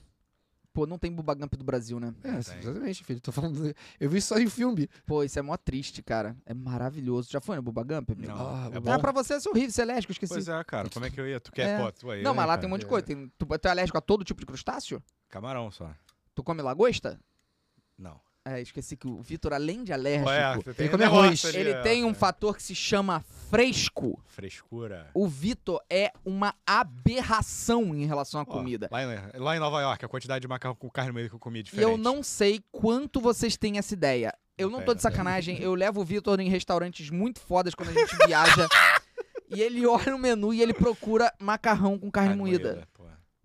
Speaker 1: Pô, não tem Bubagump do Brasil, né?
Speaker 3: É,
Speaker 2: Não tem.
Speaker 3: exatamente, filho. Tô falando. Eu vi isso só em filme.
Speaker 1: Pô, isso é mó triste, cara. É maravilhoso. Já foi no Bubagump, amigo?
Speaker 2: Não,
Speaker 3: Ah,
Speaker 2: é
Speaker 3: o-
Speaker 1: Ah,
Speaker 2: bom.
Speaker 1: pra você é horrível, você é alérgico, esqueci.
Speaker 2: Pois é, cara. Como é que eu ia? Tu
Speaker 1: É.
Speaker 2: quer foto? Tu aí,
Speaker 1: não,
Speaker 2: né,
Speaker 1: mas lá
Speaker 2: cara?
Speaker 1: tem um monte de
Speaker 3: É.
Speaker 1: coisa. Tem- tu, tu é alérgico a todo tipo de crustáceo?
Speaker 2: Camarão só.
Speaker 1: Tu come lagosta?
Speaker 2: Não.
Speaker 1: É, esqueci que o Vitor, além de
Speaker 3: É,
Speaker 1: alérgico,
Speaker 2: Ué, você tem
Speaker 3: Ele come
Speaker 2: um negócio
Speaker 3: arroz.
Speaker 2: ali,
Speaker 1: ele
Speaker 2: é,
Speaker 1: tem um
Speaker 2: é.
Speaker 1: fator que se chama fresco.
Speaker 2: Frescura.
Speaker 1: O Vitor é uma aberração em relação à
Speaker 2: Ó,
Speaker 1: comida.
Speaker 2: Lá em, lá em Nova York, a quantidade de macarrão com carne no meio que eu comi é
Speaker 1: E
Speaker 2: diferente.
Speaker 1: eu não sei quanto vocês têm essa ideia. Eu não tô de
Speaker 2: Pera, pera.
Speaker 1: sacanagem, eu levo o Vitor em restaurantes muito fodas quando a gente viaja. E ele olha o menu e ele procura macarrão com carne, moída. Ah,
Speaker 2: pô.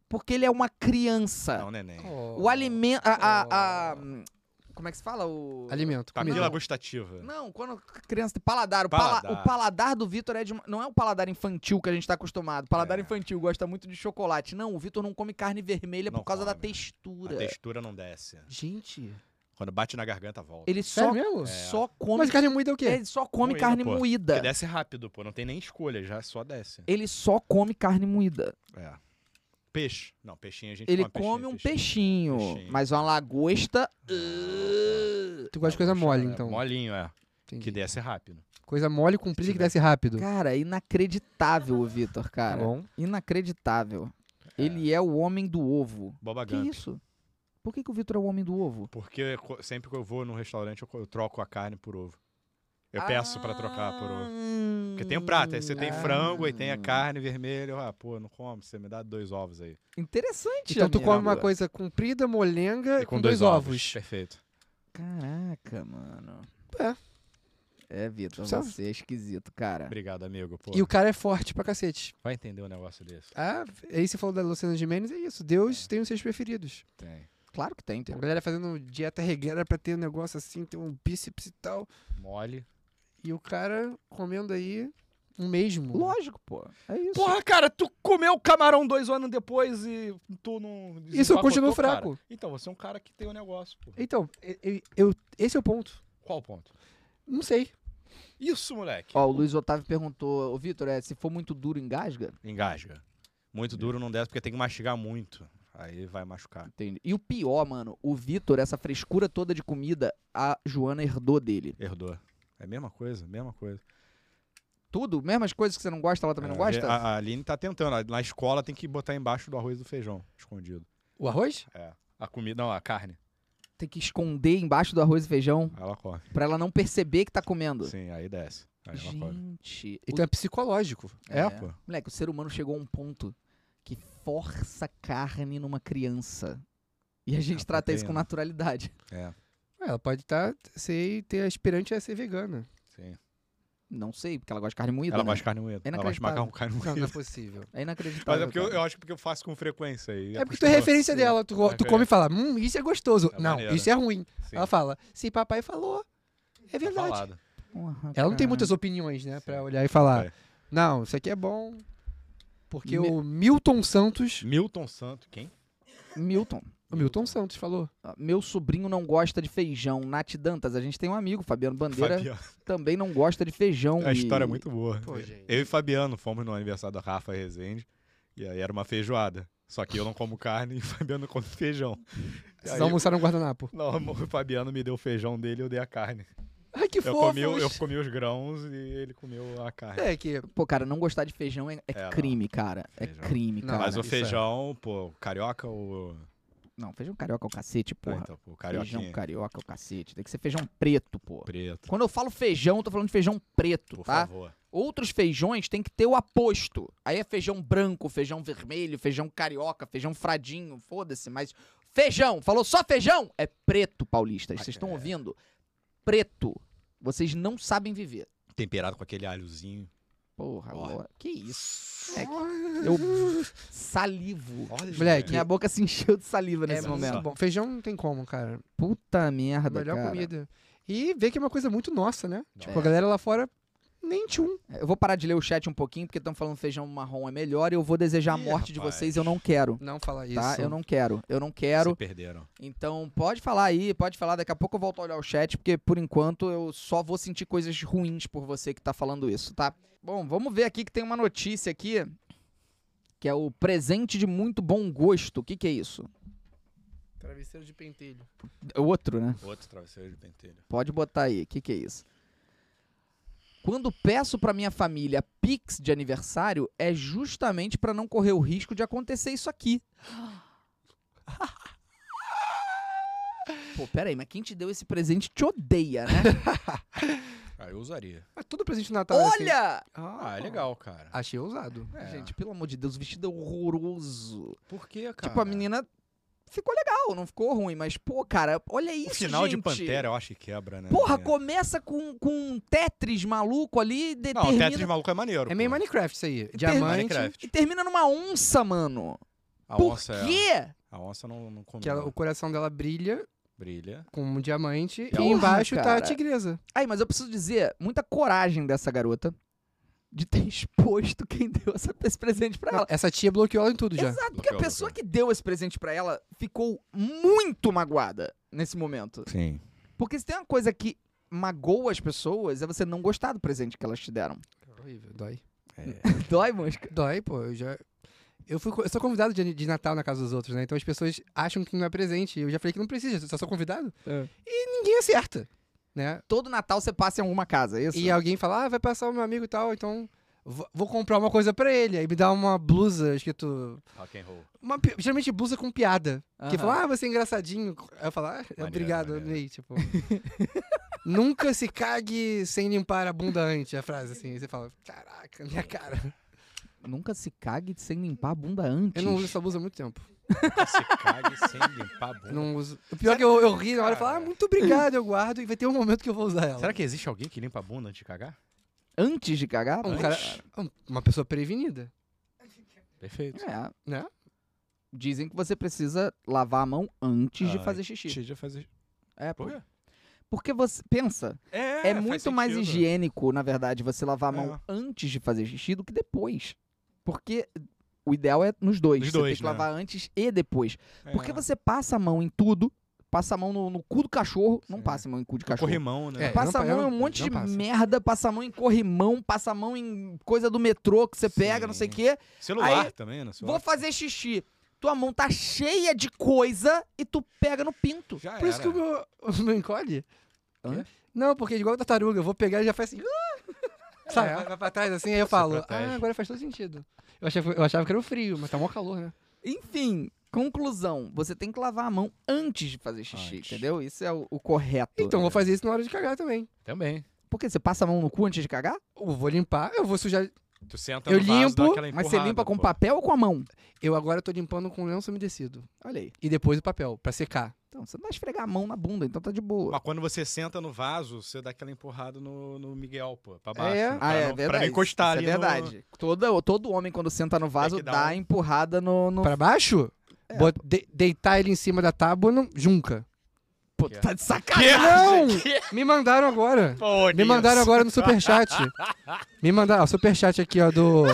Speaker 1: Porque ele é uma criança.
Speaker 2: Não, neném. Tá
Speaker 1: O alimento. A, a- a-
Speaker 3: Oh.
Speaker 1: Como é que se fala? O.
Speaker 3: Alimento.
Speaker 2: Papila
Speaker 3: comida.
Speaker 2: gustativa.
Speaker 1: Não, quando a criança tem paladar, o pala-
Speaker 2: Paladar.
Speaker 1: o paladar do Vitor é de uma- não é o paladar infantil que a gente tá acostumado. O paladar
Speaker 2: É.
Speaker 1: infantil gosta muito de chocolate. Não, o Vitor não come carne vermelha
Speaker 2: Não
Speaker 1: por causa da
Speaker 2: come.
Speaker 1: textura.
Speaker 2: A textura não desce.
Speaker 3: Gente.
Speaker 2: Quando bate na garganta, volta.
Speaker 1: Ele
Speaker 3: Sério
Speaker 1: só,
Speaker 3: mesmo?
Speaker 1: só come
Speaker 3: Mas carne moída é o quê?
Speaker 1: Ele só come
Speaker 2: Moída,
Speaker 1: carne
Speaker 2: pô. é Porque
Speaker 1: moída.
Speaker 2: desce rápido, pô. Não tem nem escolha, já só desce.
Speaker 1: Ele só come carne moída.
Speaker 2: É. Peixe. Não, peixinho a gente
Speaker 1: Ele
Speaker 2: come. peixinho,
Speaker 1: come um
Speaker 2: peixinho.
Speaker 1: peixinho,
Speaker 2: Peixinho.
Speaker 1: mas uma lagosta. uh,
Speaker 3: Tu gosta de coisa
Speaker 2: Lagosta,
Speaker 3: mole,
Speaker 2: é,
Speaker 3: então.
Speaker 2: Molinho, é.
Speaker 3: Entendi.
Speaker 2: Que desce rápido.
Speaker 3: Coisa mole, comprida e que
Speaker 2: tiver-
Speaker 3: desce rápido.
Speaker 1: Cara, inacreditável o Vitor,
Speaker 3: Tá
Speaker 1: cara.
Speaker 3: bom.
Speaker 1: inacreditável. Ele é o homem do ovo.
Speaker 2: Boba
Speaker 1: Que
Speaker 2: Gump.
Speaker 1: isso? Por que, que o Vitor é o homem do ovo?
Speaker 2: Porque co- sempre que eu vou num restaurante, eu co- eu troco a carne por ovo. Eu peço pra trocar por
Speaker 1: Ah.
Speaker 2: ovo.
Speaker 1: ovo.
Speaker 2: Porque tem o prato, aí você tem
Speaker 3: Ah.
Speaker 2: frango, aí tem a carne vermelha. eu, Ah, pô, não como, você me dá dois ovos aí.
Speaker 1: Interessante,
Speaker 3: Então tu
Speaker 1: amigo.
Speaker 3: come uma coisa comprida, molenga
Speaker 2: E
Speaker 3: e É, com, dois, ovos.
Speaker 2: Perfeito.
Speaker 1: Caraca, mano.
Speaker 3: É.
Speaker 1: É, Vitor,
Speaker 3: Sabe?
Speaker 1: você é esquisito, cara.
Speaker 2: Obrigado, amigo. Pô,
Speaker 3: E o cara é forte pra cacete.
Speaker 2: vai entender um negócio desse.
Speaker 3: Ah, aí você falou da Luciana Gimenez, é isso. Deus tem os seus preferidos.
Speaker 2: Tem.
Speaker 1: Claro que tem,
Speaker 3: Tem uma
Speaker 1: pô.
Speaker 3: galera fazendo dieta regueira pra ter um negócio assim, ter um bíceps e tal.
Speaker 2: Mole.
Speaker 3: E o cara comendo aí um mesmo.
Speaker 1: Lógico, pô. É isso.
Speaker 2: Porra, cara, tu comeu camarão dois anos depois e tu não.
Speaker 3: Isso eu
Speaker 2: desempacotou,
Speaker 3: continuo
Speaker 2: cara.
Speaker 3: fraco.
Speaker 2: Então, você é um cara que tem o negócio, pô.
Speaker 3: Então, e- e- eu, esse é o ponto.
Speaker 2: Qual o ponto?
Speaker 3: Não sei.
Speaker 2: Isso, moleque.
Speaker 1: Ó, o Luiz Otávio perguntou, ô Vitor, é, se for muito duro, engasga?
Speaker 2: Engasga. Muito duro não desce, porque tem que mastigar muito. Aí vai machucar.
Speaker 1: Entendi. E o pior, mano, o Vitor, essa frescura toda de comida, a Joana herdou dele.
Speaker 2: Herdou. É a mesma coisa, mesma coisa.
Speaker 1: Tudo, mesmas coisas que você não gosta, ela também não
Speaker 2: A-
Speaker 1: gosta?
Speaker 2: A, a Aline tá tentando. a- Na escola tem que botar embaixo do arroz e do feijão, escondido.
Speaker 3: O arroz?
Speaker 2: É. A comida, não, a carne.
Speaker 1: Tem que esconder embaixo do arroz e feijão
Speaker 2: Aí Ela come.
Speaker 1: pra ela não perceber que tá comendo.
Speaker 2: Sim, aí desce. Aí ela come.
Speaker 1: Gente, o-
Speaker 3: Então é psicológico.
Speaker 2: É,
Speaker 1: É.
Speaker 2: pô.
Speaker 1: moleque, o ser humano chegou a um ponto que força carne numa criança. E a gente
Speaker 2: É, A
Speaker 1: trata isso com
Speaker 2: proteína.
Speaker 1: naturalidade.
Speaker 2: É,
Speaker 3: Ué, Ela pode estar ser ter aspirante a ser vegana.
Speaker 2: sim.
Speaker 1: Não sei, porque ela gosta de carne moída,
Speaker 2: Ela
Speaker 1: né?
Speaker 2: gosta de carne moída. Ela gosta de
Speaker 1: inacreditável.
Speaker 2: macarrão com carne
Speaker 3: Não,
Speaker 2: moída.
Speaker 3: não é possível.
Speaker 1: É inacreditável.
Speaker 2: Mas é porque eu,
Speaker 1: cara.
Speaker 2: eu acho que porque eu faço com frequência. E
Speaker 3: É porque tu é referência dela. Tu, go- tu
Speaker 2: É.
Speaker 3: come e fala, hum, isso é gostoso.
Speaker 2: É
Speaker 3: não,
Speaker 2: maneiro.
Speaker 3: isso é ruim.
Speaker 2: Sim, tá
Speaker 3: Ela fala, se papai falou, é verdade.
Speaker 2: falado.
Speaker 1: Porra,
Speaker 3: Ela não tem
Speaker 1: cara.
Speaker 3: muitas opiniões, né? Pra
Speaker 2: Sim.
Speaker 3: olhar e falar,
Speaker 2: É.
Speaker 3: não, isso aqui é bom. Porque
Speaker 1: Mi-
Speaker 3: o Milton Santos.
Speaker 2: Milton Santo, quem?
Speaker 1: Milton.
Speaker 3: O Milton Santos falou.
Speaker 1: Ah, Meu sobrinho não gosta de feijão. Nath Dantas, a gente tem um amigo, Fabiano Bandeira,
Speaker 2: Fabiano.
Speaker 1: também não gosta de feijão.
Speaker 2: A história é
Speaker 1: e-
Speaker 2: muito boa.
Speaker 3: Pô, gente.
Speaker 2: Eu e Fabiano fomos no aniversário da Rafa Rezende. E aí era uma feijoada. Só que eu não como carne e o Fabiano come feijão. E
Speaker 3: Vocês
Speaker 2: aí-
Speaker 3: almoçaram no guardanapo.
Speaker 2: Não, o Fabiano me deu o feijão dele e eu dei a carne.
Speaker 3: Ai, que
Speaker 2: Eu
Speaker 3: fofo.
Speaker 2: comi, o- eu comi os grãos e ele comeu a carne.
Speaker 3: É que...
Speaker 1: Pô, cara, não gostar de feijão é, é
Speaker 2: É, não.
Speaker 1: crime, cara.
Speaker 2: Feijão.
Speaker 1: É crime,
Speaker 3: Não,
Speaker 1: cara.
Speaker 2: Mas o
Speaker 3: isso é-
Speaker 2: feijão, pô, carioca ou.
Speaker 1: Não, feijão carioca é o cacete,
Speaker 2: Ah,
Speaker 1: porra.
Speaker 2: então, pô, carioquinha.
Speaker 1: Feijão carioca é o cacete. Tem que ser feijão preto, pô.
Speaker 2: Preto.
Speaker 1: Quando eu falo feijão, eu tô falando de feijão preto,
Speaker 2: Por
Speaker 1: tá?
Speaker 2: favor.
Speaker 1: Outros feijões tem que ter o aposto. Aí é feijão branco, feijão vermelho, feijão carioca, feijão fradinho, foda-se, mas feijão, falou só feijão? É preto, paulistas. Vocês
Speaker 3: É.
Speaker 1: estão ouvindo? Preto. Vocês não sabem viver.
Speaker 2: Temperado com aquele alhozinho.
Speaker 1: Porra,
Speaker 2: Ó.
Speaker 1: agora. Que isso? É que eu salivo.
Speaker 2: Olha,
Speaker 3: Moleque,
Speaker 1: Minha boca se encheu de saliva nesse
Speaker 3: é
Speaker 1: momento.
Speaker 3: muito bom. Feijão não tem como, cara.
Speaker 1: Puta merda,
Speaker 3: Melhor
Speaker 1: cara.
Speaker 3: comida. E ver que é uma coisa muito nossa, né?
Speaker 2: Não.
Speaker 3: Tipo, a
Speaker 1: É.
Speaker 3: galera lá fora, nem tchum.
Speaker 1: Eu vou parar de ler o chat um pouquinho, porque estão falando feijão marrom é melhor e eu vou desejar a
Speaker 2: Ih,
Speaker 1: morte de
Speaker 2: rapaz.
Speaker 1: vocês. Eu não quero.
Speaker 3: Não fala isso.
Speaker 1: Tá? Eu não quero. Eu não
Speaker 2: Se
Speaker 1: quero.
Speaker 2: perderam.
Speaker 1: Então pode falar aí, pode falar. Daqui a pouco eu volto a olhar o chat, porque por enquanto eu só vou sentir coisas ruins por você que tá falando isso, tá? Bom, vamos ver aqui que tem uma notícia aqui. Que é o presente de muito bom gosto. O que, que é isso?
Speaker 3: Travesseiro de pentelho.
Speaker 1: É Outro, né?
Speaker 2: Outro travesseiro de pentelho.
Speaker 1: Pode botar aí, o que, que é isso? Quando peço pra minha família Pix de aniversário, é justamente pra não correr o risco de acontecer isso aqui. Pô, peraí, mas quem te deu esse presente te odeia, né?
Speaker 2: Ah, eu usaria.
Speaker 3: Mas todo presente de Natal é assim.
Speaker 1: Olha!
Speaker 3: Ah,
Speaker 2: Ah, é legal, cara.
Speaker 3: Achei ousado.
Speaker 2: É.
Speaker 1: Gente, pelo amor de Deus, o vestido é horroroso.
Speaker 2: Por que, cara?
Speaker 1: Tipo, a menina ficou legal, não ficou ruim, mas, pô, cara, olha
Speaker 2: O
Speaker 1: é isso,
Speaker 2: final de
Speaker 1: gente.
Speaker 2: Pantera eu acho que quebra, né?
Speaker 1: Porra,
Speaker 2: É.
Speaker 1: começa com, com um Tetris maluco ali e
Speaker 2: Não, o
Speaker 1: determina
Speaker 2: Tetris maluco é maneiro.
Speaker 3: É meio
Speaker 2: pô.
Speaker 3: Minecraft isso aí. Diamante.
Speaker 1: E
Speaker 2: Minecraft.
Speaker 1: termina numa onça, mano.
Speaker 2: A
Speaker 1: Por
Speaker 2: onça,
Speaker 3: Tá.
Speaker 2: é-
Speaker 1: quê?
Speaker 2: a onça não, não
Speaker 3: Que ela- o
Speaker 2: combina.
Speaker 3: coração dela brilha
Speaker 2: Brilha.
Speaker 3: com um diamante.
Speaker 1: Porra,
Speaker 3: e embaixo tá
Speaker 1: cara.
Speaker 3: a tigresa.
Speaker 1: Aí, mas eu preciso dizer, muita coragem dessa garota de ter exposto quem deu essa- esse presente pra
Speaker 3: Não,
Speaker 1: ela.
Speaker 3: essa tia bloqueou ela em tudo já.
Speaker 1: Exato, porque a
Speaker 2: Bloqueou,
Speaker 1: pessoa que deu esse presente pra ela ficou muito magoada nesse momento.
Speaker 2: Sim.
Speaker 1: Porque se tem uma coisa que magoa as pessoas, é você não gostar do presente que elas te deram.
Speaker 3: Horrível, dói.
Speaker 2: é.
Speaker 1: Dói, mosca.
Speaker 3: Dói, pô. Eu já. Eu, fui, co- eu sou convidado de, de Natal na casa dos outros, né? Então as pessoas acham que não é presente. Eu já falei que não precisa, só sou convidado.
Speaker 1: É.
Speaker 3: E ninguém acerta, né?
Speaker 1: Todo Natal você passa em alguma casa, é isso?
Speaker 3: E alguém fala, ah, vai passar o meu amigo e tal, então vou vou comprar uma coisa pra ele. Aí me dá uma blusa escrito.
Speaker 2: Rock and roll.
Speaker 3: Uma, pi- geralmente blusa com piada. Que
Speaker 1: Aham.
Speaker 3: fala, ah, você é engraçadinho. Aí eu falo, ah, obrigado,
Speaker 2: maneiro.
Speaker 3: amei. Tipo, nunca se cague sem limpar a bunda antes, a frase assim. Aí Você fala, caraca, minha cara.
Speaker 1: Nunca se cague sem limpar a bunda antes.
Speaker 3: Eu não uso essa blusa há muito tempo.
Speaker 2: Se cague sem limpar a bunda.
Speaker 3: Eu não uso. O pior é que eu, eu ri na hora e falo, ah,
Speaker 2: Cara.
Speaker 3: muito obrigado, eu guardo. E vai ter um momento que eu vou usar ela.
Speaker 2: Será que existe alguém que limpa a bunda antes de cagar?
Speaker 1: Antes de cagar?
Speaker 3: um cara, uma pessoa prevenida,
Speaker 2: Perfeito.
Speaker 1: É.
Speaker 3: né?
Speaker 1: Dizem que você precisa lavar a mão antes de
Speaker 2: Ah,
Speaker 1: fazer xixi.
Speaker 2: já fazer.
Speaker 1: É, pô.
Speaker 2: Por quê?
Speaker 1: Porque você. Pensa, é, muito mais higiênico, na verdade, você lavar a mão
Speaker 2: É.
Speaker 1: antes de fazer xixi do que depois. Porque o ideal é nos dois.
Speaker 2: Nos
Speaker 1: você
Speaker 2: dois,
Speaker 1: tem que
Speaker 2: né?
Speaker 1: lavar antes e depois.
Speaker 2: É.
Speaker 1: Porque você passa a mão em tudo, passa a mão no, no cu do cachorro, não
Speaker 2: Sim.
Speaker 1: passa a mão em cu de cachorro.
Speaker 2: Corrimão, né?
Speaker 3: É,
Speaker 1: Passa
Speaker 3: não pa-
Speaker 1: a mão
Speaker 3: eu
Speaker 1: em um
Speaker 3: não-
Speaker 1: monte
Speaker 3: não
Speaker 1: de
Speaker 3: passa.
Speaker 1: merda, passa a mão em corrimão, passa a mão em coisa do metrô que você pega, não sei o
Speaker 2: Sim.
Speaker 1: quê.
Speaker 2: Celular
Speaker 1: Aí,
Speaker 2: também, né? Celular.
Speaker 1: Vou fazer xixi. Tua mão tá cheia de coisa e tu pega no pinto.
Speaker 2: Já
Speaker 3: Por isso que o
Speaker 2: era.
Speaker 3: meu, o meu encolhe.
Speaker 1: Hã?
Speaker 3: Não, porque é igual tartaruga, eu vou pegar e já faz assim. "Ah!" Sabe, vai, vai pra trás assim, aí eu falo,
Speaker 2: protege.
Speaker 3: ah, agora faz todo sentido. Eu achava, eu achava que era o frio, mas tá mó calor, né?
Speaker 1: Enfim, conclusão. Você tem que lavar a mão antes de fazer xixi,
Speaker 2: Antes.
Speaker 1: entendeu? Isso é o, o correto.
Speaker 3: Então vou fazer isso na hora de cagar também.
Speaker 2: Também.
Speaker 1: Por quê? Você passa a mão no cu antes de cagar?
Speaker 3: Eu vou limpar, eu vou sujar.
Speaker 2: Tu senta
Speaker 3: Eu
Speaker 2: no vaso, dá
Speaker 3: limpo,
Speaker 2: aquela
Speaker 1: Mas você limpa
Speaker 2: empurrada,
Speaker 1: com
Speaker 2: pô.
Speaker 1: papel ou com a mão?
Speaker 3: Eu agora tô limpando com lenço umedecido.
Speaker 1: Olha aí.
Speaker 3: E depois o papel, pra secar.
Speaker 1: Então, você não vai esfregar a mão na bunda, então tá de boa.
Speaker 2: Mas quando você senta no vaso, você dá aquela empurrada no, no Miguel, pô, pra baixo.
Speaker 3: É?
Speaker 2: pra não- Pra não encostar
Speaker 1: Ah, Isso
Speaker 2: ali
Speaker 1: é
Speaker 2: no-
Speaker 1: verdade. Todo, todo homem, quando senta no vaso,
Speaker 2: que dar
Speaker 1: dá
Speaker 2: um-
Speaker 1: a empurrada no. no...
Speaker 3: Pra baixo? Bot- de- deitar ele em cima da tábua, não, junca.
Speaker 1: Pô, tu tá de sacanagem.
Speaker 3: Não! Me mandaram agora.
Speaker 2: Pô,
Speaker 3: Me mandaram
Speaker 2: Nilson.
Speaker 3: agora no superchat. Me mandaram, ó, superchat aqui, ó, do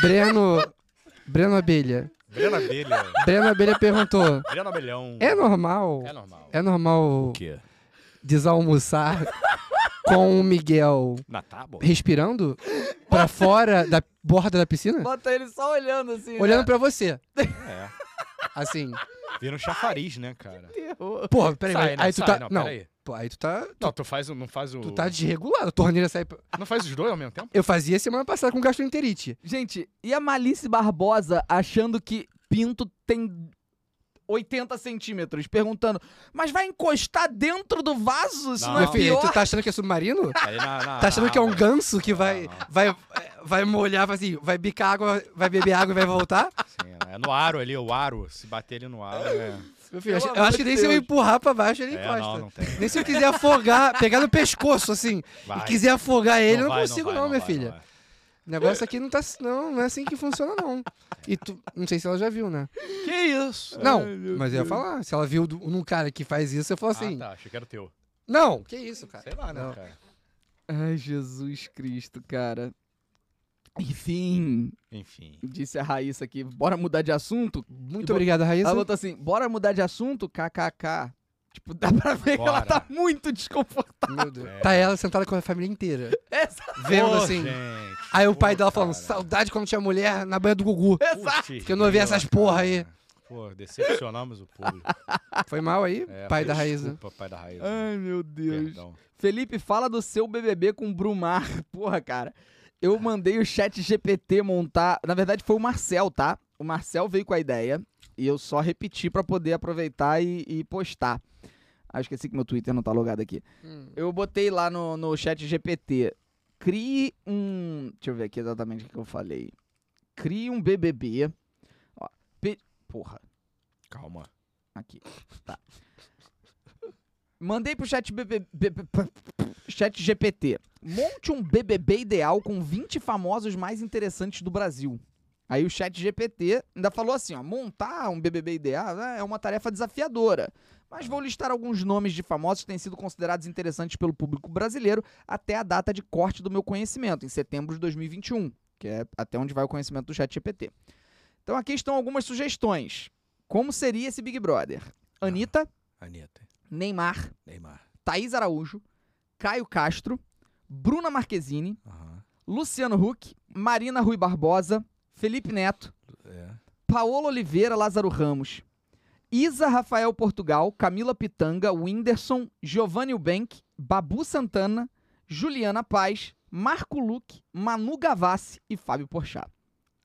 Speaker 3: Breno. Breno Abelha.
Speaker 2: Brena Abelha.
Speaker 3: Breno Abelha perguntou:
Speaker 2: Brena Abelhão.
Speaker 3: é normal?
Speaker 2: É normal.
Speaker 3: É normal
Speaker 2: quê?
Speaker 3: desalmoçar com o Miguel
Speaker 2: Na tábua?
Speaker 3: respirando pra fora da borda da piscina?
Speaker 1: Bota ele só olhando assim.
Speaker 3: Olhando
Speaker 1: né?
Speaker 3: pra você.
Speaker 2: É.
Speaker 3: Assim.
Speaker 2: Vira um chafariz, né, cara?
Speaker 1: Terror.
Speaker 3: Porra, peraí.
Speaker 2: Sai,
Speaker 3: Aí,
Speaker 2: não,
Speaker 3: aí tu
Speaker 2: sai,
Speaker 3: tá.
Speaker 2: não,
Speaker 3: Não,
Speaker 2: peraí.
Speaker 3: pô, aí tu tá.
Speaker 2: Não, tu faz o. Não faz o.
Speaker 3: Tu tá desregulado. A torneira sai. pra-
Speaker 2: Não faz os dois ao mesmo tempo?
Speaker 3: Eu fazia semana passada com gastroenterite.
Speaker 1: Gente, e a Malice Barbosa achando que pinto tem 80 centímetros? Perguntando, mas vai encostar dentro do vaso? Isso não,
Speaker 2: Não,
Speaker 1: é
Speaker 3: Meu filho,
Speaker 1: pior?
Speaker 3: tu tá achando que é submarino?
Speaker 2: Aí na- na-
Speaker 3: Tá achando que é um
Speaker 2: na-
Speaker 3: ganso que vai,
Speaker 2: Não, não.
Speaker 3: vai, é, vai molhar, vai assim, vai bicar água, vai beber água e vai voltar?
Speaker 2: Sim, é no aro ali, o aro. Se bater ele no aro, é.
Speaker 3: Meu
Speaker 1: Pelo
Speaker 3: filho, eu acho- eu
Speaker 1: amor
Speaker 3: acho que
Speaker 1: de
Speaker 3: nem se eu
Speaker 1: Deus.
Speaker 3: empurrar pra baixo ele
Speaker 2: é não,
Speaker 3: encosta.
Speaker 2: não tem.
Speaker 3: Nem se eu quiser afogar, pegar no pescoço assim,
Speaker 2: Vai.
Speaker 3: e quiser afogar ele, eu não
Speaker 2: vai,
Speaker 3: consigo
Speaker 2: vai,
Speaker 3: não, minha
Speaker 2: vai,
Speaker 3: filha.
Speaker 2: vai.
Speaker 3: O negócio aqui não tá não, não é assim que funciona não. E tu, não sei se ela já viu, né?
Speaker 2: Que isso?
Speaker 3: Não,
Speaker 2: Ai, meu
Speaker 3: mas eu ia
Speaker 2: Deus.
Speaker 3: falar, se ela viu do- num cara que faz isso, eu falo assim:
Speaker 2: Ah, tá, achei que era o teu.
Speaker 3: "Não, que isso, cara?"
Speaker 2: Sei lá, né,
Speaker 3: Não.
Speaker 2: cara?
Speaker 1: Ai, Jesus Cristo, cara. Enfim,
Speaker 2: Enfim.
Speaker 1: disse a Raíssa aqui, bora mudar de assunto?
Speaker 3: Muito
Speaker 1: E bo-
Speaker 3: obrigado, Raíssa.
Speaker 2: é-
Speaker 1: Ela botou assim, bora mudar de assunto? KKK. Tipo, dá pra ver que ela
Speaker 2: Bora.
Speaker 1: tá muito desconfortável.
Speaker 3: Meu Deus.
Speaker 2: É.
Speaker 3: Tá ela sentada com a família inteira,
Speaker 1: Essa
Speaker 3: vendo
Speaker 2: Ô,
Speaker 3: assim.
Speaker 2: gente,
Speaker 3: Aí o pai
Speaker 2: pô,
Speaker 3: dela falando,
Speaker 2: cara.
Speaker 3: saudade quando tinha mulher na banha do Gugu.
Speaker 2: Putz,
Speaker 3: que eu não vi essas porra aí.
Speaker 2: cara. Pô, decepcionamos o público.
Speaker 3: Foi mal aí,
Speaker 2: É,
Speaker 3: pai
Speaker 2: pô,
Speaker 3: da Raíza.
Speaker 2: Desculpa, pai da Raíza.
Speaker 1: Ai, meu Deus.
Speaker 2: Perdão.
Speaker 1: Felipe, fala do seu BBB com o Brumar. Porra, cara. Eu mandei o chat GPT montar. Na verdade, foi o Marcel, tá? O Marcel veio com a ideia e eu só repeti pra poder aproveitar e, e postar. Ah, esqueci que meu Twitter não tá logado aqui.
Speaker 3: Hum.
Speaker 1: Eu botei lá no, no chat GPT. Crie um. Deixa eu ver aqui exatamente o que eu falei. Crie um BBB. Ó, pe- Porra.
Speaker 2: Calma.
Speaker 1: Aqui. Tá. Mandei pro chat BB... BB- p- Chat GPT. Monte um BBB ideal com 20 famosos mais interessantes do Brasil. Aí o chat GPT ainda falou assim, ó, montar um BBB ideal né, é uma tarefa desafiadora. Mas vou listar alguns nomes de famosos que têm sido considerados interessantes pelo público brasileiro até a data de corte do meu conhecimento, em setembro de 2021, que é até onde vai o conhecimento do chat GPT. Então aqui estão algumas sugestões. Como seria esse Big Brother? Anitta,
Speaker 2: Anitta.
Speaker 1: Neymar,
Speaker 2: Neymar.
Speaker 1: Thaís Araújo, Caio Castro, Bruna Marquezine,
Speaker 2: Aham.
Speaker 1: Luciano Huck, Marina Rui Barbosa, Felipe Neto,
Speaker 2: É.
Speaker 1: Paola Oliveira, Lázaro Ramos, Isa Rafael Portugal, Camila Pitanga, Whindersson, Giovanni Ubank, Babu Santana, Juliana Paz, Marco Luque, Manu Gavassi e Fábio Porchat.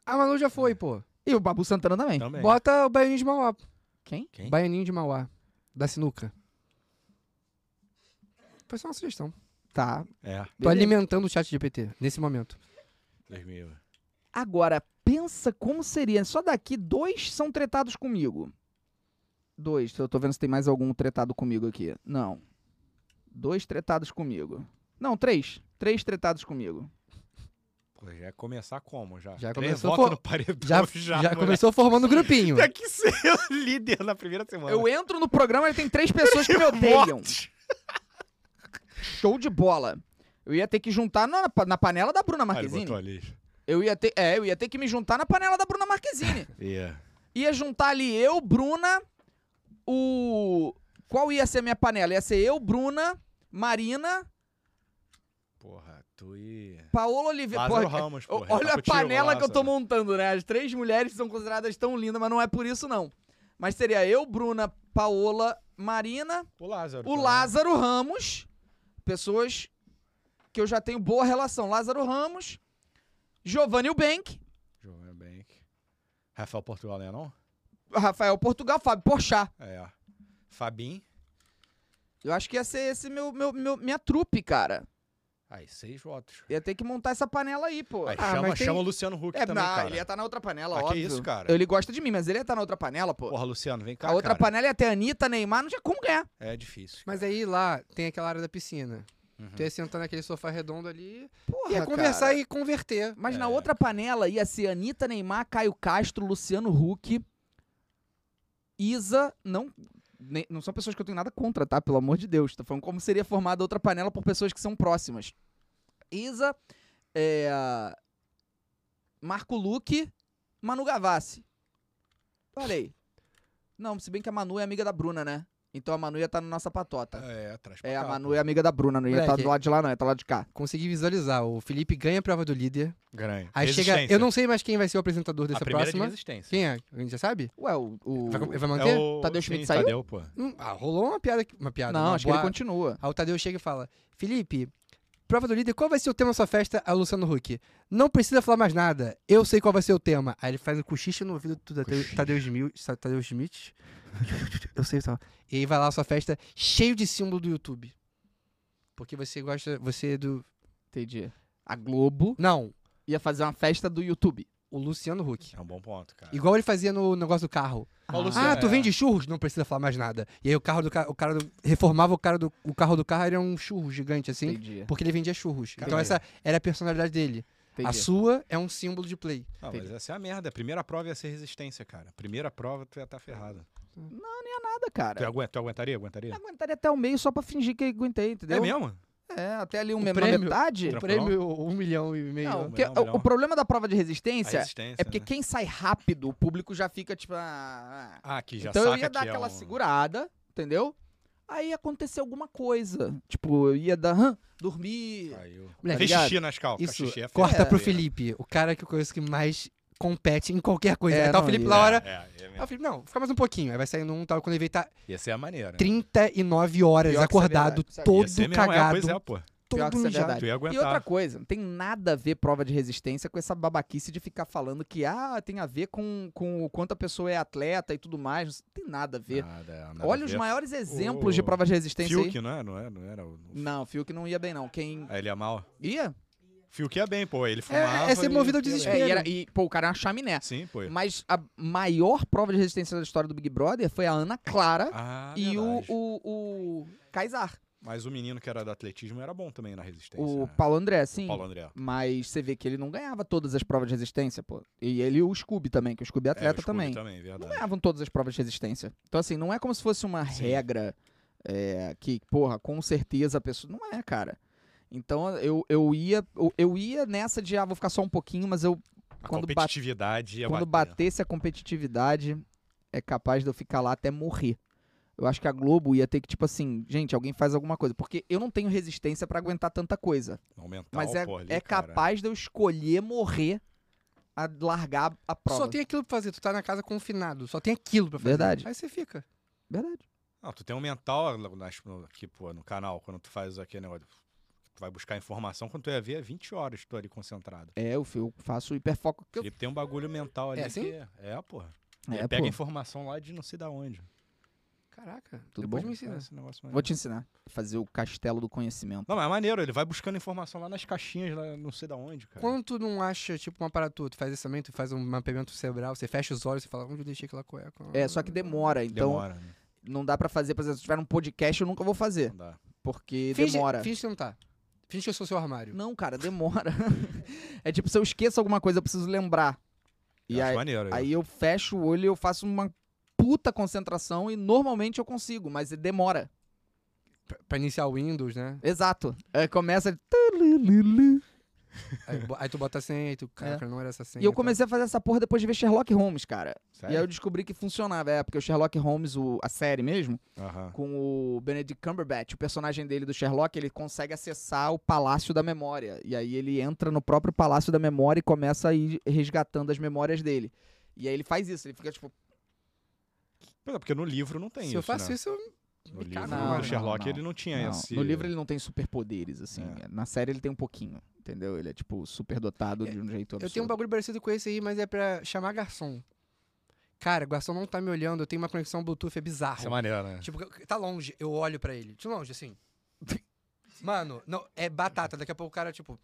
Speaker 3: A Manu Ah, já foi, pô.
Speaker 1: E o Babu Santana também.
Speaker 2: Também.
Speaker 3: Bota o Baianinho de Mauá.
Speaker 1: Quem?
Speaker 2: Quem?
Speaker 3: Baianinho de Mauá. Da sinuca. Foi só uma sugestão.
Speaker 1: Tá.
Speaker 2: É.
Speaker 3: Tô
Speaker 1: beleza.
Speaker 3: alimentando o chat de PT nesse momento.
Speaker 2: 2000.
Speaker 1: Agora, pensa como seria. Só daqui dois são tretados comigo. Dois. Eu tô vendo se tem mais algum tretado comigo aqui. Não. Dois tretados comigo. Não, três. Três tretados comigo.
Speaker 2: Pô, já ia começar como? Já,
Speaker 3: Já
Speaker 2: Três
Speaker 3: começou
Speaker 2: votos
Speaker 3: for-
Speaker 2: no paredão.
Speaker 3: Já,
Speaker 2: já,
Speaker 3: já,
Speaker 2: moleque.
Speaker 3: começou formando o grupinho.
Speaker 2: Tem que ser o líder na primeira semana.
Speaker 1: Eu entro no programa e tem três pessoas que me odeiam.
Speaker 2: Vote.
Speaker 1: Show de bola. Eu ia ter que juntar na, na panela da Bruna
Speaker 2: Ah, ele botou
Speaker 1: Marquezine.
Speaker 2: a lista.
Speaker 1: Eu ia ter, é, eu ia ter que me juntar na panela da Bruna Marquezine.
Speaker 2: Yeah.
Speaker 1: ia juntar ali eu, Bruna, o. Qual ia ser a minha panela? Ia ser eu, Bruna, Marina,
Speaker 2: Porra, tu e...
Speaker 1: Paola Oliveira.
Speaker 2: Lázaro
Speaker 3: é,
Speaker 1: Porra,
Speaker 2: Ramos,
Speaker 1: o-
Speaker 2: porra.
Speaker 1: olha a
Speaker 2: Caputino,
Speaker 1: panela que eu tô
Speaker 2: Lázaro.
Speaker 1: montando, né? As três mulheres são consideradas tão lindas, mas não é por isso, não. Mas seria eu, Bruna, Paola, Marina,
Speaker 2: O Lázaro.
Speaker 1: o
Speaker 2: tá?
Speaker 1: Lázaro Ramos, pessoas que eu já tenho boa relação. Lázaro Ramos, Giovanni Ubank,
Speaker 2: Giovanni Bank. Rafael Portugal, né, não?
Speaker 1: Rafael Portugal, Fábio Porchat.
Speaker 2: É. Fabim.
Speaker 1: Eu acho que ia ser esse meu, meu, meu- minha trupe, cara.
Speaker 2: Aí, seis votos.
Speaker 1: Ia ter que montar essa panela aí, pô.
Speaker 2: Aí,
Speaker 3: Ah,
Speaker 2: chama,
Speaker 3: mas tem-
Speaker 2: chama o Luciano Huck
Speaker 1: é,
Speaker 2: também,
Speaker 1: não,
Speaker 2: cara.
Speaker 1: ele ia estar na outra panela,
Speaker 2: Ah, que
Speaker 1: óbvio.
Speaker 2: isso, cara?
Speaker 1: Ele gosta de mim, mas ele ia estar na outra panela, pô.
Speaker 2: Porra, Luciano, vem cá,
Speaker 1: a outra
Speaker 2: cara.
Speaker 1: panela ia ter Anitta, Neymar, não tinha como ganhar.
Speaker 2: É difícil.
Speaker 3: Mas aí lá tem aquela área da piscina.
Speaker 2: Uhum.
Speaker 3: Tu ia sentar naquele sofá redondo ali.
Speaker 1: Porra,
Speaker 3: ia conversar
Speaker 1: cara.
Speaker 3: e converter.
Speaker 1: Mas
Speaker 2: É.
Speaker 1: na outra panela ia ser Anitta, Neymar, Caio Castro, Luciano Huck, Isa, não... nem- Não são pessoas que eu tenho nada contra, tá? Pelo amor de Deus. Tô falando como seria formada outra panela por pessoas que são próximas. Isa, é, Marco Luque, Manu Gavassi. Falei. Não, se bem que a Manu é amiga da Bruna, né? Então a Manu ia estar na nossa patota.
Speaker 2: É, atrás pra
Speaker 1: É, a
Speaker 2: cá,
Speaker 1: Manu
Speaker 2: pô.
Speaker 1: é amiga da Bruna, não ia estar
Speaker 3: Moleque.
Speaker 1: do lado de lá, não, ia estar lá de cá.
Speaker 3: Consegui visualizar. O Felipe ganha a prova do líder.
Speaker 2: Grande.
Speaker 3: Aí chega.
Speaker 2: Resistência.
Speaker 3: Eu não sei mais quem vai ser o
Speaker 2: a
Speaker 3: apresentador
Speaker 1: é
Speaker 3: dessa
Speaker 2: primeira de
Speaker 3: próxima.
Speaker 2: resistência.
Speaker 3: Quem é? A gente já sabe?
Speaker 1: Ué, o. o-
Speaker 3: Vai, vai
Speaker 2: É
Speaker 3: manter?
Speaker 2: o...
Speaker 1: Tadeu
Speaker 2: sim,
Speaker 1: Schmidt saiu?
Speaker 2: Tadeu, pô.
Speaker 3: Hum, ah, rolou uma piada. Uma piada.
Speaker 1: não,
Speaker 3: uma
Speaker 1: acho que ele
Speaker 3: boa-
Speaker 1: continua.
Speaker 3: Aí o Tadeu chega e fala: Felipe, prova do líder, qual vai ser o tema da sua festa? A Luciano Huck. Não precisa falar mais nada. Eu sei qual vai ser o tema. Aí ele faz um cochicho no ouvido do Tadeu,
Speaker 2: Cochicho.
Speaker 3: Tadeu, Smil- Sa- Tadeu Schmidt. Eu sei o tal. E aí vai lá a sua festa cheio de símbolo do YouTube. Porque você gosta. Você é do.
Speaker 1: Entendi. A Globo
Speaker 3: Não,
Speaker 1: ia fazer uma festa do YouTube.
Speaker 3: o Luciano Huck.
Speaker 2: É um bom ponto, cara.
Speaker 3: Igual ele fazia no negócio do carro.
Speaker 2: Ó, o Luciano-
Speaker 3: Ah, tu
Speaker 2: é.
Speaker 3: vende churros? Não precisa falar mais nada. E aí o carro do ca- o cara do- reformava o cara do o carro do carro era um churro gigante assim,
Speaker 1: Entendi.
Speaker 3: porque ele vendia churros. Então
Speaker 2: Caralho.
Speaker 3: essa era a personalidade dele. A
Speaker 1: entendi.
Speaker 3: sua é um símbolo de play.
Speaker 2: Ah, mas
Speaker 1: Entendi.
Speaker 2: essa é a merda. A primeira prova ia ser resistência, cara. Primeira prova, tu ia estar ferrado.
Speaker 1: Nada,
Speaker 2: Tu,
Speaker 1: cara.
Speaker 2: aguenta, tu aguentaria? Aguentaria?
Speaker 1: Eu aguentaria até o meio só pra fingir que aguentei, entendeu?
Speaker 2: É mesmo?
Speaker 1: É, até ali um
Speaker 3: O
Speaker 1: me- na
Speaker 3: prêmio-
Speaker 1: metade.
Speaker 2: Não,
Speaker 3: O prêmio um milhão e meio.
Speaker 1: Não,
Speaker 3: né?
Speaker 1: porque
Speaker 2: melhor, melhor.
Speaker 1: o, o problema da prova de
Speaker 2: A
Speaker 1: resistência
Speaker 2: resistência,
Speaker 1: é porque
Speaker 2: né?
Speaker 1: quem sai rápido, o público já fica tipo. ah, ah.
Speaker 2: Ah, aqui já
Speaker 1: então
Speaker 2: saca
Speaker 1: eu ia dar
Speaker 2: que é
Speaker 1: aquela
Speaker 2: um-
Speaker 1: segurada, entendeu? Aí ia acontecer alguma coisa. Tipo, eu ia dar. hã, dormir.
Speaker 2: Caiu.
Speaker 1: Tá
Speaker 3: Moleque,
Speaker 2: Fez
Speaker 1: ligado?
Speaker 2: xixi nas calças.
Speaker 3: isso
Speaker 2: Xixi é
Speaker 3: corta
Speaker 2: foda.
Speaker 3: pro Felipe, o cara que eu conheço que mais compete em qualquer coisa.
Speaker 1: É,
Speaker 3: Aí tá o
Speaker 1: não,
Speaker 3: Felipe
Speaker 1: e-
Speaker 3: na hora.
Speaker 2: É, é, é
Speaker 3: Aí o
Speaker 2: mesmo.
Speaker 3: Felipe, não, fica mais um pouquinho. Aí vai saindo um tal. Quando ele veio, tá
Speaker 2: Ia ser a maneira. né?
Speaker 3: 39
Speaker 1: Pior
Speaker 3: horas
Speaker 1: que isso é
Speaker 3: acordado,
Speaker 1: verdade, sabia?
Speaker 2: Ia
Speaker 3: todo
Speaker 2: ser mesmo,
Speaker 3: cagado,
Speaker 2: É, pois é, pô.
Speaker 1: Pior que
Speaker 3: todo
Speaker 1: isso é
Speaker 3: mijado.
Speaker 1: verdade.
Speaker 2: Tu ia
Speaker 1: E outra
Speaker 2: aguentar.
Speaker 1: coisa, não tem nada a ver prova de resistência com essa babaquice de ficar falando que ah, tem a ver com, com o quanto a pessoa é atleta e tudo mais. Não tem nada a ver.
Speaker 2: Nada, nada
Speaker 1: Olha
Speaker 2: a
Speaker 1: os
Speaker 2: ver.
Speaker 1: maiores exemplos de
Speaker 2: O
Speaker 1: prova de resistência aí.
Speaker 2: Fiuk, não é? Não é? Não era? o-
Speaker 1: Não, Fiuk não ia bem, não. Quem
Speaker 2: Ah, ele ia mal.
Speaker 1: ia?
Speaker 2: Fiuk ia bem, pô. Ele fumava.
Speaker 3: é ser
Speaker 2: e-
Speaker 3: movido ao
Speaker 2: e ia bem.
Speaker 3: desespero.
Speaker 1: É, e, era- e, pô, o cara é uma chaminé.
Speaker 2: Sim, pô.
Speaker 1: Mas a maior prova de resistência da história do Big Brother foi a Ana Clara
Speaker 2: Ah,
Speaker 1: e o,
Speaker 2: verdade.
Speaker 1: o, o Kaysar,
Speaker 2: Mas o menino que era do atletismo era bom também na resistência.
Speaker 1: o
Speaker 2: né?
Speaker 1: Paulo André, sim.
Speaker 2: Paulo André.
Speaker 1: Mas você vê que ele não ganhava todas as provas de resistência, pô. E ele e o Scooby também, que o Scooby é
Speaker 2: É, o
Speaker 1: atleta
Speaker 2: Scooby
Speaker 1: também.
Speaker 2: também,
Speaker 1: Não é,
Speaker 2: verdade.
Speaker 1: ganhavam todas as provas de resistência. Então, assim, não é como se fosse uma
Speaker 2: Sim.
Speaker 1: regra é, que, porra, com certeza a pessoa. Não é, cara. Então eu, eu ia eu, eu ia nessa de, ah, vou ficar só um pouquinho, mas eu
Speaker 2: A
Speaker 1: quando bate-
Speaker 2: competitividade ia
Speaker 1: Quando
Speaker 2: bater. né?
Speaker 1: batesse a competitividade, é capaz de eu ficar lá até morrer. Eu acho que a Globo ia ter que, tipo assim, gente, alguém faz alguma coisa. Porque eu não tenho resistência pra aguentar tanta coisa.
Speaker 2: Aumentar
Speaker 1: Mas
Speaker 2: o
Speaker 1: é,
Speaker 2: pó Tá, ali,
Speaker 1: é
Speaker 2: cara.
Speaker 1: capaz de eu escolher morrer a largar a prova.
Speaker 3: Só tem aquilo pra fazer, tu tá na casa confinado, só tem aquilo pra fazer.
Speaker 1: Verdade.
Speaker 3: Aí você fica.
Speaker 1: Verdade.
Speaker 2: Não, tu tem um mental nas- no- aqui, pô, no canal, quando tu faz aquele negócio. Tu vai buscar informação, quando tu ia ver, é 20 horas tu ali concentrado.
Speaker 1: É, eu, fi- eu faço hiperfoco. Que eu...
Speaker 2: Felipe tem um bagulho mental ali
Speaker 3: É assim?
Speaker 2: que. É, porra.
Speaker 1: É,
Speaker 2: Ele pega
Speaker 1: pô,
Speaker 2: informação lá de não sei da onde.
Speaker 3: Caraca,
Speaker 1: Tudo
Speaker 3: depois
Speaker 1: bom?
Speaker 3: me
Speaker 2: É
Speaker 3: ensina.
Speaker 2: esse negócio
Speaker 1: vou
Speaker 2: maneiro.
Speaker 1: te ensinar. Fazer o castelo do conhecimento.
Speaker 2: Não, mas é maneiro, ele vai buscando informação lá nas caixinhas, lá, não sei da onde, cara.
Speaker 3: Quando tu não acha, tipo, uma parada tua, tu faz isso também, tu faz um mapeamento cerebral, você fecha os olhos e fala, onde eu deixei aquela cueca?
Speaker 1: É, só que demora. Então,
Speaker 2: Demora, né?
Speaker 1: não dá pra fazer. Por exemplo, se tiver um podcast, eu nunca vou fazer.
Speaker 2: Não dá.
Speaker 1: Porque
Speaker 3: Finge,
Speaker 1: demora.
Speaker 3: Finge que não tá. Finge que eu sou seu armário.
Speaker 1: Não, cara, demora. é tipo, se eu esqueço alguma coisa, eu preciso lembrar.
Speaker 2: Eu
Speaker 1: E
Speaker 2: acho
Speaker 1: aí,
Speaker 2: maneiro.
Speaker 1: aí eu fecho o olho e eu faço uma puta concentração e normalmente eu consigo, mas demora.
Speaker 3: Pra, pra iniciar o Windows, né?
Speaker 1: Exato. É, começa.
Speaker 3: Aí, bo- aí tu bota a senha, aí tu, caraca, não era essa senha.
Speaker 1: É. E eu
Speaker 3: tá.
Speaker 1: comecei a fazer essa porra depois de ver Sherlock Holmes, cara.
Speaker 2: então. Sério?
Speaker 1: E aí eu descobri que funcionava. É, porque o Sherlock Holmes, o- a série mesmo,
Speaker 2: Aham.
Speaker 1: com o Benedict Cumberbatch, o personagem dele do Sherlock, ele consegue acessar o Palácio da Memória. E aí ele entra no próprio Palácio da Memória e começa a ir resgatando as memórias dele. E aí ele faz isso, ele fica tipo,
Speaker 2: Pois é, Porque no livro não tem
Speaker 3: Se
Speaker 2: isso.
Speaker 3: eu faço
Speaker 2: né?
Speaker 3: isso, eu...
Speaker 2: No
Speaker 3: me
Speaker 2: livro um
Speaker 3: cago
Speaker 1: Não,
Speaker 3: na
Speaker 2: do
Speaker 3: hora.
Speaker 2: Sherlock
Speaker 1: não.
Speaker 2: ele não tinha
Speaker 1: Não,
Speaker 2: esse.
Speaker 1: No livro ele não tem superpoderes, assim. Na série ele tem um pouquinho, entendeu? Ele é, tipo, superdotado de um jeito absurdo.
Speaker 3: Eu tenho um bagulho parecido com esse aí, mas é pra chamar garçom. Cara, o garçom não tá me olhando, eu tenho uma conexão Bluetooth, é bizarro.
Speaker 2: Isso é maneiro, né?
Speaker 3: Tipo, tá longe, eu olho pra ele. De longe, assim. Mano, não, é batata. Daqui a pouco o cara, tipo.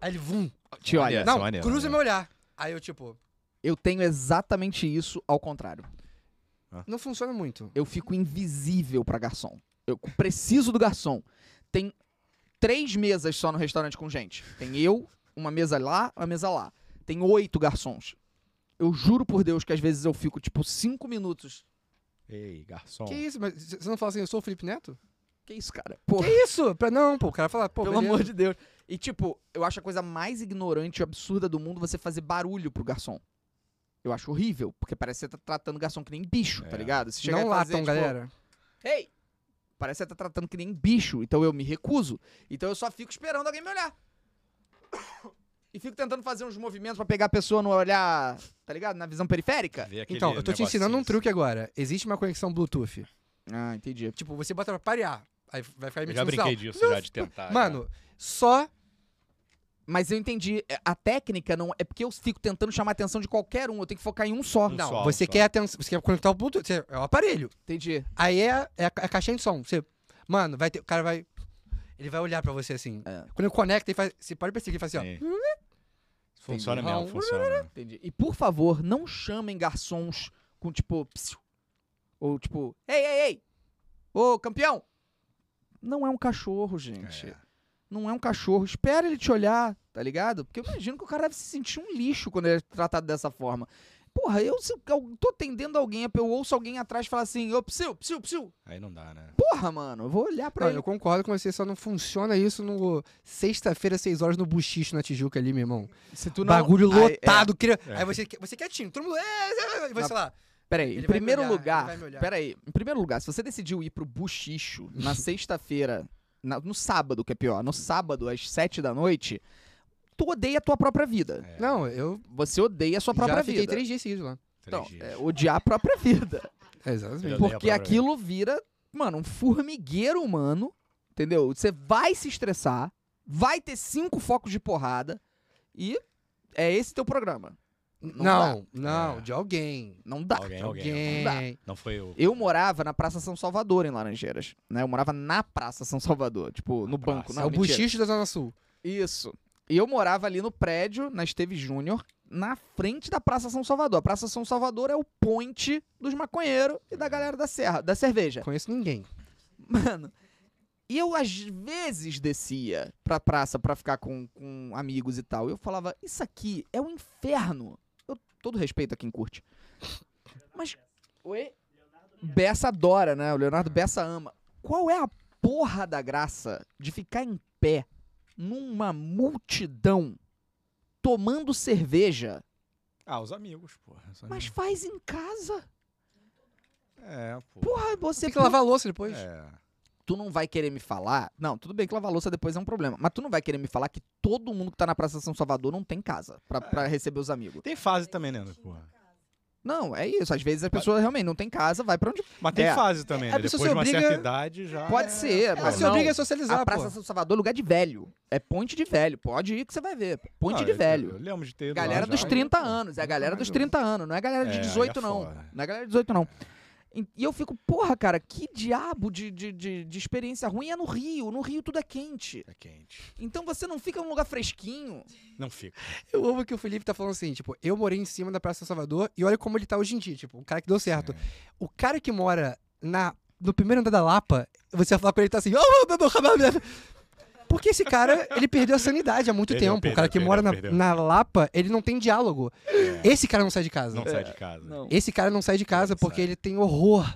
Speaker 3: Aí ele vum.
Speaker 1: Te olha,
Speaker 2: Maneiro,
Speaker 3: não,
Speaker 2: isso é maneiro,
Speaker 3: cruza
Speaker 2: né?
Speaker 3: meu olhar. Aí eu, tipo,
Speaker 1: eu tenho exatamente isso ao contrário.
Speaker 3: não funciona muito.
Speaker 1: Eu fico invisível pra garçom. Eu preciso do garçom. Tem três mesas só no restaurante com gente. Tem eu, uma mesa lá, uma mesa lá. Tem oito garçons. Eu juro por Deus que às vezes eu fico, tipo, cinco minutos.
Speaker 2: Ei, garçom.
Speaker 3: Que isso? Mas c- você não fala assim, eu sou o Felipe Neto?
Speaker 1: Que isso, cara? Porra.
Speaker 3: Que isso? Pra, não, pô, o cara fala, pô,
Speaker 1: Pelo
Speaker 3: beleza.
Speaker 1: amor de Deus. E, tipo, eu acho a coisa mais ignorante e absurda do mundo você fazer barulho pro garçom. Eu acho horrível, porque parece que você tá tratando garçom que nem bicho, tá
Speaker 2: É.
Speaker 1: ligado? Se chegar
Speaker 3: Não
Speaker 1: e fazer,
Speaker 3: latam,
Speaker 1: tipo,
Speaker 3: galera.
Speaker 1: Ei! Parece que você tá tratando que nem bicho, então eu me recuso. Então eu só fico esperando alguém me olhar. E fico tentando fazer uns movimentos pra pegar a pessoa no olhar, tá ligado? Na visão periférica.
Speaker 2: Vê aquele
Speaker 3: Então, eu tô te
Speaker 2: negocinho
Speaker 3: ensinando um
Speaker 2: assim.
Speaker 3: truque agora. Existe uma conexão Bluetooth.
Speaker 1: Ah, entendi.
Speaker 3: Tipo, você bota pra parear. Aí vai ficar
Speaker 2: Eu já
Speaker 3: emitindo
Speaker 2: brinquei
Speaker 3: sinal.
Speaker 2: disso,
Speaker 3: Não,
Speaker 2: já de tentar. já.
Speaker 3: Mano, só
Speaker 1: Mas eu entendi. É, A técnica não é porque eu fico tentando chamar a atenção de qualquer um. Eu tenho que focar em um só.
Speaker 2: Um
Speaker 3: Não,
Speaker 2: só,
Speaker 3: você
Speaker 2: só.
Speaker 3: quer atenção, você quer conectar o Bluetooth, você- é o aparelho.
Speaker 1: Entendi.
Speaker 3: Aí é, é a ca- é a caixinha de som. Você, mano, vai ter, o cara vai ele vai olhar pra você assim.
Speaker 1: É.
Speaker 3: Quando ele conecta, ele faz, você pode perceber, ele faz assim,
Speaker 2: Sim. Funciona mesmo,
Speaker 3: Entendi.
Speaker 2: funciona. né?
Speaker 1: Entendi. E por favor, não chamem garçons com tipo. psiu, ou tipo, ei, ei, ei! Ô, campeão! Não é um cachorro, gente.
Speaker 2: É.
Speaker 1: Não é um cachorro. Espera ele te olhar, tá ligado? Porque eu imagino que o cara deve se sentir um lixo quando ele é tratado dessa forma. Porra, eu se eu tô atendendo alguém, é eu ouço alguém atrás falar assim, ô, psiu, psiu, psiu.
Speaker 2: Aí não dá, né?
Speaker 1: Porra, mano, eu vou olhar pra
Speaker 3: ó,
Speaker 1: ele.
Speaker 3: eu concordo com você, só não funciona isso no sexta-feira, seis horas, no buchicho na Tijuca ali, meu irmão.
Speaker 1: Se tu
Speaker 3: Bagulho
Speaker 1: Aí, é,
Speaker 3: lotado, cria-
Speaker 2: É.
Speaker 3: Aí você, você quietinho, todo mundo. É, é, é, vai,
Speaker 1: Na-
Speaker 3: sei lá.
Speaker 1: Peraí,
Speaker 3: Ele
Speaker 1: em
Speaker 3: vai me
Speaker 1: primeiro
Speaker 3: olhar, ele
Speaker 1: lugar.
Speaker 3: vai me olhar.
Speaker 1: Peraí, em primeiro lugar, se você decidiu ir pro buchicho na sexta-feira, na- no sábado, que é pior, no sábado às sete da noite, tu odeia a tua própria vida.
Speaker 2: É,
Speaker 3: Não, eu
Speaker 1: Você odeia a sua própria
Speaker 3: já fiquei
Speaker 1: vida.
Speaker 3: três dias seguidos lá.
Speaker 2: três
Speaker 1: então,
Speaker 2: dias.
Speaker 1: é, odiar a própria vida.
Speaker 3: exatamente.
Speaker 2: Odeia a
Speaker 1: porque
Speaker 2: própria
Speaker 1: aquilo vira, mano, um formigueiro humano, entendeu? Você vai se estressar, vai ter cinco focos de porrada e é esse teu programa. Não
Speaker 3: Não, não,
Speaker 2: É.
Speaker 3: de alguém.
Speaker 1: Não dá.
Speaker 2: Alguém, alguém.
Speaker 3: Alguém. É
Speaker 1: Não
Speaker 2: Não foi eu.
Speaker 1: Eu morava na Praça São Salvador, em Laranjeiras. Né? Eu morava na Praça São Salvador, tipo, no
Speaker 2: praça.
Speaker 1: banco.
Speaker 3: É
Speaker 1: Não,
Speaker 3: o
Speaker 1: mentira.
Speaker 3: buchicho da Zona Sul.
Speaker 1: Isso. E eu morava ali no prédio, na Esteve Júnior, na frente da Praça São Salvador. A Praça São Salvador é o ponte dos maconheiros e
Speaker 3: Uhum.
Speaker 1: da galera da serra, da cerveja.
Speaker 3: Conheço ninguém.
Speaker 1: Mano, e eu às vezes descia pra praça pra ficar com, com amigos e tal. Eu falava, isso aqui é um inferno. Eu, todo respeito a quem curte. Mas. Oi? Bessa adora, né? O Leonardo
Speaker 3: Ah.
Speaker 1: Bessa ama. Qual é a porra da graça de ficar em pé numa multidão tomando cerveja?
Speaker 2: Ah, os amigos, porra. os
Speaker 1: Mas
Speaker 2: amigos.
Speaker 1: faz em casa.
Speaker 2: É, pô.
Speaker 1: Porra, você
Speaker 3: Tem que lavar a louça depois.
Speaker 2: É.
Speaker 1: tu não vai querer me falar. Não, tudo bem que lavar louça depois é um problema. Mas tu não vai querer me falar que todo mundo que tá na Praça São Salvador não tem casa pra, pra receber os amigos.
Speaker 2: Tem fase também, né, Nando, porra?
Speaker 1: Não, é isso. Às vezes a pessoa realmente não tem casa, vai pra onde.
Speaker 2: Mas tem
Speaker 1: É.
Speaker 2: fase também,
Speaker 3: É,
Speaker 2: né?
Speaker 3: a pessoa
Speaker 2: Depois de
Speaker 3: se
Speaker 2: uma
Speaker 3: obriga-
Speaker 2: certa idade já.
Speaker 1: Pode
Speaker 2: é-
Speaker 1: ser,
Speaker 2: é,
Speaker 1: mas
Speaker 3: Ela se
Speaker 1: não.
Speaker 3: obriga a
Speaker 1: A
Speaker 3: socializar,
Speaker 1: Praça
Speaker 3: pô.
Speaker 1: São Salvador é lugar de velho. É ponte de velho. Pode ir que você vai ver. Ponte
Speaker 2: Ah,
Speaker 1: um de
Speaker 2: eu- Eu
Speaker 1: velho.
Speaker 2: lembro de ter ido lá
Speaker 1: Galera
Speaker 2: já,
Speaker 1: dos
Speaker 2: mas,
Speaker 1: 30
Speaker 2: pô,
Speaker 1: anos. É a
Speaker 2: nunca
Speaker 1: galera
Speaker 2: mais
Speaker 1: dos
Speaker 2: eu-
Speaker 1: 30 anos. Não é a galera de
Speaker 2: É, aí é
Speaker 1: 18, não.
Speaker 2: foda.
Speaker 1: Não é a galera de 18, não. E- E eu fico, porra, cara, que diabo de, de, de, de experiência ruim é no Rio. No Rio tudo é quente.
Speaker 2: É quente.
Speaker 1: Então você não fica num lugar fresquinho.
Speaker 2: Não fica.
Speaker 3: Eu amo que o Felipe tá falando assim, tipo, eu morei em cima da Praça Salvador e olha como ele tá hoje em dia, tipo, um cara que deu certo. O cara que mora na, no primeiro andar da Lapa, você vai falar com ele e tá assim, "Oh, meu, meu, meu, meu, meu." porque esse cara, ele perdeu a sanidade há muito
Speaker 2: Perdeu,
Speaker 3: tempo. o
Speaker 2: perdeu,
Speaker 3: cara que
Speaker 2: perdeu,
Speaker 3: mora na,
Speaker 2: perdeu. É.
Speaker 3: na Lapa, ele não tem diálogo. Esse cara não sai de casa.
Speaker 2: Não sai de casa.
Speaker 3: Esse cara não sai de casa
Speaker 2: Não
Speaker 3: porque
Speaker 2: sai.
Speaker 3: ele tem horror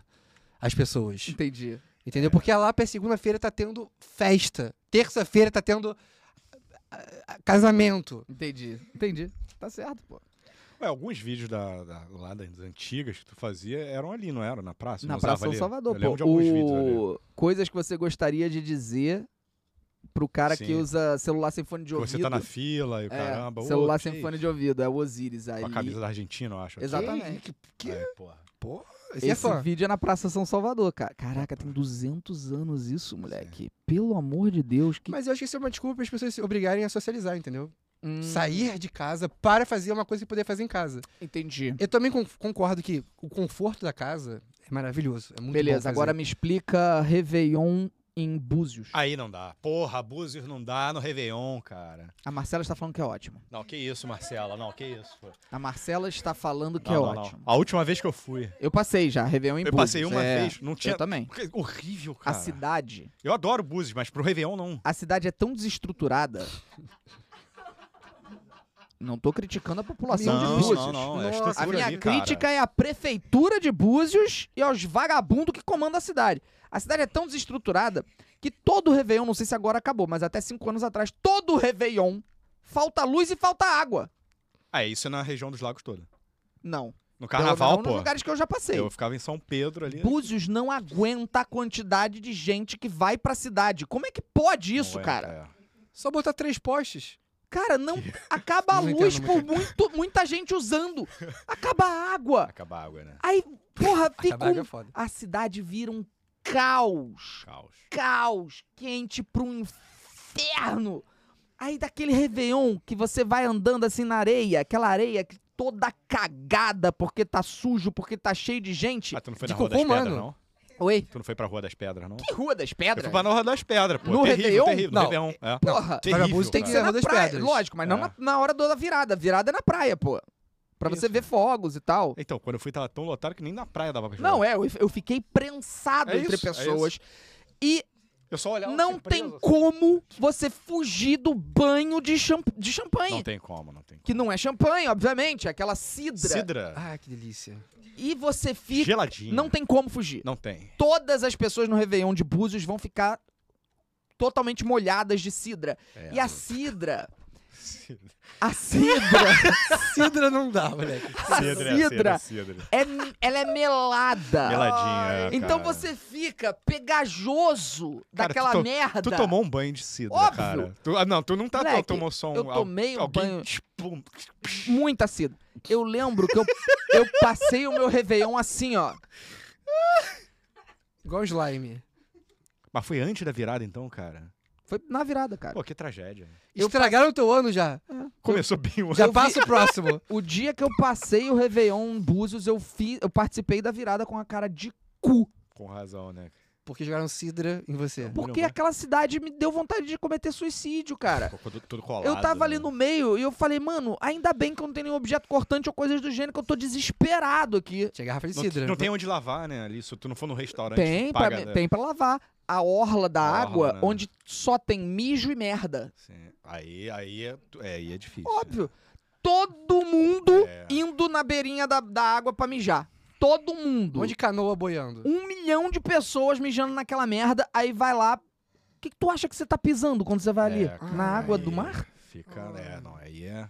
Speaker 3: às pessoas.
Speaker 1: Entendi.
Speaker 3: Entendeu? Porque a Lapa é segunda-feira tá tendo festa. Terça-feira tá tendo ah, ah, casamento.
Speaker 1: Entendi, entendi. Tá certo, pô.
Speaker 2: Ué, alguns vídeos da, da- lá das antigas que tu fazia eram ali, não era? Na praça?
Speaker 1: Na
Speaker 2: Não usava
Speaker 1: Praça São
Speaker 2: ali?
Speaker 1: Salvador,
Speaker 2: Eu
Speaker 1: pô.
Speaker 2: lembro de alguns vídeos ali.
Speaker 1: o... Coisas que você gostaria de dizer pro cara que
Speaker 2: Sim.
Speaker 1: usa celular sem fone de ouvido.
Speaker 2: Você tá na fila e o
Speaker 1: É,
Speaker 2: caramba. ô,
Speaker 1: celular
Speaker 2: que
Speaker 1: sem
Speaker 2: isso?
Speaker 1: fone de ouvido, é o Osiris aí.
Speaker 2: Com a camisa da Argentina, eu acho.
Speaker 1: Exatamente.
Speaker 3: Que, que,
Speaker 2: Que? Aí, porra.
Speaker 3: Pô, esse,
Speaker 1: Esse
Speaker 3: é fã.
Speaker 1: vídeo é na Praça São Salvador, cara. Caraca, tem 200 anos isso, moleque. Pelo amor de Deus, que...
Speaker 3: Mas eu acho que isso é uma desculpa para as pessoas se obrigarem a socializar, entendeu?
Speaker 1: Hum,
Speaker 3: Sair de casa para fazer uma coisa que poder fazer em casa.
Speaker 1: Entendi.
Speaker 3: Eu também con- concordo que o conforto da casa é maravilhoso. É muito bom
Speaker 1: Beleza,
Speaker 3: fazer.
Speaker 1: agora me explica Réveillon em Búzios.
Speaker 2: Aí não dá. Porra, Búzios não dá no Réveillon, cara.
Speaker 1: A Marcela está falando que é ótimo.
Speaker 2: Não, que isso, Marcela. Não, que isso. pô.
Speaker 1: A Marcela está falando que
Speaker 2: Não,
Speaker 1: é
Speaker 2: não, não.
Speaker 1: ótimo.
Speaker 2: A última vez que eu fui.
Speaker 1: Eu passei já, Réveillon em
Speaker 2: Eu
Speaker 1: Búzios.
Speaker 2: passei uma
Speaker 1: é.
Speaker 2: vez, não tinha-
Speaker 1: Eu também.
Speaker 2: Que Horrível,
Speaker 1: A
Speaker 2: cara.
Speaker 1: cidade,
Speaker 2: Eu adoro Búzios, mas pro Réveillon não.
Speaker 1: a cidade é tão desestruturada. Não tô criticando a população
Speaker 3: Não,
Speaker 1: de
Speaker 3: não,
Speaker 1: Búzios.
Speaker 2: não, não. É
Speaker 3: Nossa,
Speaker 2: estrutura
Speaker 1: A minha
Speaker 2: ali, cara.
Speaker 1: crítica é à prefeitura de Búzios e aos vagabundos que comandam a cidade. A cidade é tão desestruturada que todo Réveillon, não sei se agora acabou, mas até cinco anos atrás, todo Réveillon falta luz e falta água.
Speaker 2: Ah, é isso é na região dos lagos toda.
Speaker 1: Não. Pelo
Speaker 2: No carnaval,
Speaker 1: menos Nos
Speaker 2: pô.
Speaker 1: lugares que eu já passei.
Speaker 2: Eu ficava em São Pedro ali.
Speaker 1: Búzios não aguenta a quantidade de gente que vai pra cidade. Como é que pode isso,
Speaker 2: Não aguenta,
Speaker 1: cara?
Speaker 2: é.
Speaker 3: Só botar três postes.
Speaker 1: Cara, não acaba a
Speaker 3: Não
Speaker 1: luz
Speaker 3: entendo
Speaker 1: por muito, muita gente usando. Acaba a água.
Speaker 2: Acaba a água, né?
Speaker 1: Aí, porra, fica
Speaker 3: Acabar
Speaker 1: um...
Speaker 3: é foda.
Speaker 1: A cidade vira um caos.
Speaker 2: Caos.
Speaker 1: caos quente pro inferno. Aí daquele Réveillon que você vai andando assim na areia, aquela areia que toda cagada porque tá sujo, porque tá cheio de gente.
Speaker 2: Ah, tu não foi
Speaker 3: de
Speaker 2: na Rua
Speaker 3: cocô
Speaker 2: das Pedras,
Speaker 3: humano.
Speaker 2: não?
Speaker 1: Oi?
Speaker 2: Tu não foi pra Rua das Pedras, não?
Speaker 1: Que Rua das
Speaker 2: Eu
Speaker 1: Pedras?
Speaker 2: fui pra na Rua das Pedras, pô.
Speaker 1: No
Speaker 2: terrível,
Speaker 1: Réveillon?
Speaker 2: terrível.
Speaker 3: Não.
Speaker 2: No Réveillon, é.
Speaker 1: Porra,
Speaker 2: Terrível,
Speaker 3: vagabundo tem que
Speaker 1: isso é
Speaker 2: cara.
Speaker 1: na
Speaker 3: Rua das
Speaker 1: praia.
Speaker 3: Pedras.
Speaker 1: Lógico, mas não
Speaker 2: É.
Speaker 1: na, na hora da virada. Virada é na praia, pô. Pra você
Speaker 2: Isso.
Speaker 1: ver fogos e tal.
Speaker 2: Então, quando eu fui, tava tão lotado que nem na praia dava pra jogar.
Speaker 1: Não, é, eu, eu fiquei prensado
Speaker 2: É
Speaker 1: entre
Speaker 2: isso, é
Speaker 1: pessoas. e
Speaker 2: Eu só olhava
Speaker 1: não
Speaker 2: assim, preso,
Speaker 1: tem
Speaker 2: assim.
Speaker 1: como você fugir do banho de, champ de champanhe.
Speaker 2: Não tem como, não tem como.
Speaker 1: Que não é champanhe, obviamente, é aquela cidra.
Speaker 2: Cidra.
Speaker 3: Ah, que delícia.
Speaker 1: E você fica.
Speaker 2: Geladinho.
Speaker 1: Não tem como fugir.
Speaker 2: Não tem.
Speaker 1: Todas as pessoas no Réveillon de Búzios vão ficar totalmente molhadas de cidra.
Speaker 2: É.
Speaker 1: E a cidra.
Speaker 2: Cidra.
Speaker 1: A cidra.
Speaker 3: Cidra não dá, moleque.
Speaker 1: a cidra.
Speaker 2: Cidra, cidra.
Speaker 1: É, ela é melada.
Speaker 2: Meladinha. é,
Speaker 1: Então
Speaker 2: cara.
Speaker 1: você fica pegajoso
Speaker 2: Cara,
Speaker 1: daquela
Speaker 2: tu to-
Speaker 1: merda.
Speaker 2: Tu tomou um banho de cidra,
Speaker 1: Óbvio.
Speaker 2: cara. Tu- ah, não, tu não tá
Speaker 1: Moleque,
Speaker 2: tu tomou só um.
Speaker 1: eu
Speaker 2: al-
Speaker 1: tomei um
Speaker 2: alguém,
Speaker 1: banho-
Speaker 2: tipo,
Speaker 1: muita cidra. Eu lembro que eu, eu passei o meu Réveillon assim, ó.
Speaker 3: Igual slime.
Speaker 2: Mas foi antes da virada, então, cara.
Speaker 1: Foi na virada, cara.
Speaker 2: Pô, que tragédia.
Speaker 1: Eu
Speaker 3: Estragaram o teu ano já.
Speaker 2: Começou bem o
Speaker 3: Já
Speaker 1: vi-
Speaker 3: passa o próximo.
Speaker 1: O dia que eu passei o Réveillon em Búzios, eu, fiz, eu participei da virada com a cara de cu.
Speaker 2: Com razão, né?
Speaker 3: Porque jogaram cidra em você.
Speaker 2: Pô,
Speaker 1: Porque
Speaker 2: Caramba.
Speaker 1: aquela cidade me deu vontade de cometer suicídio, cara.
Speaker 2: Ficou tudo, tudo colado.
Speaker 1: Eu tava ali
Speaker 2: né?
Speaker 1: no meio e eu falei, mano, ainda bem que eu não tenho nenhum objeto cortante ou coisas do gênero, que eu tô desesperado aqui.
Speaker 3: Tinha garrafa de
Speaker 2: Não,
Speaker 3: cidra.
Speaker 2: não tem onde lavar, né? Ali, se tu não for no restaurante,
Speaker 1: Tem
Speaker 2: tu
Speaker 1: pra,
Speaker 2: paga, né?
Speaker 1: tem pra lavar. A orla da
Speaker 2: A orla,
Speaker 1: água,
Speaker 2: né?
Speaker 1: onde só tem mijo e merda.
Speaker 2: Sim. Aí, aí, é, é, aí é difícil.
Speaker 1: Óbvio. Todo mundo
Speaker 2: É.
Speaker 1: indo na beirinha da, da água pra mijar. Todo mundo.
Speaker 3: Onde canoa boiando.
Speaker 1: um milhão de pessoas mijando naquela merda, aí vai lá. O que, que tu acha que você tá pisando quando você vai ali?
Speaker 2: É, cara,
Speaker 1: Na água do
Speaker 2: aí
Speaker 1: mar?
Speaker 2: Fica, é, não, aí é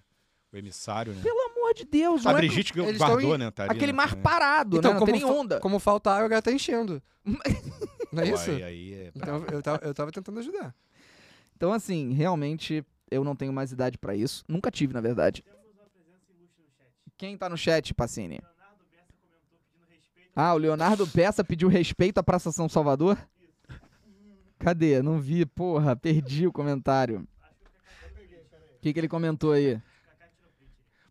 Speaker 2: o emissário, né?
Speaker 1: Pelo amor de Deus,
Speaker 2: A
Speaker 1: não é
Speaker 2: Brigitte que
Speaker 3: eles
Speaker 2: guardou,
Speaker 3: tão em-
Speaker 2: né? Tá ali,
Speaker 1: aquele
Speaker 2: né,
Speaker 1: mar
Speaker 2: também.
Speaker 1: parado, né? Não tem nem
Speaker 3: fa-
Speaker 1: onda.
Speaker 3: Então, como falta água, a galera tá enchendo. Não é
Speaker 2: Pô,
Speaker 3: isso?
Speaker 2: Aí, aí é
Speaker 3: Então eu tava, eu tava tentando ajudar.
Speaker 1: Então, assim, realmente, eu não tenho mais idade pra isso. Nunca tive, na verdade. Quem tá no chat, Pacini? Ah, o Leonardo Peça pediu respeito à Praça São Salvador? Cadê? Não vi, porra, perdi o comentário. O que, que ele comentou aí?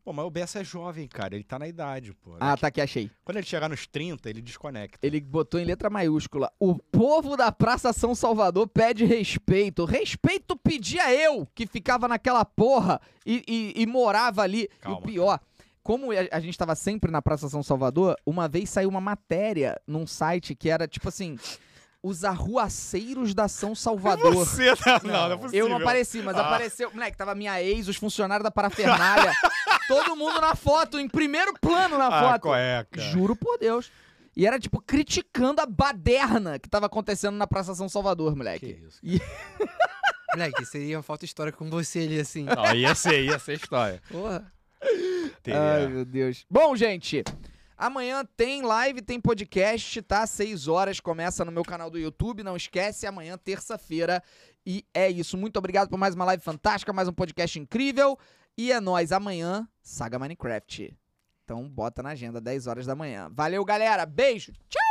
Speaker 2: Pô, mas o Bessa é jovem, cara. Ele tá na idade, pô.
Speaker 1: Ah, tá aqui, achei.
Speaker 2: Quando ele chegar nos 30, ele desconecta.
Speaker 1: Ele botou em letra maiúscula. O povo da Praça São Salvador pede respeito. Respeito pedia eu, que ficava naquela porra e, e- e morava ali. e
Speaker 2: Calma,
Speaker 1: o pior, como a, a gente tava sempre na Praça São Salvador, uma vez saiu uma matéria num site que era tipo assim: os arruaceiros da São Salvador.
Speaker 2: Você tá... Não, não é possível.
Speaker 1: Eu não apareci, mas
Speaker 2: Ah.
Speaker 1: apareceu. Moleque, tava minha ex, os funcionários da parafernália. todo mundo na foto, em primeiro plano na
Speaker 2: Ah,
Speaker 1: foto.
Speaker 2: qual é, cara?
Speaker 1: Juro por Deus. E era, tipo, criticando a baderna que tava acontecendo na Praça São Salvador,
Speaker 2: Que
Speaker 1: moleque.
Speaker 2: isso.
Speaker 3: Moleque, seria uma falta histórica com você ali, assim.
Speaker 2: Não, ia ser, ia ser história.
Speaker 3: Porra.
Speaker 2: Teria.
Speaker 1: Ai, meu Deus. Bom, gente, amanhã tem live, tem podcast, tá? Seis horas, começa no meu canal do YouTube. Não esquece, amanhã, terça-feira. E é isso. Muito obrigado por mais uma live fantástica, mais um podcast incrível. E é nóis, amanhã, Saga Minecraft. Então bota na agenda, 10 horas da manhã. Valeu, galera. Beijo. Tchau!